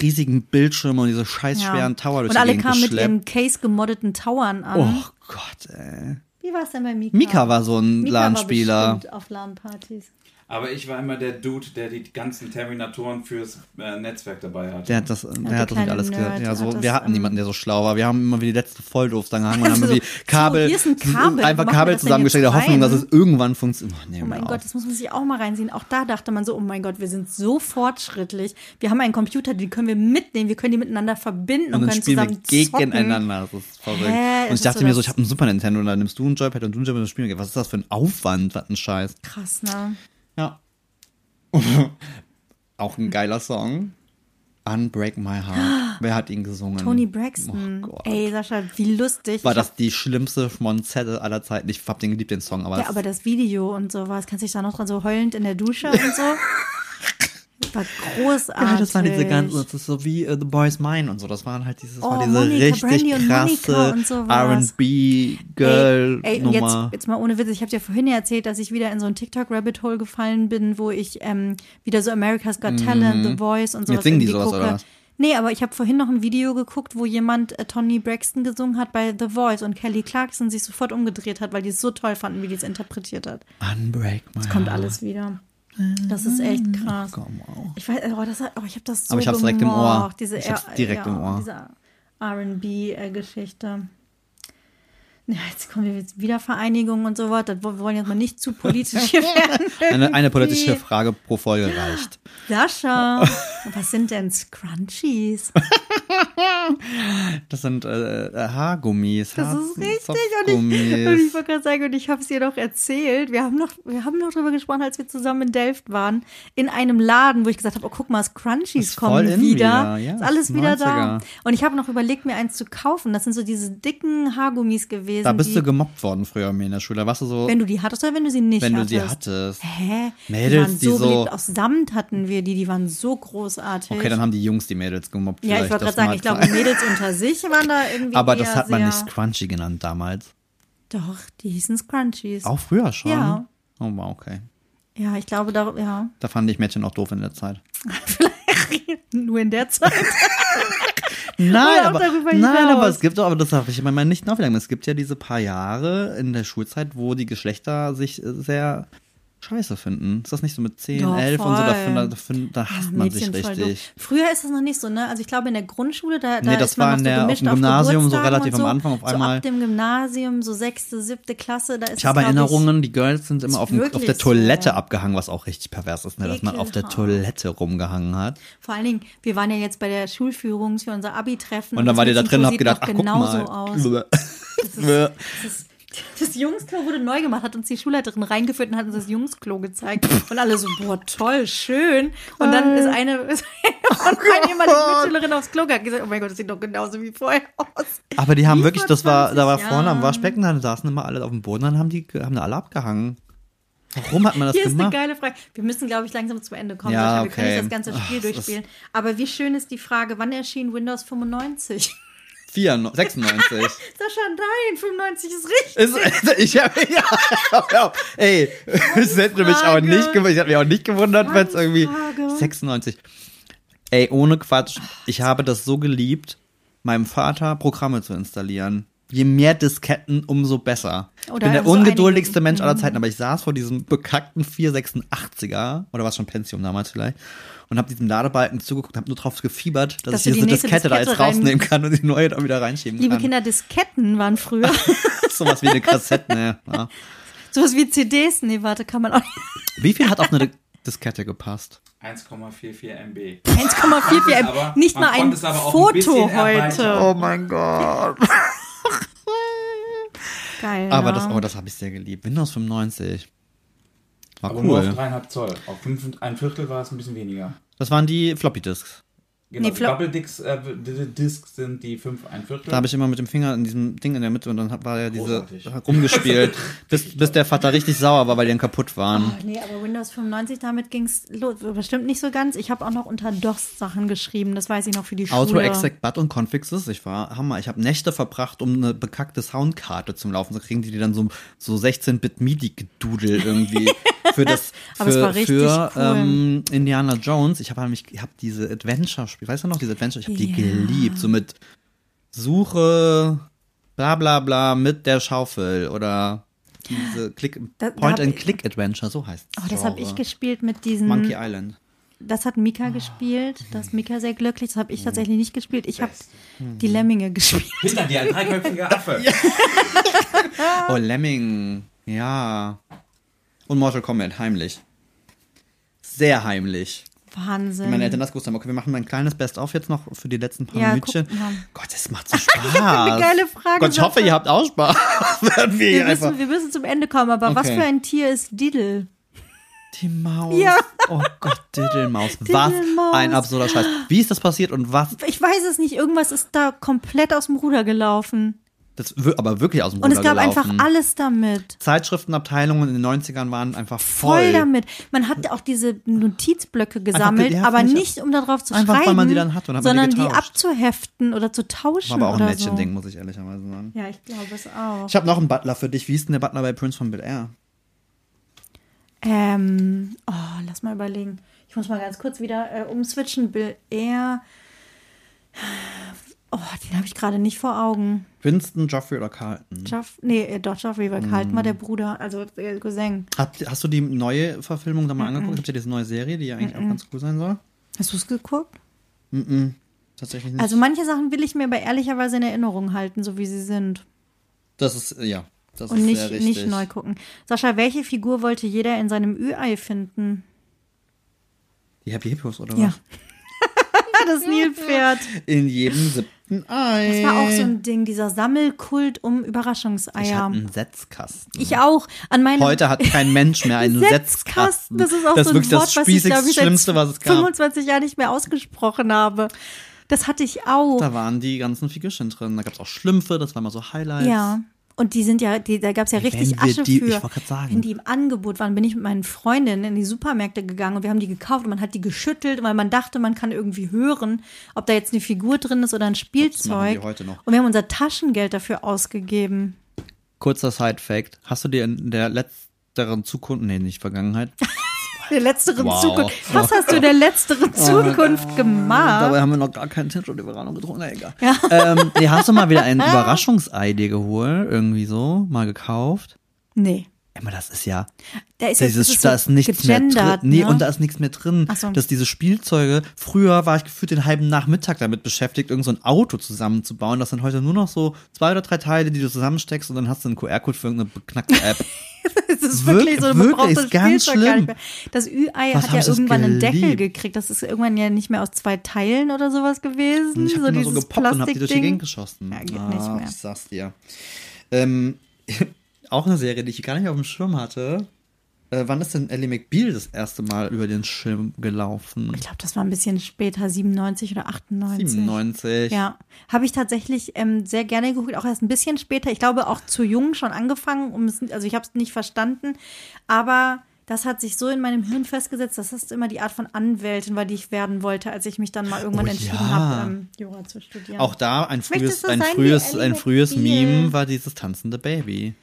[SPEAKER 1] riesigen Bildschirme und diese scheiß schweren Tower durch
[SPEAKER 2] Und
[SPEAKER 1] die
[SPEAKER 2] alle
[SPEAKER 1] Gegend
[SPEAKER 2] kamen mit
[SPEAKER 1] geschleppt.
[SPEAKER 2] ihren Case-gemoddeten Towern an.
[SPEAKER 1] Oh Gott, ey.
[SPEAKER 2] Wie war es denn bei Mika?
[SPEAKER 1] Mika war so ein LAN-Spieler.
[SPEAKER 2] bestimmt auf LAN-Partys.
[SPEAKER 4] Aber ich war immer der Dude, der die ganzen Terminatoren fürs äh, Netzwerk dabei hatte.
[SPEAKER 1] Der hat das, der
[SPEAKER 2] der
[SPEAKER 1] hat das nicht
[SPEAKER 2] kleine
[SPEAKER 1] alles
[SPEAKER 2] Nerd
[SPEAKER 1] gehört. Ja,
[SPEAKER 2] hat
[SPEAKER 1] so,
[SPEAKER 2] das,
[SPEAKER 1] wir hatten
[SPEAKER 2] ähm,
[SPEAKER 1] niemanden, der so schlau war. Wir haben immer wie die letzte Volldoofs dann gehangen und haben
[SPEAKER 2] So,
[SPEAKER 1] irgendwie
[SPEAKER 2] so,
[SPEAKER 1] Kabel,
[SPEAKER 2] hier ist ein Kabel,
[SPEAKER 1] einfach Kabel
[SPEAKER 2] machen wir das denn jetzt
[SPEAKER 1] zusammengestellt, in der Hoffnung, dass
[SPEAKER 2] rein?
[SPEAKER 1] es irgendwann funktioniert. Oh, nee,
[SPEAKER 2] Oh
[SPEAKER 1] hör
[SPEAKER 2] mein
[SPEAKER 1] auf.
[SPEAKER 2] Gott, das muss man sich auch mal reinziehen. Auch da dachte man so, oh mein Gott, wir sind so fortschrittlich. Wir haben einen Computer, den können wir mitnehmen, wir können die miteinander verbinden
[SPEAKER 1] und
[SPEAKER 2] und,
[SPEAKER 1] dann
[SPEAKER 2] können
[SPEAKER 1] spielen wir
[SPEAKER 2] zusammen zocken.
[SPEAKER 1] gegeneinander. Das ist verrückt.
[SPEAKER 2] Hä,
[SPEAKER 1] und
[SPEAKER 2] ist
[SPEAKER 1] ich
[SPEAKER 2] das
[SPEAKER 1] dachte
[SPEAKER 2] so
[SPEAKER 1] mir so,
[SPEAKER 2] das-
[SPEAKER 1] ich habe einen Super Nintendo und dann nimmst du einen Joypad und du einen Joypad und das Spiel. Was ist das für ein Aufwand? Was ein Scheiß.
[SPEAKER 2] Krass, ne?
[SPEAKER 1] Ja. Auch ein geiler Song. Unbreak My Heart. Wer hat ihn gesungen?
[SPEAKER 2] Tony Braxton.
[SPEAKER 1] Oh Gott.
[SPEAKER 2] Ey, Sascha, wie lustig.
[SPEAKER 1] War
[SPEAKER 2] Ich hab-
[SPEAKER 1] das die schlimmste Schmonzette aller Zeiten? Ich hab den geliebt, den Song, aber,
[SPEAKER 2] Ja, aber das Video und sowas, kannst du dich da noch dran so heulend in der Dusche und so? War großartig.
[SPEAKER 1] Ja, das waren diese ganzen, das ist so wie äh, The Boy's Mine und so. Das waren halt dieses, das war
[SPEAKER 2] Oh,
[SPEAKER 1] diese
[SPEAKER 2] Monica Brandy
[SPEAKER 1] richtig
[SPEAKER 2] und Monica
[SPEAKER 1] krasse
[SPEAKER 2] und sowas. Ey, ey, und jetzt,
[SPEAKER 1] RB-Girl-Nummer.
[SPEAKER 2] jetzt mal ohne Witz, ich habe dir vorhin ja erzählt, dass ich wieder in so ein TikTok-Rabbit-Hole gefallen bin, wo ich ähm, wieder so America's Got Talent, The Voice und sowas
[SPEAKER 1] Mhm. singen die
[SPEAKER 2] irgendwie
[SPEAKER 1] sowas,
[SPEAKER 2] gucke.
[SPEAKER 1] oder was?
[SPEAKER 2] Nee, aber ich habe vorhin noch ein Video geguckt, wo jemand äh, Tony Braxton gesungen hat bei The Voice und Kelly Clarkson sich sofort umgedreht hat, weil die es so toll fanden, wie die es interpretiert hat.
[SPEAKER 1] Unbreak my
[SPEAKER 2] Es kommt
[SPEAKER 1] Heart.
[SPEAKER 2] alles wieder. Das ist echt krass.
[SPEAKER 1] Komm, wow.
[SPEAKER 2] Ich weiß, oh, das, hat- oh, ich habe das
[SPEAKER 1] Oh
[SPEAKER 2] so
[SPEAKER 1] Aber ich hab's direkt im Ohr.
[SPEAKER 2] gemocht, Diese,
[SPEAKER 1] Ich hab's
[SPEAKER 2] R-
[SPEAKER 1] direkt im Ohr.
[SPEAKER 2] Diese R&B-Geschichte. Ja, jetzt kommen wir jetzt wieder Vereinigung und so weiter. Wir wollen jetzt mal nicht zu politisch hier werden.
[SPEAKER 1] Eine, eine politische Frage pro Folge reicht.
[SPEAKER 2] Sascha, was sind denn Scrunchies?
[SPEAKER 1] Das sind äh, äh, Haargummis.
[SPEAKER 2] Das
[SPEAKER 1] Haar-
[SPEAKER 2] ist richtig. Und ich,
[SPEAKER 1] Zopfgummis.
[SPEAKER 2] und ich wollte gerade sagen, und ich habe es dir noch erzählt. Wir haben noch, wir haben noch drüber gesprochen, als wir zusammen in Delft waren, in einem Laden, wo ich gesagt habe, oh, guck mal, Scrunchies
[SPEAKER 1] Ist voll
[SPEAKER 2] kommen
[SPEAKER 1] in wieder,
[SPEAKER 2] wieder.
[SPEAKER 1] ja,
[SPEAKER 2] ist alles
[SPEAKER 1] ist
[SPEAKER 2] wieder da.
[SPEAKER 1] 90er.
[SPEAKER 2] Und ich habe noch überlegt, mir eins zu kaufen. Das sind so diese dicken Haargummis gewesen.
[SPEAKER 1] da bist
[SPEAKER 2] die,
[SPEAKER 1] du gemobbt worden früher mir in der Schule. Da warst du so, wenn,
[SPEAKER 2] wenn du die hattest oder wenn du sie nicht
[SPEAKER 1] du
[SPEAKER 2] hattest.
[SPEAKER 1] sie hattest.
[SPEAKER 2] Hä? die
[SPEAKER 1] Mädels,
[SPEAKER 2] waren
[SPEAKER 1] die
[SPEAKER 2] so
[SPEAKER 1] so-
[SPEAKER 2] beliebt. Aus Samt hatten wir die, die waren so großartig.
[SPEAKER 1] Okay, dann haben die Jungs die Mädels gemobbt.
[SPEAKER 2] ja, ich
[SPEAKER 1] vielleicht.
[SPEAKER 2] wollte
[SPEAKER 1] Das
[SPEAKER 2] gerade sagen,
[SPEAKER 1] mag
[SPEAKER 2] ich glaube,
[SPEAKER 1] sein.
[SPEAKER 2] Mädels unter sich waren da irgendwie.
[SPEAKER 1] Aber das
[SPEAKER 2] eher
[SPEAKER 1] hat man nicht
[SPEAKER 2] sehr-
[SPEAKER 1] Scrunchy genannt damals.
[SPEAKER 2] Doch, die hießen Scrunchies.
[SPEAKER 1] Auch früher schon?
[SPEAKER 2] Ja.
[SPEAKER 1] Oh, wow, okay.
[SPEAKER 2] Ja, ich glaube, da, ja.
[SPEAKER 1] Da fanden ich Mädchen auch doof in der Zeit.
[SPEAKER 2] Nur in der Zeit.
[SPEAKER 1] Nein,
[SPEAKER 2] auch
[SPEAKER 1] aber,
[SPEAKER 2] darüber
[SPEAKER 1] nein,
[SPEAKER 2] hinaus.
[SPEAKER 1] aber es gibt doch, aber das darf ich meine nicht nachverlangen. Es gibt ja diese paar Jahre in der Schulzeit, wo die Geschlechter sich äh, sehr scheiße finden. Ist das nicht so mit 10,
[SPEAKER 2] Doch,
[SPEAKER 1] 11 und so? Da,
[SPEAKER 2] voll.
[SPEAKER 1] find- da, find- da hasst man sich
[SPEAKER 2] Mädchen voll
[SPEAKER 1] richtig.
[SPEAKER 2] doof. Früher ist das noch nicht so, ne? Also ich glaube in der Grundschule, da, da
[SPEAKER 1] Nee, das
[SPEAKER 2] ist man
[SPEAKER 1] war
[SPEAKER 2] noch
[SPEAKER 1] in
[SPEAKER 2] so
[SPEAKER 1] der- auf
[SPEAKER 2] gemischt
[SPEAKER 1] dem
[SPEAKER 2] auf
[SPEAKER 1] Gymnasium so
[SPEAKER 2] Geburtstagen
[SPEAKER 1] relativ
[SPEAKER 2] und so.
[SPEAKER 1] am Anfang auf
[SPEAKER 2] So
[SPEAKER 1] einmal.
[SPEAKER 2] ab dem Gymnasium, so sechste, siebte Klasse, da ist
[SPEAKER 1] Ich habe
[SPEAKER 2] das, glaub
[SPEAKER 1] Erinnerungen, die Girls sind immer auf, dem, auf
[SPEAKER 2] wirklich
[SPEAKER 1] der Toilette
[SPEAKER 2] so.
[SPEAKER 1] abgehangen, was auch richtig pervers ist, ne? dass man auf der
[SPEAKER 2] Ekelhaft.
[SPEAKER 1] Toilette rumgehangen hat.
[SPEAKER 2] Vor allen Dingen, wir waren ja jetzt bei der Schulführung für unser Abi-Treffen.
[SPEAKER 1] Und dann
[SPEAKER 2] das
[SPEAKER 1] wart ihr da drin und habt
[SPEAKER 2] Mädchenklo
[SPEAKER 1] gedacht, ach
[SPEAKER 2] sieht
[SPEAKER 1] guck
[SPEAKER 2] noch genauso
[SPEAKER 1] mal.
[SPEAKER 2] Aus. Das, ist, das, ist, das Jungsklo wurde neu gemacht, hat uns die Schulleiterin reingeführt und hat uns das Jungsklo gezeigt. Und alle so, boah, toll, schön. Und dann ist eine, ist eine, eine ehemalige Mitschülerin aufs Klo gegangen und gesagt, oh mein Gott, das sieht doch genauso wie vorher aus.
[SPEAKER 1] Aber die haben
[SPEAKER 2] Wie
[SPEAKER 1] wirklich,
[SPEAKER 2] vor
[SPEAKER 1] das war, da war
[SPEAKER 2] 20
[SPEAKER 1] vorne am
[SPEAKER 2] Jahren.
[SPEAKER 1] Waschbecken, dann saßen immer alle auf dem Boden, dann haben die haben da alle abgehangen. Warum hat man das
[SPEAKER 2] Hier ist eine
[SPEAKER 1] gemacht?
[SPEAKER 2] geile Frage. Wir müssen, glaube ich, langsam zum Ende kommen.
[SPEAKER 1] Ja,
[SPEAKER 2] Sascha. Wir können
[SPEAKER 1] okay.
[SPEAKER 2] nicht das ganze Spiel
[SPEAKER 1] Ach, das
[SPEAKER 2] durchspielen. Aber wie schön ist die Frage, wann erschien Windows 95?
[SPEAKER 1] 94, 96.
[SPEAKER 2] Sascha, nein, 95 ist richtig.
[SPEAKER 1] Ist, also ich habe ja, hör auf. ey, es hätte mich auch
[SPEAKER 2] Frage.
[SPEAKER 1] nicht gewundert, ich habe mich auch nicht gewundert, wenn es irgendwie
[SPEAKER 2] Frage.
[SPEAKER 1] 96. Ey, ohne Quatsch, ich habe das so geliebt, meinem Vater Programme zu installieren. Je mehr Disketten, umso besser. ich
[SPEAKER 2] Oder Mhm.
[SPEAKER 1] bin der
[SPEAKER 2] also
[SPEAKER 1] ungeduldigste
[SPEAKER 2] einigen.
[SPEAKER 1] Mensch aller Zeiten, aber ich saß vor diesem bekackten 486er oder was schon Pentium damals vielleicht und habe diesem Ladebalken zugeguckt, habe nur drauf gefiebert, dass,
[SPEAKER 2] Dass
[SPEAKER 1] ich
[SPEAKER 2] du
[SPEAKER 1] diese
[SPEAKER 2] die nächste
[SPEAKER 1] Diskette, da
[SPEAKER 2] Diskette
[SPEAKER 1] jetzt
[SPEAKER 2] rein-
[SPEAKER 1] rausnehmen kann und die neue da wieder reinschieben
[SPEAKER 2] Liebe
[SPEAKER 1] kann.
[SPEAKER 2] Kinder, Disketten waren früher.
[SPEAKER 1] Sowas wie eine Kassette, ne? Ja.
[SPEAKER 2] Sowas wie CDs. Nee, warte, kann man auch nicht.
[SPEAKER 1] Wie viel hat auf eine Diskette gepasst?
[SPEAKER 4] 1,44 MB.
[SPEAKER 2] 1,44 M.
[SPEAKER 4] Aber
[SPEAKER 2] nicht
[SPEAKER 4] man
[SPEAKER 2] mal ein
[SPEAKER 4] konnte es aber auch ein
[SPEAKER 2] Foto
[SPEAKER 4] bisschen
[SPEAKER 2] heute.
[SPEAKER 4] erweitern.
[SPEAKER 1] Oh mein Gott.
[SPEAKER 2] Geil.
[SPEAKER 1] Aber
[SPEAKER 2] ne?
[SPEAKER 1] das, oh, das habe ich sehr geliebt. Windows 95. War
[SPEAKER 4] Aber Also nur auf
[SPEAKER 1] Ah, cool.
[SPEAKER 4] dreieinhalb Zoll. Auf fünf, ein Viertel war es ein bisschen weniger.
[SPEAKER 1] Das waren die Floppy Disks.
[SPEAKER 4] Genau,
[SPEAKER 2] Nee,
[SPEAKER 4] die
[SPEAKER 2] Flop-
[SPEAKER 4] Double Discs, äh, D- D- Discs sind die fünf ein Viertel.
[SPEAKER 1] Da habe ich immer mit dem Finger in diesem Ding in der Mitte und dann hab- war ja diese
[SPEAKER 4] Großartig.
[SPEAKER 1] hat rumgespielt, bis, bis der Vater richtig sauer war, weil die dann kaputt waren.
[SPEAKER 2] Oh, nee, aber Windows 95, damit ging es los. Bestimmt nicht so ganz. Ich habe auch noch unter DOS Sachen geschrieben. Das weiß ich noch für die Schule.
[SPEAKER 1] Outro, Exact Butt und Configs, ich war Hammer. Ich habe Nächte verbracht, um eine bekackte Soundkarte zum Laufen zu kriegen, die dir dann so, so 16-Bit MIDI-Gedudel irgendwie für das
[SPEAKER 2] Aber es
[SPEAKER 1] für,
[SPEAKER 2] war richtig
[SPEAKER 1] für
[SPEAKER 2] cool.
[SPEAKER 1] ähm, Indiana Jones. Ich habe nämlich, ich habe diese Adventure-Spiel, weißt du noch, diese Adventure, ich habe die
[SPEAKER 2] Ja.
[SPEAKER 1] geliebt, so mit Suche, bla bla bla, mit der Schaufel oder diese Click,
[SPEAKER 2] Da- da hab ich-
[SPEAKER 1] Point-and-Click-Adventure, so heißt
[SPEAKER 2] Oh, das habe ich gespielt mit diesen.
[SPEAKER 1] Monkey Island. Ah. Hm.
[SPEAKER 2] Das hat Mika gespielt. Das ist Mika sehr glücklich. Das habe ich tatsächlich nicht gespielt. Ich habe die Lemminge gespielt.
[SPEAKER 4] Hinter dir ein dreiköpfiger Affe.
[SPEAKER 1] Oh, Lemming. Ja. Und Mortal Kombat, heimlich. Sehr heimlich.
[SPEAKER 2] Wahnsinn.
[SPEAKER 1] Wenn meine Eltern das gewusst haben, okay, wir machen mal ein kleines Best-of jetzt noch für die letzten paar
[SPEAKER 2] Ja,
[SPEAKER 1] Minütchen.
[SPEAKER 2] guck mal.
[SPEAKER 1] Gott, das macht so Spaß.
[SPEAKER 2] eine geile Frage,
[SPEAKER 1] Gott, ich hoffe, ihr habt auch Spaß. Werden wir
[SPEAKER 2] wir,
[SPEAKER 1] hier einfach.
[SPEAKER 2] müssen, wir müssen zum Ende kommen, aber was
[SPEAKER 1] Okay.
[SPEAKER 2] für ein Tier ist Diddle?
[SPEAKER 1] Die Maus.
[SPEAKER 2] Ja.
[SPEAKER 1] Oh Gott, Diddelmaus. Was
[SPEAKER 2] Diddelmaus.
[SPEAKER 1] ein absurder Scheiß. Wie ist das passiert und was?
[SPEAKER 2] Ich weiß es nicht. Irgendwas ist da komplett aus dem Ruder gelaufen.
[SPEAKER 1] Das wir- aber wirklich aus dem
[SPEAKER 2] Und
[SPEAKER 1] Ruder
[SPEAKER 2] es gab
[SPEAKER 1] gelaufen.
[SPEAKER 2] einfach alles damit.
[SPEAKER 1] Zeitschriftenabteilungen in den 90ern waren einfach voll.
[SPEAKER 2] Voll. damit. Man hat auch diese Notizblöcke
[SPEAKER 1] die-
[SPEAKER 2] gesammelt,
[SPEAKER 1] ja,
[SPEAKER 2] aber
[SPEAKER 1] finde ich
[SPEAKER 2] nicht, um darauf zu
[SPEAKER 1] Einfach, weil
[SPEAKER 2] schreiben,
[SPEAKER 1] man die dann hat und hat man die
[SPEAKER 2] sondern die,
[SPEAKER 1] getauscht.
[SPEAKER 2] abzuheften oder zu tauschen.
[SPEAKER 1] War aber auch ein
[SPEAKER 2] oder
[SPEAKER 1] Mädchending,
[SPEAKER 2] So.
[SPEAKER 1] muss ich ehrlicherweise sagen.
[SPEAKER 2] Ja, ich glaube es auch.
[SPEAKER 1] Ich habe noch einen Butler für dich. Wie ist denn der Butler bei Prince von Bel Air?
[SPEAKER 2] Ähm, oh, lass mal überlegen. Ich muss mal ganz kurz wieder äh, umswitchen. Bill Air. Oh, den habe ich gerade nicht vor Augen.
[SPEAKER 1] Winston, Joffrey oder Carlton?
[SPEAKER 2] Jeff, nee, äh, doch, Joffrey war halt
[SPEAKER 1] Mhm.
[SPEAKER 2] mal der Bruder, also der Cousin.
[SPEAKER 1] Habt, hast du die neue Verfilmung da mal angeguckt? Habt ihr diese neue Serie, die ja eigentlich auch ganz cool sein soll?
[SPEAKER 2] Hast du es geguckt?
[SPEAKER 1] Tatsächlich nicht.
[SPEAKER 2] Also manche Sachen will ich mir aber ehrlicherweise in Erinnerung halten, so wie sie sind.
[SPEAKER 1] das ist, ja, das
[SPEAKER 2] Und
[SPEAKER 1] ist
[SPEAKER 2] nicht,
[SPEAKER 1] sehr richtig.
[SPEAKER 2] nicht neu gucken. Sascha, welche Figur wollte jeder in seinem Ü-Ei finden?
[SPEAKER 1] Die Happy Hippos oder
[SPEAKER 2] Ja.
[SPEAKER 1] was?
[SPEAKER 2] das Nilpferd.
[SPEAKER 1] In jedem siebten Ei.
[SPEAKER 2] Das war auch so ein Ding, dieser Sammelkult um Überraschungseier.
[SPEAKER 1] Ich hatte einen Setzkasten.
[SPEAKER 2] Ich auch. An meinem
[SPEAKER 1] Heute hat kein Mensch mehr einen Setzkasten.
[SPEAKER 2] Das ist auch so ein
[SPEAKER 1] wirklich
[SPEAKER 2] Wort,
[SPEAKER 1] das
[SPEAKER 2] was ich,
[SPEAKER 1] spießigste,
[SPEAKER 2] glaube ich,
[SPEAKER 1] schlimmste,
[SPEAKER 2] seit
[SPEAKER 1] was es gab.
[SPEAKER 2] 25 Jahren nicht mehr ausgesprochen habe. Das hatte ich auch.
[SPEAKER 1] Da waren die ganzen Figürchen drin. Da gab es auch Schlümpfe, das waren mal so Highlights.
[SPEAKER 2] Ja. Und die sind ja, die, da gab es ja richtig
[SPEAKER 1] wir
[SPEAKER 2] Asche
[SPEAKER 1] die-
[SPEAKER 2] für.
[SPEAKER 1] ich wollte gerade sagen.
[SPEAKER 2] Wenn die im Angebot waren, bin ich mit meinen Freundinnen in die Supermärkte gegangen und wir haben die gekauft und man hat die geschüttelt, weil man dachte, man kann irgendwie hören, ob da jetzt eine Figur drin ist oder ein
[SPEAKER 1] machen
[SPEAKER 2] Spielzeug.
[SPEAKER 1] die heute noch.
[SPEAKER 2] Und wir haben unser Taschengeld dafür ausgegeben.
[SPEAKER 1] Kurzer Side-Fact. Hast du dir in der letzteren Zukunft, nee, nicht Vergangenheit,
[SPEAKER 2] Der letzteren
[SPEAKER 1] Wow.
[SPEAKER 2] Zukunft. Was hast du der letzteren Zukunft gemacht?
[SPEAKER 1] Dabei haben wir noch gar keinen Tisch und Überraschung getrunken. Na, egal. Ähm, nee, hast du mal wieder ein Überraschungsei dir geholt? Irgendwie so? Mal gekauft?
[SPEAKER 2] Nee.
[SPEAKER 1] Emma, das ist ja
[SPEAKER 2] Da ist
[SPEAKER 1] dieses,
[SPEAKER 2] jetzt
[SPEAKER 1] da ist nichts mehr
[SPEAKER 2] gegendert,
[SPEAKER 1] drin. Nee,
[SPEAKER 2] ne?
[SPEAKER 1] und da ist nichts mehr drin.
[SPEAKER 2] Ach so.
[SPEAKER 1] Dass diese Spielzeuge, früher war ich gefühlt den halben Nachmittag damit beschäftigt, irgend so ein Auto zusammenzubauen. Das sind heute nur noch so zwei oder drei Teile, die du zusammensteckst und dann hast du einen QR-Code für irgendeine beknackte App.
[SPEAKER 2] Das ist
[SPEAKER 1] Wirk-
[SPEAKER 2] wirklich so eine
[SPEAKER 1] wirklich,
[SPEAKER 2] gebrauchte
[SPEAKER 1] ist ganz
[SPEAKER 2] Spielzeug gar
[SPEAKER 1] schlimm.
[SPEAKER 2] nicht mehr. Das
[SPEAKER 1] Was
[SPEAKER 2] Ü-Ei hat
[SPEAKER 1] hab
[SPEAKER 2] ja
[SPEAKER 1] ich das
[SPEAKER 2] irgendwann einen Deckel
[SPEAKER 1] geliebt.
[SPEAKER 2] gekriegt. Das ist irgendwann ja nicht mehr aus zwei Teilen oder sowas gewesen.
[SPEAKER 1] Und ich hab
[SPEAKER 2] so
[SPEAKER 1] immer
[SPEAKER 2] dieses
[SPEAKER 1] so gepoppt und hab die durch die
[SPEAKER 2] Plastikding.
[SPEAKER 1] Gegend geschossen. Ah,
[SPEAKER 2] Ja, geht nicht mehr.
[SPEAKER 1] Ich sag's dir. Ähm, auch eine Serie, die ich gar nicht auf dem Schirm hatte. Äh, wann ist denn Ellie McBeal das erste Mal über den Schirm gelaufen?
[SPEAKER 2] Ich glaube, das war ein bisschen später, 97 oder 98.
[SPEAKER 1] 97.
[SPEAKER 2] Ja, habe ich tatsächlich ähm, sehr gerne geguckt, auch erst ein bisschen später. Ich glaube, auch zu jung schon angefangen, um es, also ich habe es nicht verstanden, aber das hat sich so in meinem Hirn festgesetzt, dass das immer die Art von Anwältin war, die ich werden wollte, als ich mich dann mal irgendwann
[SPEAKER 1] Oh
[SPEAKER 2] entschieden
[SPEAKER 1] ja.
[SPEAKER 2] habe, ähm, Jura zu studieren.
[SPEAKER 1] Auch da ein
[SPEAKER 2] Möchtest
[SPEAKER 1] frühes,
[SPEAKER 2] du
[SPEAKER 1] ein
[SPEAKER 2] sein wie
[SPEAKER 1] frühes,
[SPEAKER 2] Ellie
[SPEAKER 1] ein frühes
[SPEAKER 2] McBeal?
[SPEAKER 1] Meme war dieses tanzende Baby.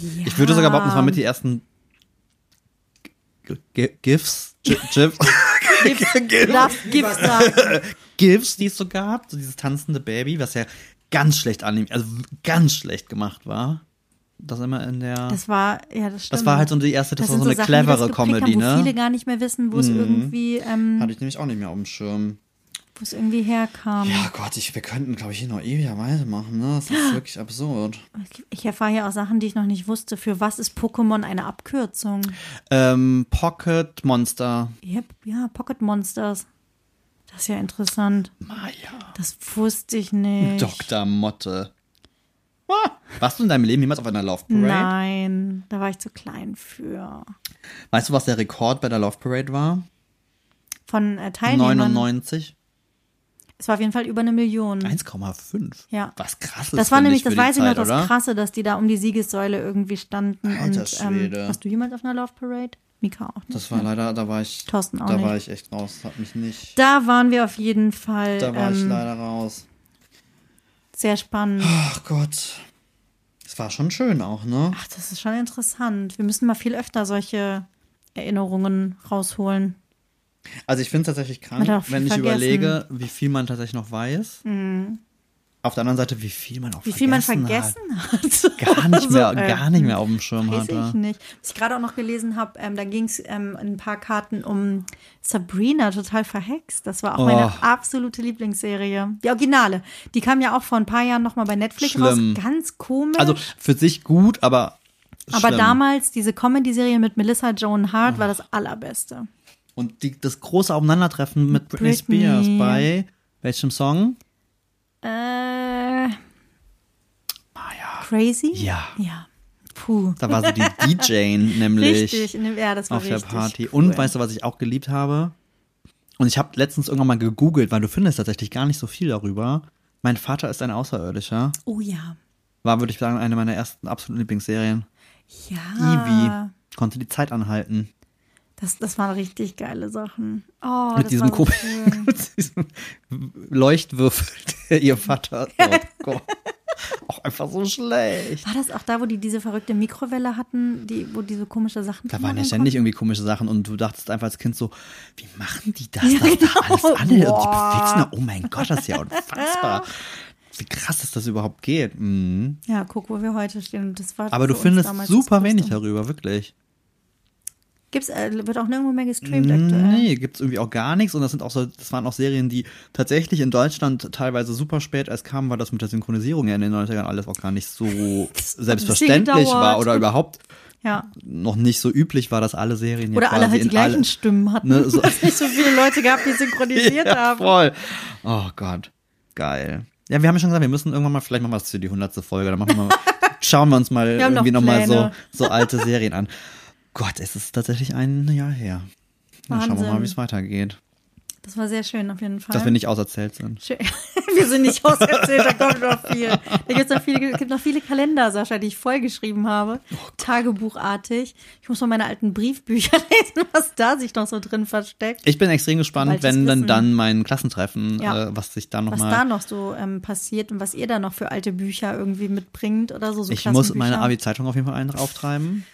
[SPEAKER 2] ja.
[SPEAKER 1] Ich würde sogar behaupten, es waren mit die ersten G- G- GIFs, G- GIF,
[SPEAKER 2] Du darfst Gift sagen.
[SPEAKER 1] GIFs, die es so gab, so dieses tanzende Baby, was ja ganz schlecht annehmen, also w- ganz schlecht gemacht war. Das immer in der. Das,
[SPEAKER 2] Das war, ja, das stimmt.
[SPEAKER 1] war halt so die erste, das,
[SPEAKER 2] Das
[SPEAKER 1] war
[SPEAKER 2] sind
[SPEAKER 1] so eine
[SPEAKER 2] Sachen, die das
[SPEAKER 1] clevere
[SPEAKER 2] geprägt
[SPEAKER 1] Comedy,
[SPEAKER 2] haben, Wo viele
[SPEAKER 1] ne?
[SPEAKER 2] gar nicht mehr wissen, wo es irgendwie, ähm,
[SPEAKER 1] Hatte ich nämlich auch nicht mehr auf dem Schirm.
[SPEAKER 2] wo es irgendwie herkam.
[SPEAKER 1] Ja Gott, ich, wir könnten, glaube ich, hier noch ewigerweise machen, ne? Das ist wirklich absurd.
[SPEAKER 2] Ich erfahre ja auch Sachen, die ich noch nicht wusste. Für was ist Pokémon eine Abkürzung?
[SPEAKER 1] Ähm, Pocket Monster.
[SPEAKER 2] Yep, ja, Pocket Monsters. Das ist ja interessant.
[SPEAKER 1] Maya.
[SPEAKER 2] Das wusste ich nicht.
[SPEAKER 1] Dr. Motte. Ah, Warst du in deinem Leben jemals auf einer Love Parade?
[SPEAKER 2] Nein, da war ich zu klein für.
[SPEAKER 1] Weißt du, was der Rekord bei der Love Parade war?
[SPEAKER 2] Von äh, Teilnehmern.
[SPEAKER 1] 99?
[SPEAKER 2] Es war auf jeden Fall über eine Million.
[SPEAKER 1] 1,5.
[SPEAKER 2] Hm. Ja.
[SPEAKER 1] Was krass ist.
[SPEAKER 2] Das war
[SPEAKER 1] finde
[SPEAKER 2] nämlich,
[SPEAKER 1] ich,
[SPEAKER 2] das
[SPEAKER 1] für die
[SPEAKER 2] weiß ich noch,
[SPEAKER 1] Zeit,
[SPEAKER 2] das
[SPEAKER 1] oder?
[SPEAKER 2] Krasse, dass die da um die Siegessäule irgendwie standen.
[SPEAKER 1] Alter
[SPEAKER 2] und,
[SPEAKER 1] Schwede.
[SPEAKER 2] Ähm, warst du jemals auf einer Love Parade? Mika auch. Nicht.
[SPEAKER 1] Das war leider, da war ich.
[SPEAKER 2] Thorsten auch
[SPEAKER 1] da war
[SPEAKER 2] nicht.
[SPEAKER 1] ich echt raus. Hat mich nicht.
[SPEAKER 2] Da waren wir auf jeden Fall
[SPEAKER 1] Da war ich
[SPEAKER 2] ähm,
[SPEAKER 1] leider Ah. raus.
[SPEAKER 2] sehr spannend.
[SPEAKER 1] Ach Gott. Es war schon schön auch, ne?
[SPEAKER 2] Ach, das ist schon interessant. Wir müssen mal viel öfter solche Erinnerungen rausholen.
[SPEAKER 1] Also ich finde es tatsächlich krank,
[SPEAKER 2] Man hat auch viel
[SPEAKER 1] wenn ich
[SPEAKER 2] vergessen. Mhm.
[SPEAKER 1] überlege, wie viel man tatsächlich noch weiß. Auf der anderen Seite, wie viel man auch
[SPEAKER 2] Wie viel man
[SPEAKER 1] vergessen halt.
[SPEAKER 2] vergessen hat.
[SPEAKER 1] hat. Gar nicht mehr,
[SPEAKER 2] Also, äh,
[SPEAKER 1] gar nicht mehr auf dem Schirm
[SPEAKER 2] Weiß
[SPEAKER 1] hatte.
[SPEAKER 2] ich nicht. Was ich gerade auch noch gelesen habe, ähm, da ging es ähm, in ein paar Karten um Sabrina, total verhext. Das war auch
[SPEAKER 1] Oh.
[SPEAKER 2] meine absolute Lieblingsserie. Die Originale. Die kam ja auch vor ein paar Jahren nochmal bei Netflix
[SPEAKER 1] Schlimm.
[SPEAKER 2] raus. Ganz komisch.
[SPEAKER 1] Also für sich gut, aber.
[SPEAKER 2] aber
[SPEAKER 1] schlimm.
[SPEAKER 2] damals, diese Comedy-Serie mit Melissa Joan Hart war das allerbeste.
[SPEAKER 1] Und die, das große Aufeinandertreffen mit Britney,
[SPEAKER 2] Britney.
[SPEAKER 1] Spears bei welchem Song?
[SPEAKER 2] Äh,
[SPEAKER 1] Naja.
[SPEAKER 2] crazy?
[SPEAKER 1] Ja.
[SPEAKER 2] Ja. Puh.
[SPEAKER 1] Da war sie die DJ nämlich
[SPEAKER 2] Richtig, in dem, ja, das war
[SPEAKER 1] auf der
[SPEAKER 2] richtig
[SPEAKER 1] Party.
[SPEAKER 2] Cool.
[SPEAKER 1] Und weißt du, was ich auch geliebt habe? Und ich habe letztens irgendwann mal gegoogelt, weil du findest tatsächlich gar nicht so viel darüber. Mein Vater ist ein Außerirdischer.
[SPEAKER 2] Oh ja.
[SPEAKER 1] War, würde ich sagen, eine meiner ersten absoluten Lieblingsserien.
[SPEAKER 2] Ja. Ah.
[SPEAKER 1] Evie konnte die Zeit anhalten.
[SPEAKER 2] Oh, Das, das waren richtig geile Sachen. Oh, das
[SPEAKER 1] mit diesem,
[SPEAKER 2] war so
[SPEAKER 1] Ko-
[SPEAKER 2] schön.
[SPEAKER 1] mit diesem Leuchtwürfel, der ihr Vater. Oh Gott. Auch einfach so schlecht.
[SPEAKER 2] War das auch da, wo die diese verrückte Mikrowelle hatten, die, wo diese komische Sachen
[SPEAKER 1] Da waren ja
[SPEAKER 2] drin
[SPEAKER 1] ständig irgendwie komische Sachen und du dachtest einfach als Kind so, wie machen die das? Das ist da alles
[SPEAKER 2] genau.
[SPEAKER 1] an. Und die
[SPEAKER 2] Boah.
[SPEAKER 1] bewegt's noch. Oh mein Gott, das ist ja unfassbar. Wie krass, dass das überhaupt geht. Mhm.
[SPEAKER 2] kommen? Ja, guck, wo wir heute stehen. Das war
[SPEAKER 1] Aber du
[SPEAKER 2] für uns
[SPEAKER 1] findest
[SPEAKER 2] damals
[SPEAKER 1] super
[SPEAKER 2] das Größte.
[SPEAKER 1] wenig darüber, wirklich.
[SPEAKER 2] Gibt's, äh, wird auch nirgendwo mehr gestreamt aktuell.
[SPEAKER 1] Nee, gibt's irgendwie auch gar nichts. Und das sind auch so, das waren auch Serien, die tatsächlich in Deutschland teilweise super spät erst kamen, weil das mit der Synchronisierung ja in den 90ern alles auch gar nicht so selbstverständlich
[SPEAKER 2] gedauert.
[SPEAKER 1] war oder überhaupt
[SPEAKER 2] Ja.
[SPEAKER 1] noch nicht so üblich war, dass alle Serien ja
[SPEAKER 2] Oder alle
[SPEAKER 1] quasi
[SPEAKER 2] halt die
[SPEAKER 1] in
[SPEAKER 2] gleichen Stimmen hatten.
[SPEAKER 1] Ne, so-
[SPEAKER 2] Dass nicht so viele Leute gehabt, die synchronisiert
[SPEAKER 1] ja,
[SPEAKER 2] haben.
[SPEAKER 1] voll. Oh Gott, geil. Ja, wir haben ja schon gesagt, wir müssen irgendwann mal, vielleicht machen wir es für die hundertste Folge, dann machen wir mal, schauen wir uns mal
[SPEAKER 2] Wir haben
[SPEAKER 1] irgendwie
[SPEAKER 2] noch
[SPEAKER 1] nochmal so,
[SPEAKER 2] Pläne.
[SPEAKER 1] so alte Serien an. Gott, es ist tatsächlich ein Jahr her. Dann schauen wir mal,
[SPEAKER 2] Wahnsinn.
[SPEAKER 1] wie es weitergeht.
[SPEAKER 2] Das war sehr schön auf jeden Fall.
[SPEAKER 1] Dass wir nicht auserzählt sind.
[SPEAKER 2] Schön. Wir sind nicht auserzählt, da kommt noch viel. Da gibt es noch viele, gibt noch viele Kalender, Sascha, die ich vollgeschrieben habe.
[SPEAKER 1] Oh
[SPEAKER 2] Tagebuchartig. Ich muss mal meine alten Briefbücher lesen, was da sich noch so drin versteckt.
[SPEAKER 1] Ich bin extrem gespannt,
[SPEAKER 2] Sobald wir's
[SPEAKER 1] wenn dann,
[SPEAKER 2] wissen.
[SPEAKER 1] dann mein Klassentreffen,
[SPEAKER 2] Ja.
[SPEAKER 1] äh, was sich da
[SPEAKER 2] Was da
[SPEAKER 1] nochmal.
[SPEAKER 2] noch so ähm, passiert und was ihr da noch für alte Bücher irgendwie mitbringt oder so. so
[SPEAKER 1] Ich muss
[SPEAKER 2] Klassenbücher.
[SPEAKER 1] meine Abi-Zeitung auf jeden Fall ein- auftreiben.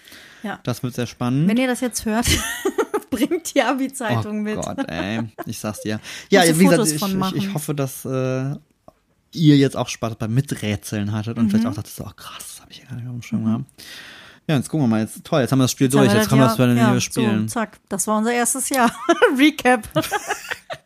[SPEAKER 2] Ja.
[SPEAKER 1] Das wird sehr spannend.
[SPEAKER 2] Wenn ihr das jetzt hört, bringt die Abi-Zeitung mit.
[SPEAKER 1] Oh Gott, ey. Ich sag's dir. Ja,
[SPEAKER 2] Musst du
[SPEAKER 1] wie gesagt,
[SPEAKER 2] Fotos
[SPEAKER 1] ich,
[SPEAKER 2] von
[SPEAKER 1] ich, ich
[SPEAKER 2] machen.
[SPEAKER 1] hoffe, dass äh,
[SPEAKER 2] Mhm.
[SPEAKER 1] ihr jetzt auch Spaß beim Miträtseln hattet und vielleicht auch dachtet so, oh krass, das habe ich ja gar nicht auf dem Schirm gehabt. Ja, jetzt gucken wir mal. Jetzt, toll, jetzt haben wir das Spiel durch.
[SPEAKER 2] haben
[SPEAKER 1] Jetzt können wir es
[SPEAKER 2] Jahr-
[SPEAKER 1] wieder
[SPEAKER 2] ja,
[SPEAKER 1] spielen.
[SPEAKER 2] So, zack, das war unser erstes Jahr. Recap.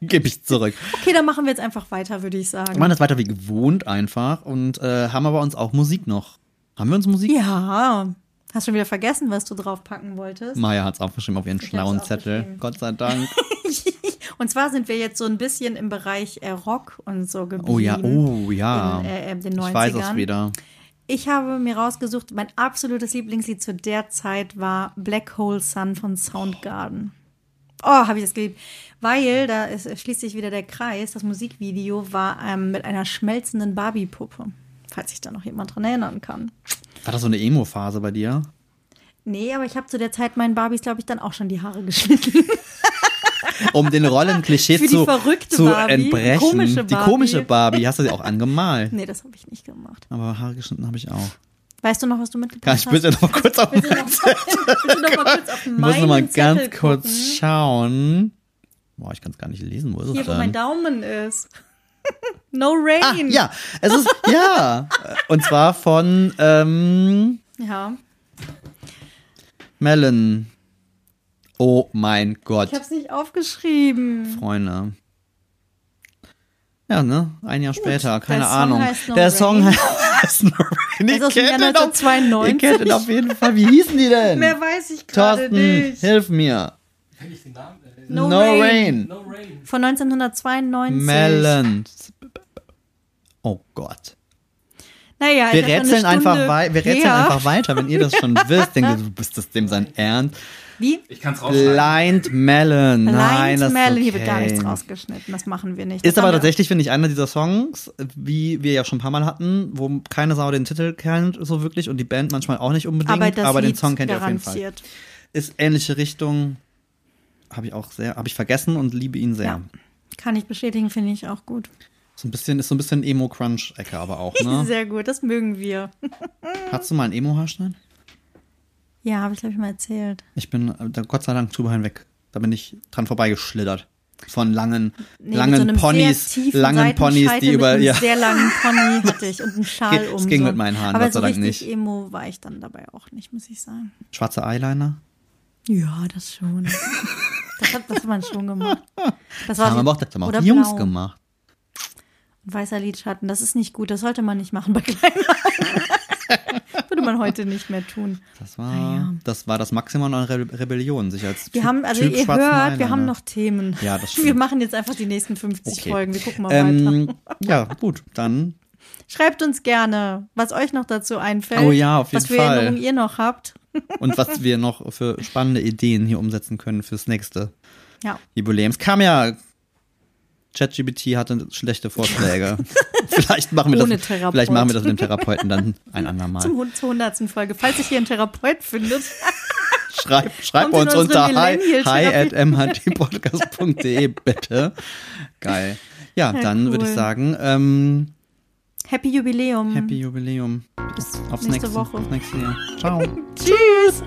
[SPEAKER 1] Gebe ich zurück.
[SPEAKER 2] Okay, dann machen wir jetzt einfach weiter, würde ich sagen.
[SPEAKER 1] Wir machen das weiter wie gewohnt einfach und äh, haben aber uns auch Musik noch. Haben wir uns Musik?
[SPEAKER 2] ja, hast schon wieder vergessen, was du draufpacken wolltest.
[SPEAKER 1] Maya hat es aufgeschrieben auf ihren schlauen
[SPEAKER 2] hab's
[SPEAKER 1] Zettel.
[SPEAKER 2] aufgeschrieben.
[SPEAKER 1] Gott sei Dank.
[SPEAKER 2] Und zwar sind wir jetzt so ein bisschen im Bereich äh, Rock und so geblieben.
[SPEAKER 1] Oh ja, oh ja.
[SPEAKER 2] In, äh, äh, den 90ern.
[SPEAKER 1] ich weiß es wieder.
[SPEAKER 2] Ich habe mir rausgesucht, mein absolutes Lieblingslied zu der Zeit war Black Hole Sun von Soundgarden. Oh, habe ich das geliebt. Weil, da ist, äh, schließt sich wieder der Kreis, das Musikvideo war ähm, mit einer schmelzenden Barbie-Puppe. Falls sich da noch jemand dran erinnern kann.
[SPEAKER 1] War das so eine Emo-Phase bei dir?
[SPEAKER 2] Nee, aber ich habe zu der Zeit meinen Barbies, glaube ich, dann auch schon die Haare geschnitten.
[SPEAKER 1] Um den Rollenklischee
[SPEAKER 2] Für die
[SPEAKER 1] zu,
[SPEAKER 2] verrückte
[SPEAKER 1] zu
[SPEAKER 2] Barbie,
[SPEAKER 1] entbrechen.
[SPEAKER 2] komische
[SPEAKER 1] Die
[SPEAKER 2] Barbie.
[SPEAKER 1] komische Barbie. Hast du sie auch angemalt?
[SPEAKER 2] nee, das habe ich nicht gemacht.
[SPEAKER 1] Aber Haare geschnitten habe ich auch.
[SPEAKER 2] Weißt du noch, was du mitgebracht
[SPEAKER 1] Kann
[SPEAKER 2] hast?
[SPEAKER 1] ich bitte noch kurz auf
[SPEAKER 2] Willst du noch- willst du noch mal kurz auf
[SPEAKER 1] Ich muss noch mal
[SPEAKER 2] meinen
[SPEAKER 1] ganz
[SPEAKER 2] Zettel
[SPEAKER 1] kurz
[SPEAKER 2] gucken?
[SPEAKER 1] schauen. Boah, ich kann es gar nicht lesen. Wo ist
[SPEAKER 2] Hier,
[SPEAKER 1] es
[SPEAKER 2] wo mein
[SPEAKER 1] denn?
[SPEAKER 2] Daumen ist. no rain.
[SPEAKER 1] Ah, ja, es ist, ja. Und zwar von ähm,
[SPEAKER 2] Ja.
[SPEAKER 1] Melon. Oh mein Gott,
[SPEAKER 2] Ich hab's nicht aufgeschrieben.
[SPEAKER 1] Freunde. Ja, ne? Ein Jahr später, keine
[SPEAKER 2] der Song
[SPEAKER 1] Ahnung.
[SPEAKER 2] heißt No
[SPEAKER 1] der
[SPEAKER 2] Rain.
[SPEAKER 1] Song heißt No Rain.
[SPEAKER 2] ist aus dem Jahr
[SPEAKER 1] den auf-
[SPEAKER 2] 1992.
[SPEAKER 1] Ihr kennt ihn auf jeden Fall. Wie hießen die denn?
[SPEAKER 2] Mehr weiß ich gerade
[SPEAKER 1] Thorsten,
[SPEAKER 2] nicht.
[SPEAKER 1] hilf mir.
[SPEAKER 3] Kenn ich den Namen? Äh,
[SPEAKER 2] No Rain.
[SPEAKER 1] Rain.
[SPEAKER 3] No Rain.
[SPEAKER 2] Von 1992.
[SPEAKER 1] Melon. Oh Gott.
[SPEAKER 2] Naja,
[SPEAKER 1] Wir
[SPEAKER 2] ich hab schon
[SPEAKER 1] rätseln,
[SPEAKER 2] eine Stunde
[SPEAKER 1] einfach, wei wir rätseln
[SPEAKER 2] her.
[SPEAKER 1] einfach weiter. Wenn ihr das schon wisst, denkt ihr, du bist das dem sein Ernst.
[SPEAKER 2] Wie?
[SPEAKER 4] Ich kann es rausschneiden.
[SPEAKER 1] Blind Melon. Nein,
[SPEAKER 2] Blind
[SPEAKER 1] das ist
[SPEAKER 2] Melon.
[SPEAKER 1] okay.
[SPEAKER 2] Hier wird gar nichts rausgeschnitten. Das machen wir
[SPEAKER 1] Ist
[SPEAKER 2] nicht. Das
[SPEAKER 1] aber
[SPEAKER 2] haben wir-
[SPEAKER 1] tatsächlich, finde ich, einer dieser Songs, wie wir ja schon ein paar Mal hatten, wo keine Sau den Titel kennt so wirklich und die Band manchmal auch nicht unbedingt,
[SPEAKER 2] Aber
[SPEAKER 1] aber,
[SPEAKER 2] das
[SPEAKER 1] den
[SPEAKER 2] Lied
[SPEAKER 1] Song kennt ihr auf jeden Fall.
[SPEAKER 2] garantiert.
[SPEAKER 1] Ist ähnliche Richtung, habe ich auch sehr, habe ich vergessen und liebe ihn sehr.
[SPEAKER 2] Ja. Kann ich bestätigen, finde ich auch gut.
[SPEAKER 1] So ein bisschen, ist so ein bisschen Emo-Crunch-Ecke aber auch, ne?
[SPEAKER 2] Sehr gut, das mögen wir.
[SPEAKER 1] Hast du mal einen Emo-Haarschnitt?
[SPEAKER 2] Ja, habe ich, glaube ich, mal erzählt.
[SPEAKER 1] Ich bin äh, da Gott sei Dank drüber hinweg. Da bin ich dran vorbeigeschlittert. Von langen,
[SPEAKER 2] Nee, mit so
[SPEAKER 1] langen
[SPEAKER 2] einem
[SPEAKER 1] Ponys,
[SPEAKER 2] sehr tiefen
[SPEAKER 1] langen Ponys,
[SPEAKER 2] Seitenscheitel
[SPEAKER 1] die über,
[SPEAKER 2] mit einem
[SPEAKER 1] ja.
[SPEAKER 2] sehr langen Pony hatte ich und einen Schal
[SPEAKER 1] Es
[SPEAKER 2] um.
[SPEAKER 1] ging
[SPEAKER 2] so.
[SPEAKER 1] mit meinen Haaren,
[SPEAKER 2] Aber
[SPEAKER 1] Gott
[SPEAKER 2] so
[SPEAKER 1] sei Dank
[SPEAKER 2] richtig
[SPEAKER 1] nicht.
[SPEAKER 2] Emo war ich dann dabei auch nicht, muss ich sagen.
[SPEAKER 1] schwarze Eyeliner.
[SPEAKER 2] Ja, das schon. Das hat, das hat man schon gemacht. Das war
[SPEAKER 1] haben
[SPEAKER 2] so-
[SPEAKER 1] aber auch, das haben auch
[SPEAKER 2] oder
[SPEAKER 1] die Jungs
[SPEAKER 2] blau.
[SPEAKER 1] gemacht.
[SPEAKER 2] Weißer Lidschatten, das ist nicht gut. Das sollte man nicht machen bei kleinen Augen. Würde man heute nicht mehr tun.
[SPEAKER 1] Das war,
[SPEAKER 2] Naja.
[SPEAKER 1] das war das Maximum an Re Rebellion, sich als
[SPEAKER 2] Ah, Wir
[SPEAKER 1] Typ-
[SPEAKER 2] haben, also
[SPEAKER 1] Typ
[SPEAKER 2] ihr hört,
[SPEAKER 1] schwarzen
[SPEAKER 2] wir
[SPEAKER 1] Eyeliner.
[SPEAKER 2] haben noch Themen.
[SPEAKER 1] Ja, das
[SPEAKER 2] wir
[SPEAKER 1] stimmt.
[SPEAKER 2] machen jetzt einfach die nächsten 50
[SPEAKER 1] Okay.
[SPEAKER 2] Folgen. Wir gucken mal weiter.
[SPEAKER 1] ähm, Ja, gut, dann
[SPEAKER 2] Schreibt uns gerne, was euch noch dazu einfällt.
[SPEAKER 1] Oh ja, auf
[SPEAKER 2] Was
[SPEAKER 1] jeden
[SPEAKER 2] für
[SPEAKER 1] Fall.
[SPEAKER 2] Erinnerungen ihr noch habt.
[SPEAKER 1] und was wir noch für spannende Ideen hier umsetzen können fürs nächste
[SPEAKER 2] Ja.
[SPEAKER 1] Jubiläums. Kam ja ChatGPT hatte schlechte Vorschläge. vielleicht machen wir
[SPEAKER 2] Ohne
[SPEAKER 1] das
[SPEAKER 2] Therapeut.
[SPEAKER 1] vielleicht machen wir das mit dem Therapeuten dann ein andermal.
[SPEAKER 2] Zum hun- zur 100. Folge. Falls sich hier ein Therapeut findet,
[SPEAKER 1] Schreib, schreib
[SPEAKER 2] Kommt in
[SPEAKER 1] uns
[SPEAKER 2] unsere
[SPEAKER 1] unter hi, hi at
[SPEAKER 2] Millennial-Therapie.
[SPEAKER 1] mhdpodcast.de e, bitte. Geil. Ja,
[SPEAKER 2] Ja,
[SPEAKER 1] dann würde ich
[SPEAKER 2] cool. Mhm.
[SPEAKER 1] sagen, ähm,
[SPEAKER 2] Happy Jubiläum.
[SPEAKER 1] Happy Jubiläum.
[SPEAKER 2] Bis
[SPEAKER 1] Aufs
[SPEAKER 2] nächste
[SPEAKER 1] nächste
[SPEAKER 2] Woche.
[SPEAKER 1] Aufs nächste Jahr. Ciao.
[SPEAKER 2] Tschüss.